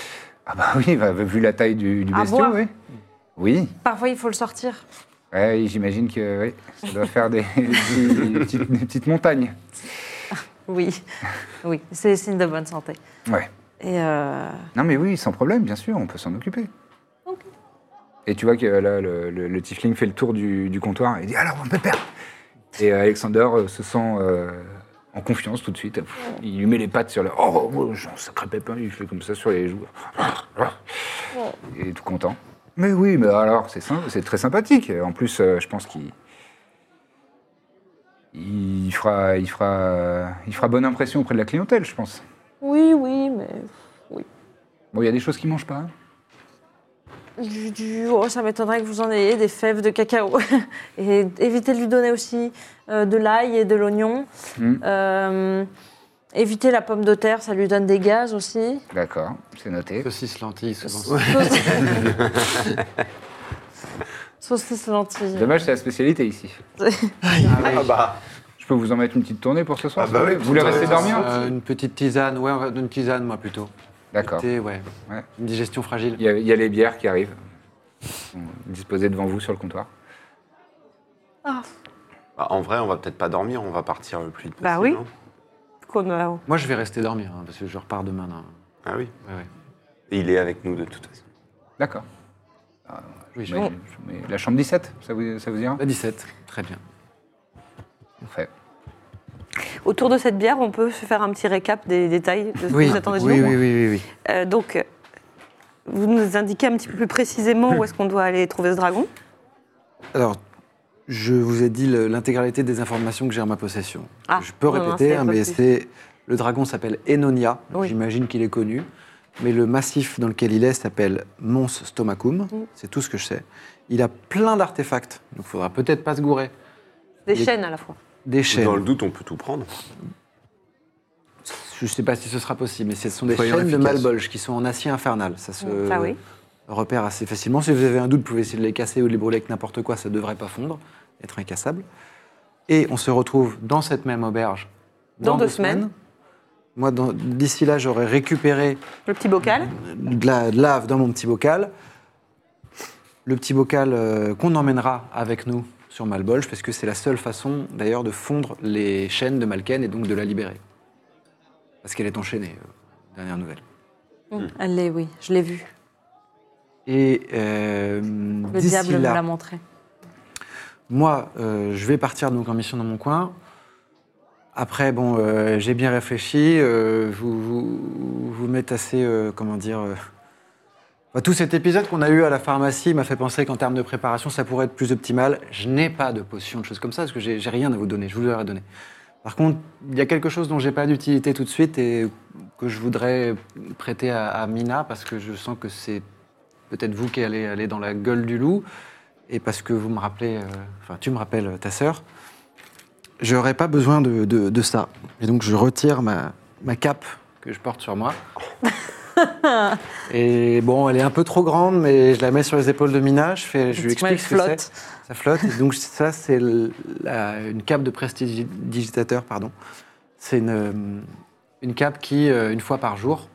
Speaker 1: Ah bah oui, bah, vu la taille du, du
Speaker 7: À
Speaker 1: bestiau,
Speaker 7: boire.
Speaker 1: oui. Oui,
Speaker 7: Parfois, il faut le sortir.
Speaker 1: Ouais, j'imagine que oui, ça doit faire des, des petits- des petites, des petites montagnes.
Speaker 7: Oui, oui, c'est signe de bonne santé.
Speaker 1: Ouais.
Speaker 7: Et euh,
Speaker 1: Non mais oui, sans problème, bien sûr, on peut s'en occuper.
Speaker 7: Ok.
Speaker 1: Et tu vois que euh, là, le, le, le tiefling fait le tour du, du comptoir et dit alors on peut perdre. Et euh, Alexander euh, se sent euh, en confiance tout de suite. Pff, Il lui met les pattes sur le. Oh, oh, j'ai un sacré pépin, il fait comme ça sur les joues. Il est tout content. Mais oui, mais alors c'est sym- c'est très sympathique. En plus, euh, je pense qu'il il fera, il fera, il fera bonne impression auprès de la clientèle, je pense.
Speaker 5: Oui, oui, mais.
Speaker 1: Bon, il y a des choses qu'il mange pas. hein.
Speaker 7: du, du- oh, ça m'étonnerait que vous en ayez des fèves de cacao. et évitez de lui donner aussi euh, de l'ail et de l'oignon.
Speaker 1: Mm.
Speaker 7: Euh, évitez la pomme de terre, ça lui donne des gaz aussi.
Speaker 1: D'accord, c'est noté.
Speaker 6: Saucisse lentille, souvent.
Speaker 2: Saucisse lentille.
Speaker 1: Dommage, c'est la spécialité ici.
Speaker 3: Ah bah,
Speaker 1: Je peux vous en mettre une petite tournée pour ce soir
Speaker 3: Ah bah oui,
Speaker 1: Vous voulez
Speaker 3: petite
Speaker 1: rester
Speaker 3: tournée.
Speaker 1: dormir
Speaker 6: Euh, Une petite tisane, ouais, une tisane, moi plutôt.
Speaker 1: D'accord.
Speaker 6: Thé, ouais.
Speaker 1: Ouais.
Speaker 6: Une digestion fragile.
Speaker 1: Il y, a- il y a les bières qui arrivent, Sont disposées devant vous sur le comptoir.
Speaker 3: bah, en vrai, on va peut-être pas dormir, on va partir le plus vite possible.
Speaker 5: Bah oui.
Speaker 3: hein.
Speaker 5: Qu'on euh, a-
Speaker 6: Moi, je vais rester dormir, hein, parce que je repars demain. non.
Speaker 3: Ah oui.
Speaker 6: Ouais, ouais.
Speaker 3: Il est avec nous de toute façon.
Speaker 1: D'accord. Ah,
Speaker 6: Oui,
Speaker 1: je
Speaker 6: je-
Speaker 1: mets- je mets la chambre 17, ça vous, ça vous ira
Speaker 6: La 17, très bien.
Speaker 1: Parfait.
Speaker 5: Autour de cette bière, on peut se faire un petit récap des détails de ce que vous attendez de nous.
Speaker 6: oui, oui.
Speaker 5: Euh, donc, vous nous indiquez un petit peu plus précisément où est-ce qu'on doit aller trouver ce dragon.
Speaker 6: Alors, je vous ai dit le- l'intégralité des informations que j'ai en ma possession.
Speaker 5: Ah,
Speaker 6: je peux
Speaker 5: non, non,
Speaker 6: répéter,
Speaker 5: c'est
Speaker 6: hein,
Speaker 5: pas
Speaker 6: mais
Speaker 5: plus.
Speaker 6: c'est le dragon s'appelle Enonia.
Speaker 5: Oui.
Speaker 6: J'imagine qu'il est connu, mais le massif dans lequel il est s'appelle Mons Stomacum.
Speaker 5: Mm.
Speaker 6: C'est tout ce que je sais. Il a plein d'artefacts, donc il faudra peut-être pas se gourer.
Speaker 2: Des
Speaker 6: Il-
Speaker 2: chaînes à la fois.
Speaker 6: Des
Speaker 3: Dans
Speaker 6: chaînes.
Speaker 3: le doute, on peut tout prendre.
Speaker 6: Je ne sais pas si ce sera possible, mais ce sont des
Speaker 4: Soyons
Speaker 6: chaînes de
Speaker 4: efficaces.
Speaker 6: Malbolge qui sont en acier infernal. Ça se
Speaker 5: Ah oui.
Speaker 6: repère assez facilement. Si vous avez un doute, vous pouvez essayer de les casser ou de les brûler avec n'importe quoi, ça ne devrait pas fondre, être incassable. Et on se retrouve dans cette même auberge
Speaker 5: Dans deux semaines.
Speaker 6: Moi, dans- d'ici là, j'aurai récupéré
Speaker 5: Le petit
Speaker 6: Mhm.
Speaker 5: bocal.
Speaker 6: de la de lave dans mon petit bocal. Le petit bocal euh, qu'on emmènera avec nous sur Malbolge, parce que c'est la seule façon d'ailleurs de fondre les chaînes de Malken et donc de la libérer. Parce qu'elle est enchaînée, euh, dernière nouvelle. Hmm.
Speaker 7: Elle l'est, oui, je l'ai vue.
Speaker 6: Et euh,
Speaker 7: Le
Speaker 6: d'ici
Speaker 7: diable me
Speaker 6: là,
Speaker 7: l'a montré.
Speaker 6: moi, euh, je vais partir donc en mission dans mon coin. Après, bon, euh, j'ai bien réfléchi. euh, vous, vous, vous m'êtes assez, euh, comment dire. euh, enfin, tout cet épisode qu'on a eu à la pharmacie m'a fait penser qu'en termes de préparation, ça pourrait être plus optimal. Je n'ai pas de potion, de choses comme ça, parce que j'ai j'ai rien à vous donner. Je vous l'aurais donné. Par contre, il y a quelque chose dont j'ai pas d'utilité tout de suite et que je voudrais prêter à, à Mina parce que je sens que c'est peut-être vous qui allez aller dans la gueule du loup et parce que vous me rappelez, euh, enfin tu me rappelles euh, ta sœur, j'aurais pas besoin de, de- de ça. Et donc je retire ma, ma cape que je porte sur moi. et bon, elle est un peu trop grande, mais je la mets sur les épaules de Mina, je, fais, je lui
Speaker 7: Effectivement, elle
Speaker 6: explique ce que
Speaker 7: flotte.
Speaker 6: c'est. Ça flotte. Et donc ça, c'est l- la- une cape de prestidigitateur, pardon. C'est une, euh, une cape qui, euh, une fois par jour,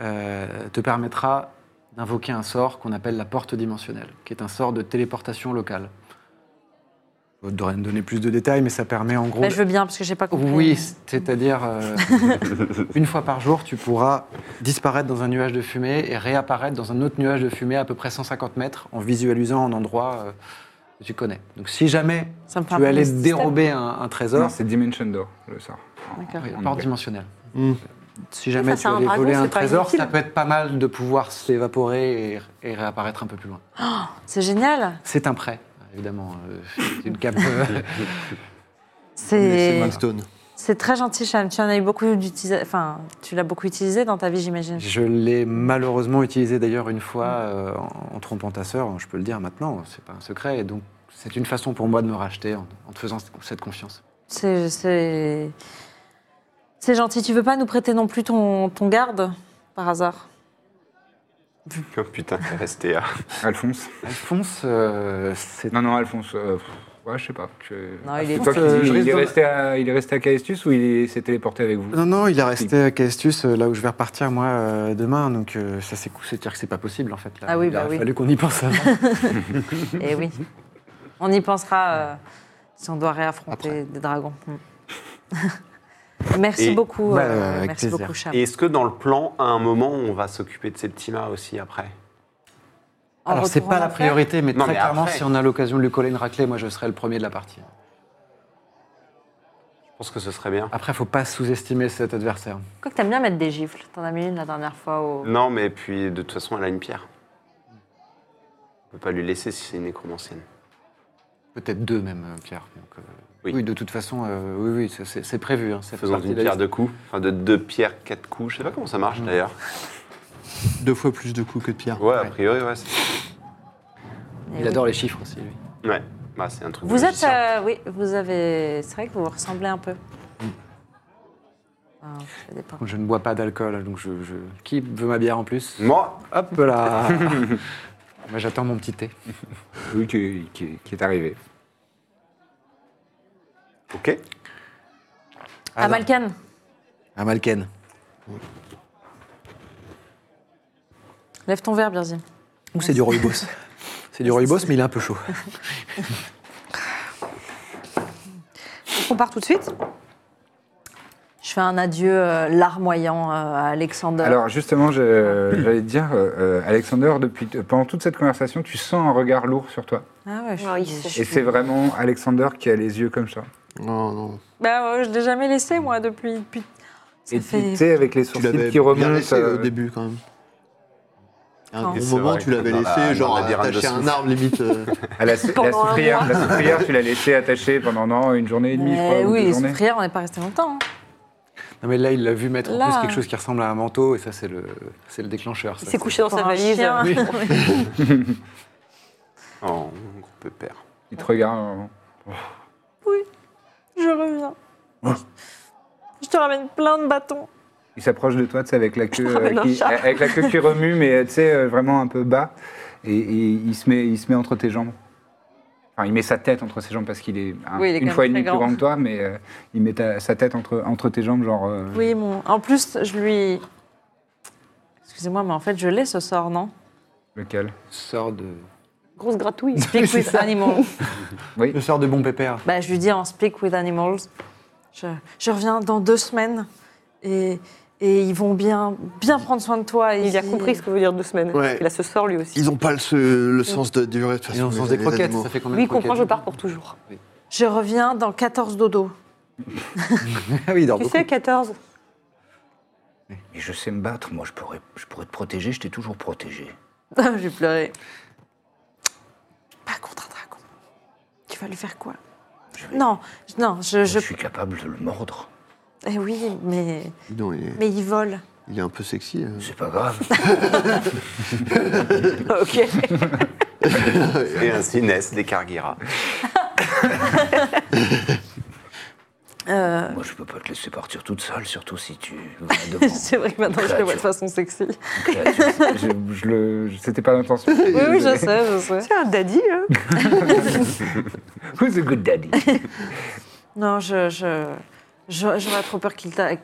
Speaker 6: euh, te permettra d'invoquer un sort qu'on appelle la porte dimensionnelle, qui est un sort de téléportation locale. Je devrais donner plus de détails, mais ça permet en gros...
Speaker 7: Bah, je veux bien, parce que j'ai pas compris.
Speaker 6: Oui, c'est-à-dire euh, une fois par jour, tu pourras disparaître dans un nuage de fumée et réapparaître dans un autre nuage de fumée à peu près 150 mètres en visualisant un endroit euh, que tu connais. Donc si jamais
Speaker 7: Ça me fait
Speaker 6: tu
Speaker 7: un peu
Speaker 6: veux aller
Speaker 7: le
Speaker 6: dérober un, un
Speaker 1: Non,
Speaker 6: trésor,
Speaker 1: c'est Dimension Door, le sort.
Speaker 6: oui,
Speaker 1: En
Speaker 6: porte
Speaker 1: anglais.
Speaker 6: dimensionnelle.
Speaker 4: Mm.
Speaker 6: Si jamais
Speaker 5: face
Speaker 6: tu
Speaker 5: à
Speaker 6: veux
Speaker 5: un
Speaker 6: aller
Speaker 5: dragon,
Speaker 6: voler un
Speaker 5: c'est pas
Speaker 6: trésor,
Speaker 5: inutile.
Speaker 6: ça peut être pas mal de pouvoir s'évaporer et, et réapparaître un peu plus loin.
Speaker 7: C'est génial.
Speaker 6: C'est un prêt, évidemment. euh, c'est une cape. euh,
Speaker 4: C'est
Speaker 7: C'est
Speaker 4: Moonstone.
Speaker 7: c'est très gentil, Chan. Tu en as eu beaucoup utilisé. Enfin, tu l'as beaucoup utilisé dans ta vie, j'imagine.
Speaker 6: Je l'ai malheureusement utilisé d'ailleurs une fois euh, en, en trompant ta sœur, je peux le dire maintenant, c'est pas un secret. Et donc, c'est une façon pour moi de me racheter en, en te faisant cette- cette confiance.
Speaker 7: C'est- C'est c'est gentil. Tu veux pas nous prêter non plus ton, ton garde, par hasard
Speaker 3: Oh putain, t'es resté à.
Speaker 1: Alphonse
Speaker 6: Alphonse, euh, c'est.
Speaker 1: Non, non, Alphonse. euh, pff, ouais, je sais pas. Je-
Speaker 7: Non,
Speaker 1: Ah,
Speaker 7: il
Speaker 1: c'est
Speaker 7: est-
Speaker 1: toi qui
Speaker 6: Euh,
Speaker 1: dis,
Speaker 6: je
Speaker 1: il,
Speaker 6: reste
Speaker 1: est
Speaker 6: dans-
Speaker 1: resté à, il est resté à Caestus ou il est- s'est téléporté avec vous
Speaker 6: Non, non, il est resté à Caestus, euh, là où je vais repartir moi euh, demain, donc euh, ça c'est cou- c'est-à-dire que c'est pas possible en fait. là.
Speaker 7: Ah oui,
Speaker 6: il
Speaker 7: bah
Speaker 6: aurait
Speaker 7: oui.
Speaker 6: fallu qu'on y pense avant.
Speaker 7: Eh oui. On y pensera euh, si on doit réaffronter des dragons. Hmm. merci
Speaker 3: Et-
Speaker 7: beaucoup.
Speaker 6: Bah,
Speaker 7: euh,
Speaker 6: avec
Speaker 7: merci
Speaker 6: plaisir.
Speaker 7: beaucoup,
Speaker 5: Ah.
Speaker 7: Chan.
Speaker 3: Et est-ce que dans le plan, à un moment, on va s'occuper de Septima aussi après
Speaker 7: En
Speaker 6: Alors c'est
Speaker 7: retournant
Speaker 6: pas la
Speaker 7: en fer-
Speaker 6: priorité, mais
Speaker 3: Non,
Speaker 6: très
Speaker 3: mais
Speaker 6: clairement,
Speaker 3: après.
Speaker 6: si on a l'occasion de lui coller une raclée, moi je serai le premier de la partie.
Speaker 3: Je pense que ce serait bien.
Speaker 6: Après, faut pas sous-estimer cet adversaire.
Speaker 7: Quoi que t'aimes bien mettre des gifles. T'en as mis une la dernière fois au.
Speaker 3: Non, mais puis de toute façon, elle a une pierre. On peut pas lui laisser si c'est une nécromancienne.
Speaker 6: Peut-être deux même, euh, Pierre. Donc, euh,
Speaker 3: Oui.
Speaker 6: oui. de toute façon, euh, oui, oui, ça, c'est c'est prévu. Hein, ça fait
Speaker 3: Faisons
Speaker 6: partie
Speaker 3: une
Speaker 6: de la
Speaker 3: pierre de coups. Enfin, de deux pierres, quatre coups. Je sais pas comment ça marche d'ailleurs.
Speaker 4: Deux fois plus de coups que de pierre.
Speaker 3: Ouais, a priori, ouais. c'est-
Speaker 6: liste. Il adore les chiffres aussi, lui.
Speaker 3: Ouais, bah, c'est un truc. de
Speaker 7: Vous êtes.
Speaker 3: magicien.
Speaker 7: euh, oui, vous avez. C'est vrai que vous vous ressemblez un peu.
Speaker 6: Mm.
Speaker 7: Ah, ça dépend.
Speaker 6: Je
Speaker 7: euh,
Speaker 6: ne bois pas d'alcool, donc je, je- Qui veut ma bière en plus
Speaker 3: Moi
Speaker 6: Hop là Moi, j'attends mon petit thé.
Speaker 1: Oui, qui, qui- qui est arrivé.
Speaker 3: Ok.
Speaker 6: Ah, non.
Speaker 7: Amalken,
Speaker 6: À Malken.
Speaker 7: lève ton verre, Birzim.
Speaker 6: Ou c'est du rooibos. c'est du rooibos, mais il est un peu chaud.
Speaker 5: On part tout de suite
Speaker 7: Je fais un adieu euh, larmoyant euh, à Alexander.
Speaker 1: Alors justement,
Speaker 4: Ah.
Speaker 1: je- j'allais te dire, euh, Alexander, depuis, pendant toute cette conversation, tu sens un regard lourd sur toi.
Speaker 7: ah ouais, je-
Speaker 5: Non, il se-
Speaker 1: Et c'est vraiment Alexander qui a les yeux comme ça.
Speaker 4: Non, non.
Speaker 2: Bah, euh, je l'ai jamais laissé, moi, depuis. depuis...
Speaker 1: et tu-
Speaker 7: fait-
Speaker 1: tu sais, avec les
Speaker 4: Tu
Speaker 1: sourcils
Speaker 4: l'avais
Speaker 1: qui
Speaker 4: bien
Speaker 1: remontent.
Speaker 4: laissé
Speaker 1: euh,
Speaker 4: au début quand même. À
Speaker 7: Non.
Speaker 4: un
Speaker 3: Et
Speaker 4: bon
Speaker 3: c'est
Speaker 4: moment,
Speaker 3: vrai
Speaker 4: tu
Speaker 3: que
Speaker 4: l'avais
Speaker 3: dans la-
Speaker 4: laissé,
Speaker 3: dans
Speaker 4: genre
Speaker 3: la virale de
Speaker 4: attaché à un
Speaker 3: souffle.
Speaker 4: arbre limite. euh,
Speaker 1: à la, la
Speaker 2: Pendant un
Speaker 1: soufrière,
Speaker 2: mois.
Speaker 1: la soufrière, tu l'as laissée attachée pendant non, une journée et demie, je crois,
Speaker 7: Eh
Speaker 1: ou deux
Speaker 7: oui,
Speaker 1: journées.
Speaker 7: Soufrière, on n'est pas resté longtemps. hein.
Speaker 6: Non, mais là, il l'a vu mettre en
Speaker 7: Là.
Speaker 6: plus quelque chose qui ressemble à un manteau, et ça, c'est le, c'est le déclencheur. ça.
Speaker 5: Il s'est couché dans
Speaker 7: Pour
Speaker 5: sa
Speaker 7: un
Speaker 5: valise.
Speaker 7: chien.
Speaker 5: Oui.
Speaker 3: Oh, mon gros pépère.
Speaker 1: Il te regarde. euh,
Speaker 2: Je reviens.
Speaker 1: Ouais.
Speaker 2: Je te ramène plein de bâtons.
Speaker 1: Il s'approche de toi, tu sais, avec la queue, euh,
Speaker 5: ramène un
Speaker 1: qui,
Speaker 5: chat.
Speaker 1: avec la queue qui remue, mais euh, tu sais, euh, vraiment un peu bas. Et, et il, se met, il se met entre tes jambes. Enfin, il met sa tête entre ses jambes parce qu'il est, hein,
Speaker 2: Oui, il est quand
Speaker 1: une
Speaker 2: même
Speaker 1: fois
Speaker 2: très
Speaker 1: et demie plus
Speaker 2: grand.
Speaker 1: grand que toi, mais euh, il met ta- sa tête entre, entre tes jambes, genre. euh,
Speaker 7: Oui, bon. En plus, je lui. Excusez-moi, mais en fait, je l'ai ce sort, non
Speaker 1: Lequel
Speaker 6: Sort de.
Speaker 5: Grosse gratouille.
Speaker 7: Speak with animals.
Speaker 6: Le sort de bon pépère.
Speaker 7: bah, je lui dis en speak with animals.
Speaker 2: Je, je reviens dans deux semaines et, et ils vont bien, bien prendre soin de toi. Et
Speaker 5: Il a compris ce que veut dire deux semaines.
Speaker 4: Ouais.
Speaker 5: Il a ce sort lui aussi.
Speaker 4: Ils n'ont pas le, ce- le sens de durer de toute façon.
Speaker 6: Et on
Speaker 4: les-
Speaker 6: sens des
Speaker 4: les
Speaker 6: croquettes,
Speaker 4: animaux.
Speaker 6: ça fait combien
Speaker 5: Lui
Speaker 6: de
Speaker 5: il comprend,
Speaker 6: croquettes
Speaker 5: je pars pour toujours.
Speaker 2: Je reviens dans 14 dodo.
Speaker 6: Ah oui, il dort
Speaker 5: Tu
Speaker 6: beaucoup.
Speaker 5: sais, 14.
Speaker 10: Mais je sais me battre, moi je pourrais, je pourrais te protéger, je t'ai toujours protégé.
Speaker 7: J'ai pleuré.
Speaker 2: Pas contre un dragon. Tu vas lui faire quoi
Speaker 10: Je vais-
Speaker 2: Non, non,
Speaker 10: Je
Speaker 2: je. je...
Speaker 10: suis capable de le mordre.
Speaker 2: Eh oui, mais,
Speaker 4: Dis donc, il, est,
Speaker 2: mais ils volent.
Speaker 4: il est un peu sexy. euh.
Speaker 10: C'est pas grave.
Speaker 5: Ok.
Speaker 3: Et ainsi naissent les Kargira.
Speaker 10: moi je peux pas te laisser partir toute seule, surtout si tu vas devant.
Speaker 2: C'est vrai que maintenant je le vois de façon sexy.
Speaker 10: une créature.
Speaker 1: je, je le- je- C'était pas l'intention.
Speaker 2: Oui, oui, je sais, je sais.
Speaker 5: C'est un daddy, hein.
Speaker 10: Who's a good daddy
Speaker 7: Non, je. je... je- J'aurais trop peur qu'il t'a-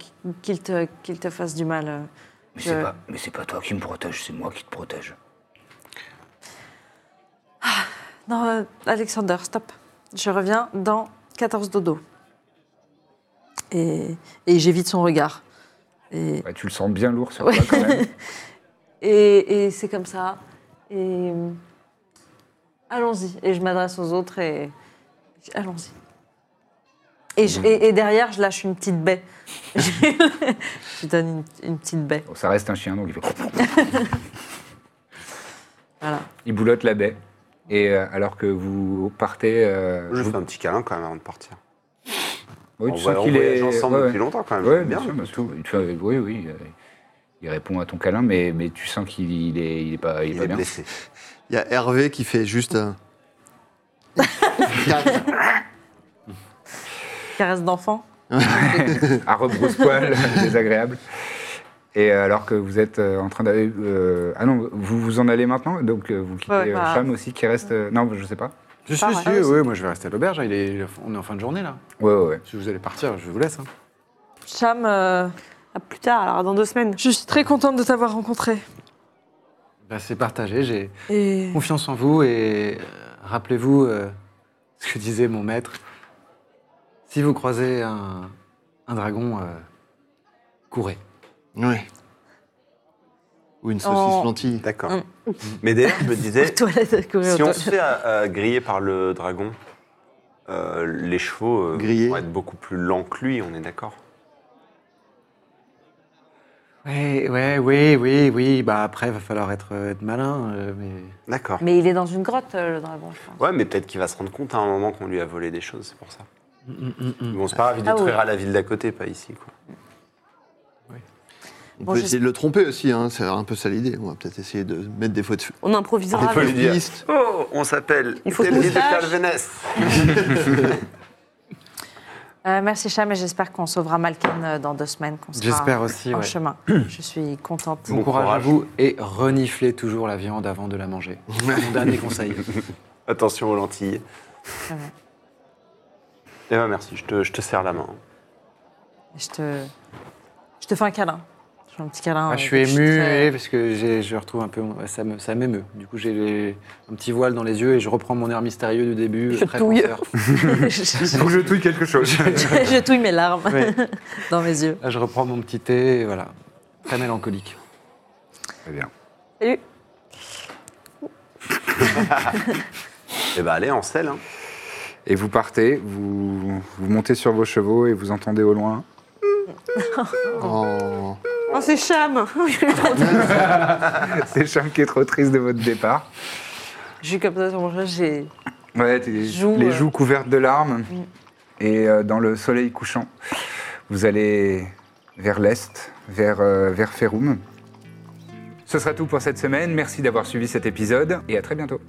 Speaker 7: qu'il te, qu'il te fasse du mal. euh.
Speaker 10: Mais
Speaker 7: Je-
Speaker 10: c'est pas, mais c'est pas toi qui me protège, c'est moi qui te protège.
Speaker 7: Non, euh, Alexander, stop. Je reviens dans 14 dodo. Et, et j'évite son regard. Et,
Speaker 1: Ouais, tu le sens bien lourd sur toi quand même.
Speaker 7: et, et c'est comme ça. Et euh, allons-y. Et je m'adresse aux autres et je dis, allons-y. Et, je- et- et derrière, je lâche une petite baie. je donne une, une petite baie.
Speaker 1: Bon, ça reste un chien, donc il fait.
Speaker 7: Voilà.
Speaker 1: Il boulotte la baie. Et euh, alors que vous partez. euh,
Speaker 3: Je
Speaker 1: vous-
Speaker 3: fais un petit câlin quand même avant de partir.
Speaker 1: oui,
Speaker 3: on
Speaker 1: tu
Speaker 3: va-
Speaker 1: sens
Speaker 3: on
Speaker 1: qu'il est.
Speaker 3: voyage ensemble
Speaker 1: ouais, ouais.
Speaker 3: depuis longtemps quand même.
Speaker 1: Ouais,
Speaker 3: J'aime
Speaker 1: bien,
Speaker 3: bien. hein.
Speaker 1: sûr, bien sûr. Il te fait- oui, oui. euh, Il répond à ton câlin, mais, mais tu sens qu'il il est, il est pas, il est
Speaker 3: Il
Speaker 1: pas
Speaker 3: est
Speaker 1: bien.
Speaker 3: blessé.
Speaker 4: Il y a Hervé qui fait juste euh, un.
Speaker 7: Caresse d'enfant.
Speaker 1: À rebrousse-poil, désagréable. Et euh, alors que vous êtes euh, en train d'aller. euh, ah non, vous vous en allez maintenant Donc euh, vous quittez
Speaker 2: Ouais,
Speaker 1: euh,
Speaker 2: bah-
Speaker 1: Cham aussi qui reste. euh, non, je sais pas.
Speaker 6: Je suis
Speaker 2: Pareil. Ah oui,
Speaker 6: sûr, oui, moi je vais rester à l'auberge. hein, il est- On est en fin de journée là.
Speaker 1: Ouais, ouais, ouais.
Speaker 6: Si vous allez partir, je vous laisse. hein.
Speaker 7: Cham, euh,
Speaker 5: À plus tard, alors dans deux semaines.
Speaker 2: Je suis très contente de t'avoir rencontré.
Speaker 6: Ben, c'est partagé, j'ai
Speaker 2: Et
Speaker 6: confiance en vous et euh, rappelez-vous euh, ce que disait mon maître. Si vous croisez un, un dragon, euh, courez.
Speaker 4: Ouais. Ou une saucisse
Speaker 7: En-
Speaker 4: lentille.
Speaker 3: D'accord.
Speaker 7: Mm.
Speaker 3: Mais d'ailleurs, je me disais,
Speaker 7: toilette à courir.
Speaker 3: si on
Speaker 7: aux
Speaker 3: se fait euh, griller par le dragon, euh, les chevaux euh,
Speaker 4: Griller.
Speaker 3: vont être beaucoup plus lents que lui, on est d'accord
Speaker 6: Ouais, ouais, oui, oui, oui. Bah après, va falloir être, être malin. euh, mais...
Speaker 3: D'accord.
Speaker 7: Mais il est dans une grotte, euh, le dragon, je pense.
Speaker 3: Ouais, mais peut-être qu'il va se rendre compte à un moment qu'on lui a volé des choses, c'est pour ça.
Speaker 6: Mm, mm, mm, mm.
Speaker 3: Bon, c'est pas grave, il
Speaker 7: Ah
Speaker 3: détruira
Speaker 7: ouais.
Speaker 3: la ville d'à côté, pas ici. Quoi.
Speaker 4: On
Speaker 7: Bon,
Speaker 4: peut
Speaker 7: je-
Speaker 4: essayer de le tromper aussi, hein, c'est un peu ça l'idée. On va peut-être essayer de mettre des fautes de
Speaker 5: On
Speaker 7: Ah,
Speaker 5: improvisera.
Speaker 3: Des fois,
Speaker 5: avec-
Speaker 3: lui dire
Speaker 4: Liste.
Speaker 3: Oh, on s'appelle
Speaker 5: Il faut
Speaker 3: telle
Speaker 5: qu'on
Speaker 3: ville de
Speaker 5: sache.
Speaker 3: Calvenès.
Speaker 7: Euh, merci Cham et j'espère qu'on sauvera Malkin euh, dans deux semaines, qu'on sera
Speaker 6: J'espère aussi,
Speaker 7: en
Speaker 6: ouais.
Speaker 7: chemin. Je suis contente.
Speaker 6: Bon, courage, à vous et reniflez toujours la viande avant de la manger. Mon dernier conseil.
Speaker 3: Attention aux lentilles.
Speaker 6: Ah
Speaker 3: Eh ben merci, je te, je te serre la main.
Speaker 7: Je te, je te fais un câlin. Je fais un petit câlin.
Speaker 6: Ah, je
Speaker 7: euh,
Speaker 6: suis ému
Speaker 7: très-
Speaker 6: parce que j'ai- je retrouve un peu. ouais, Ça me- ça m'émeut. Du coup, j'ai les- un petit voile dans les yeux et je reprends mon air mystérieux du début.
Speaker 2: Je
Speaker 6: très
Speaker 2: touille.
Speaker 6: penseur.
Speaker 1: Faut que je touille quelque chose.
Speaker 7: je touille mes larmes
Speaker 6: Ouais.
Speaker 7: dans mes yeux.
Speaker 6: Là, je reprends mon petit thé, et voilà. Très mélancolique.
Speaker 1: Très bien.
Speaker 5: Salut.
Speaker 3: Eh ben allez, en selle. hein.
Speaker 1: Et vous partez, vous, vous montez sur vos chevaux et vous entendez au loin.
Speaker 4: Oh.
Speaker 5: Oh, c'est Cham
Speaker 1: C'est Cham qui est trop triste de votre départ.
Speaker 7: Je suis comme ça sur mon chemin, j'ai.
Speaker 1: Ouais, t'es-
Speaker 7: Joues,
Speaker 1: les
Speaker 7: euh.
Speaker 1: joues couvertes de larmes. Et euh, dans le soleil couchant, vous allez vers l'est, vers, euh, vers Feroum. Ce sera tout pour cette semaine. Merci d'avoir suivi cet épisode et à très bientôt.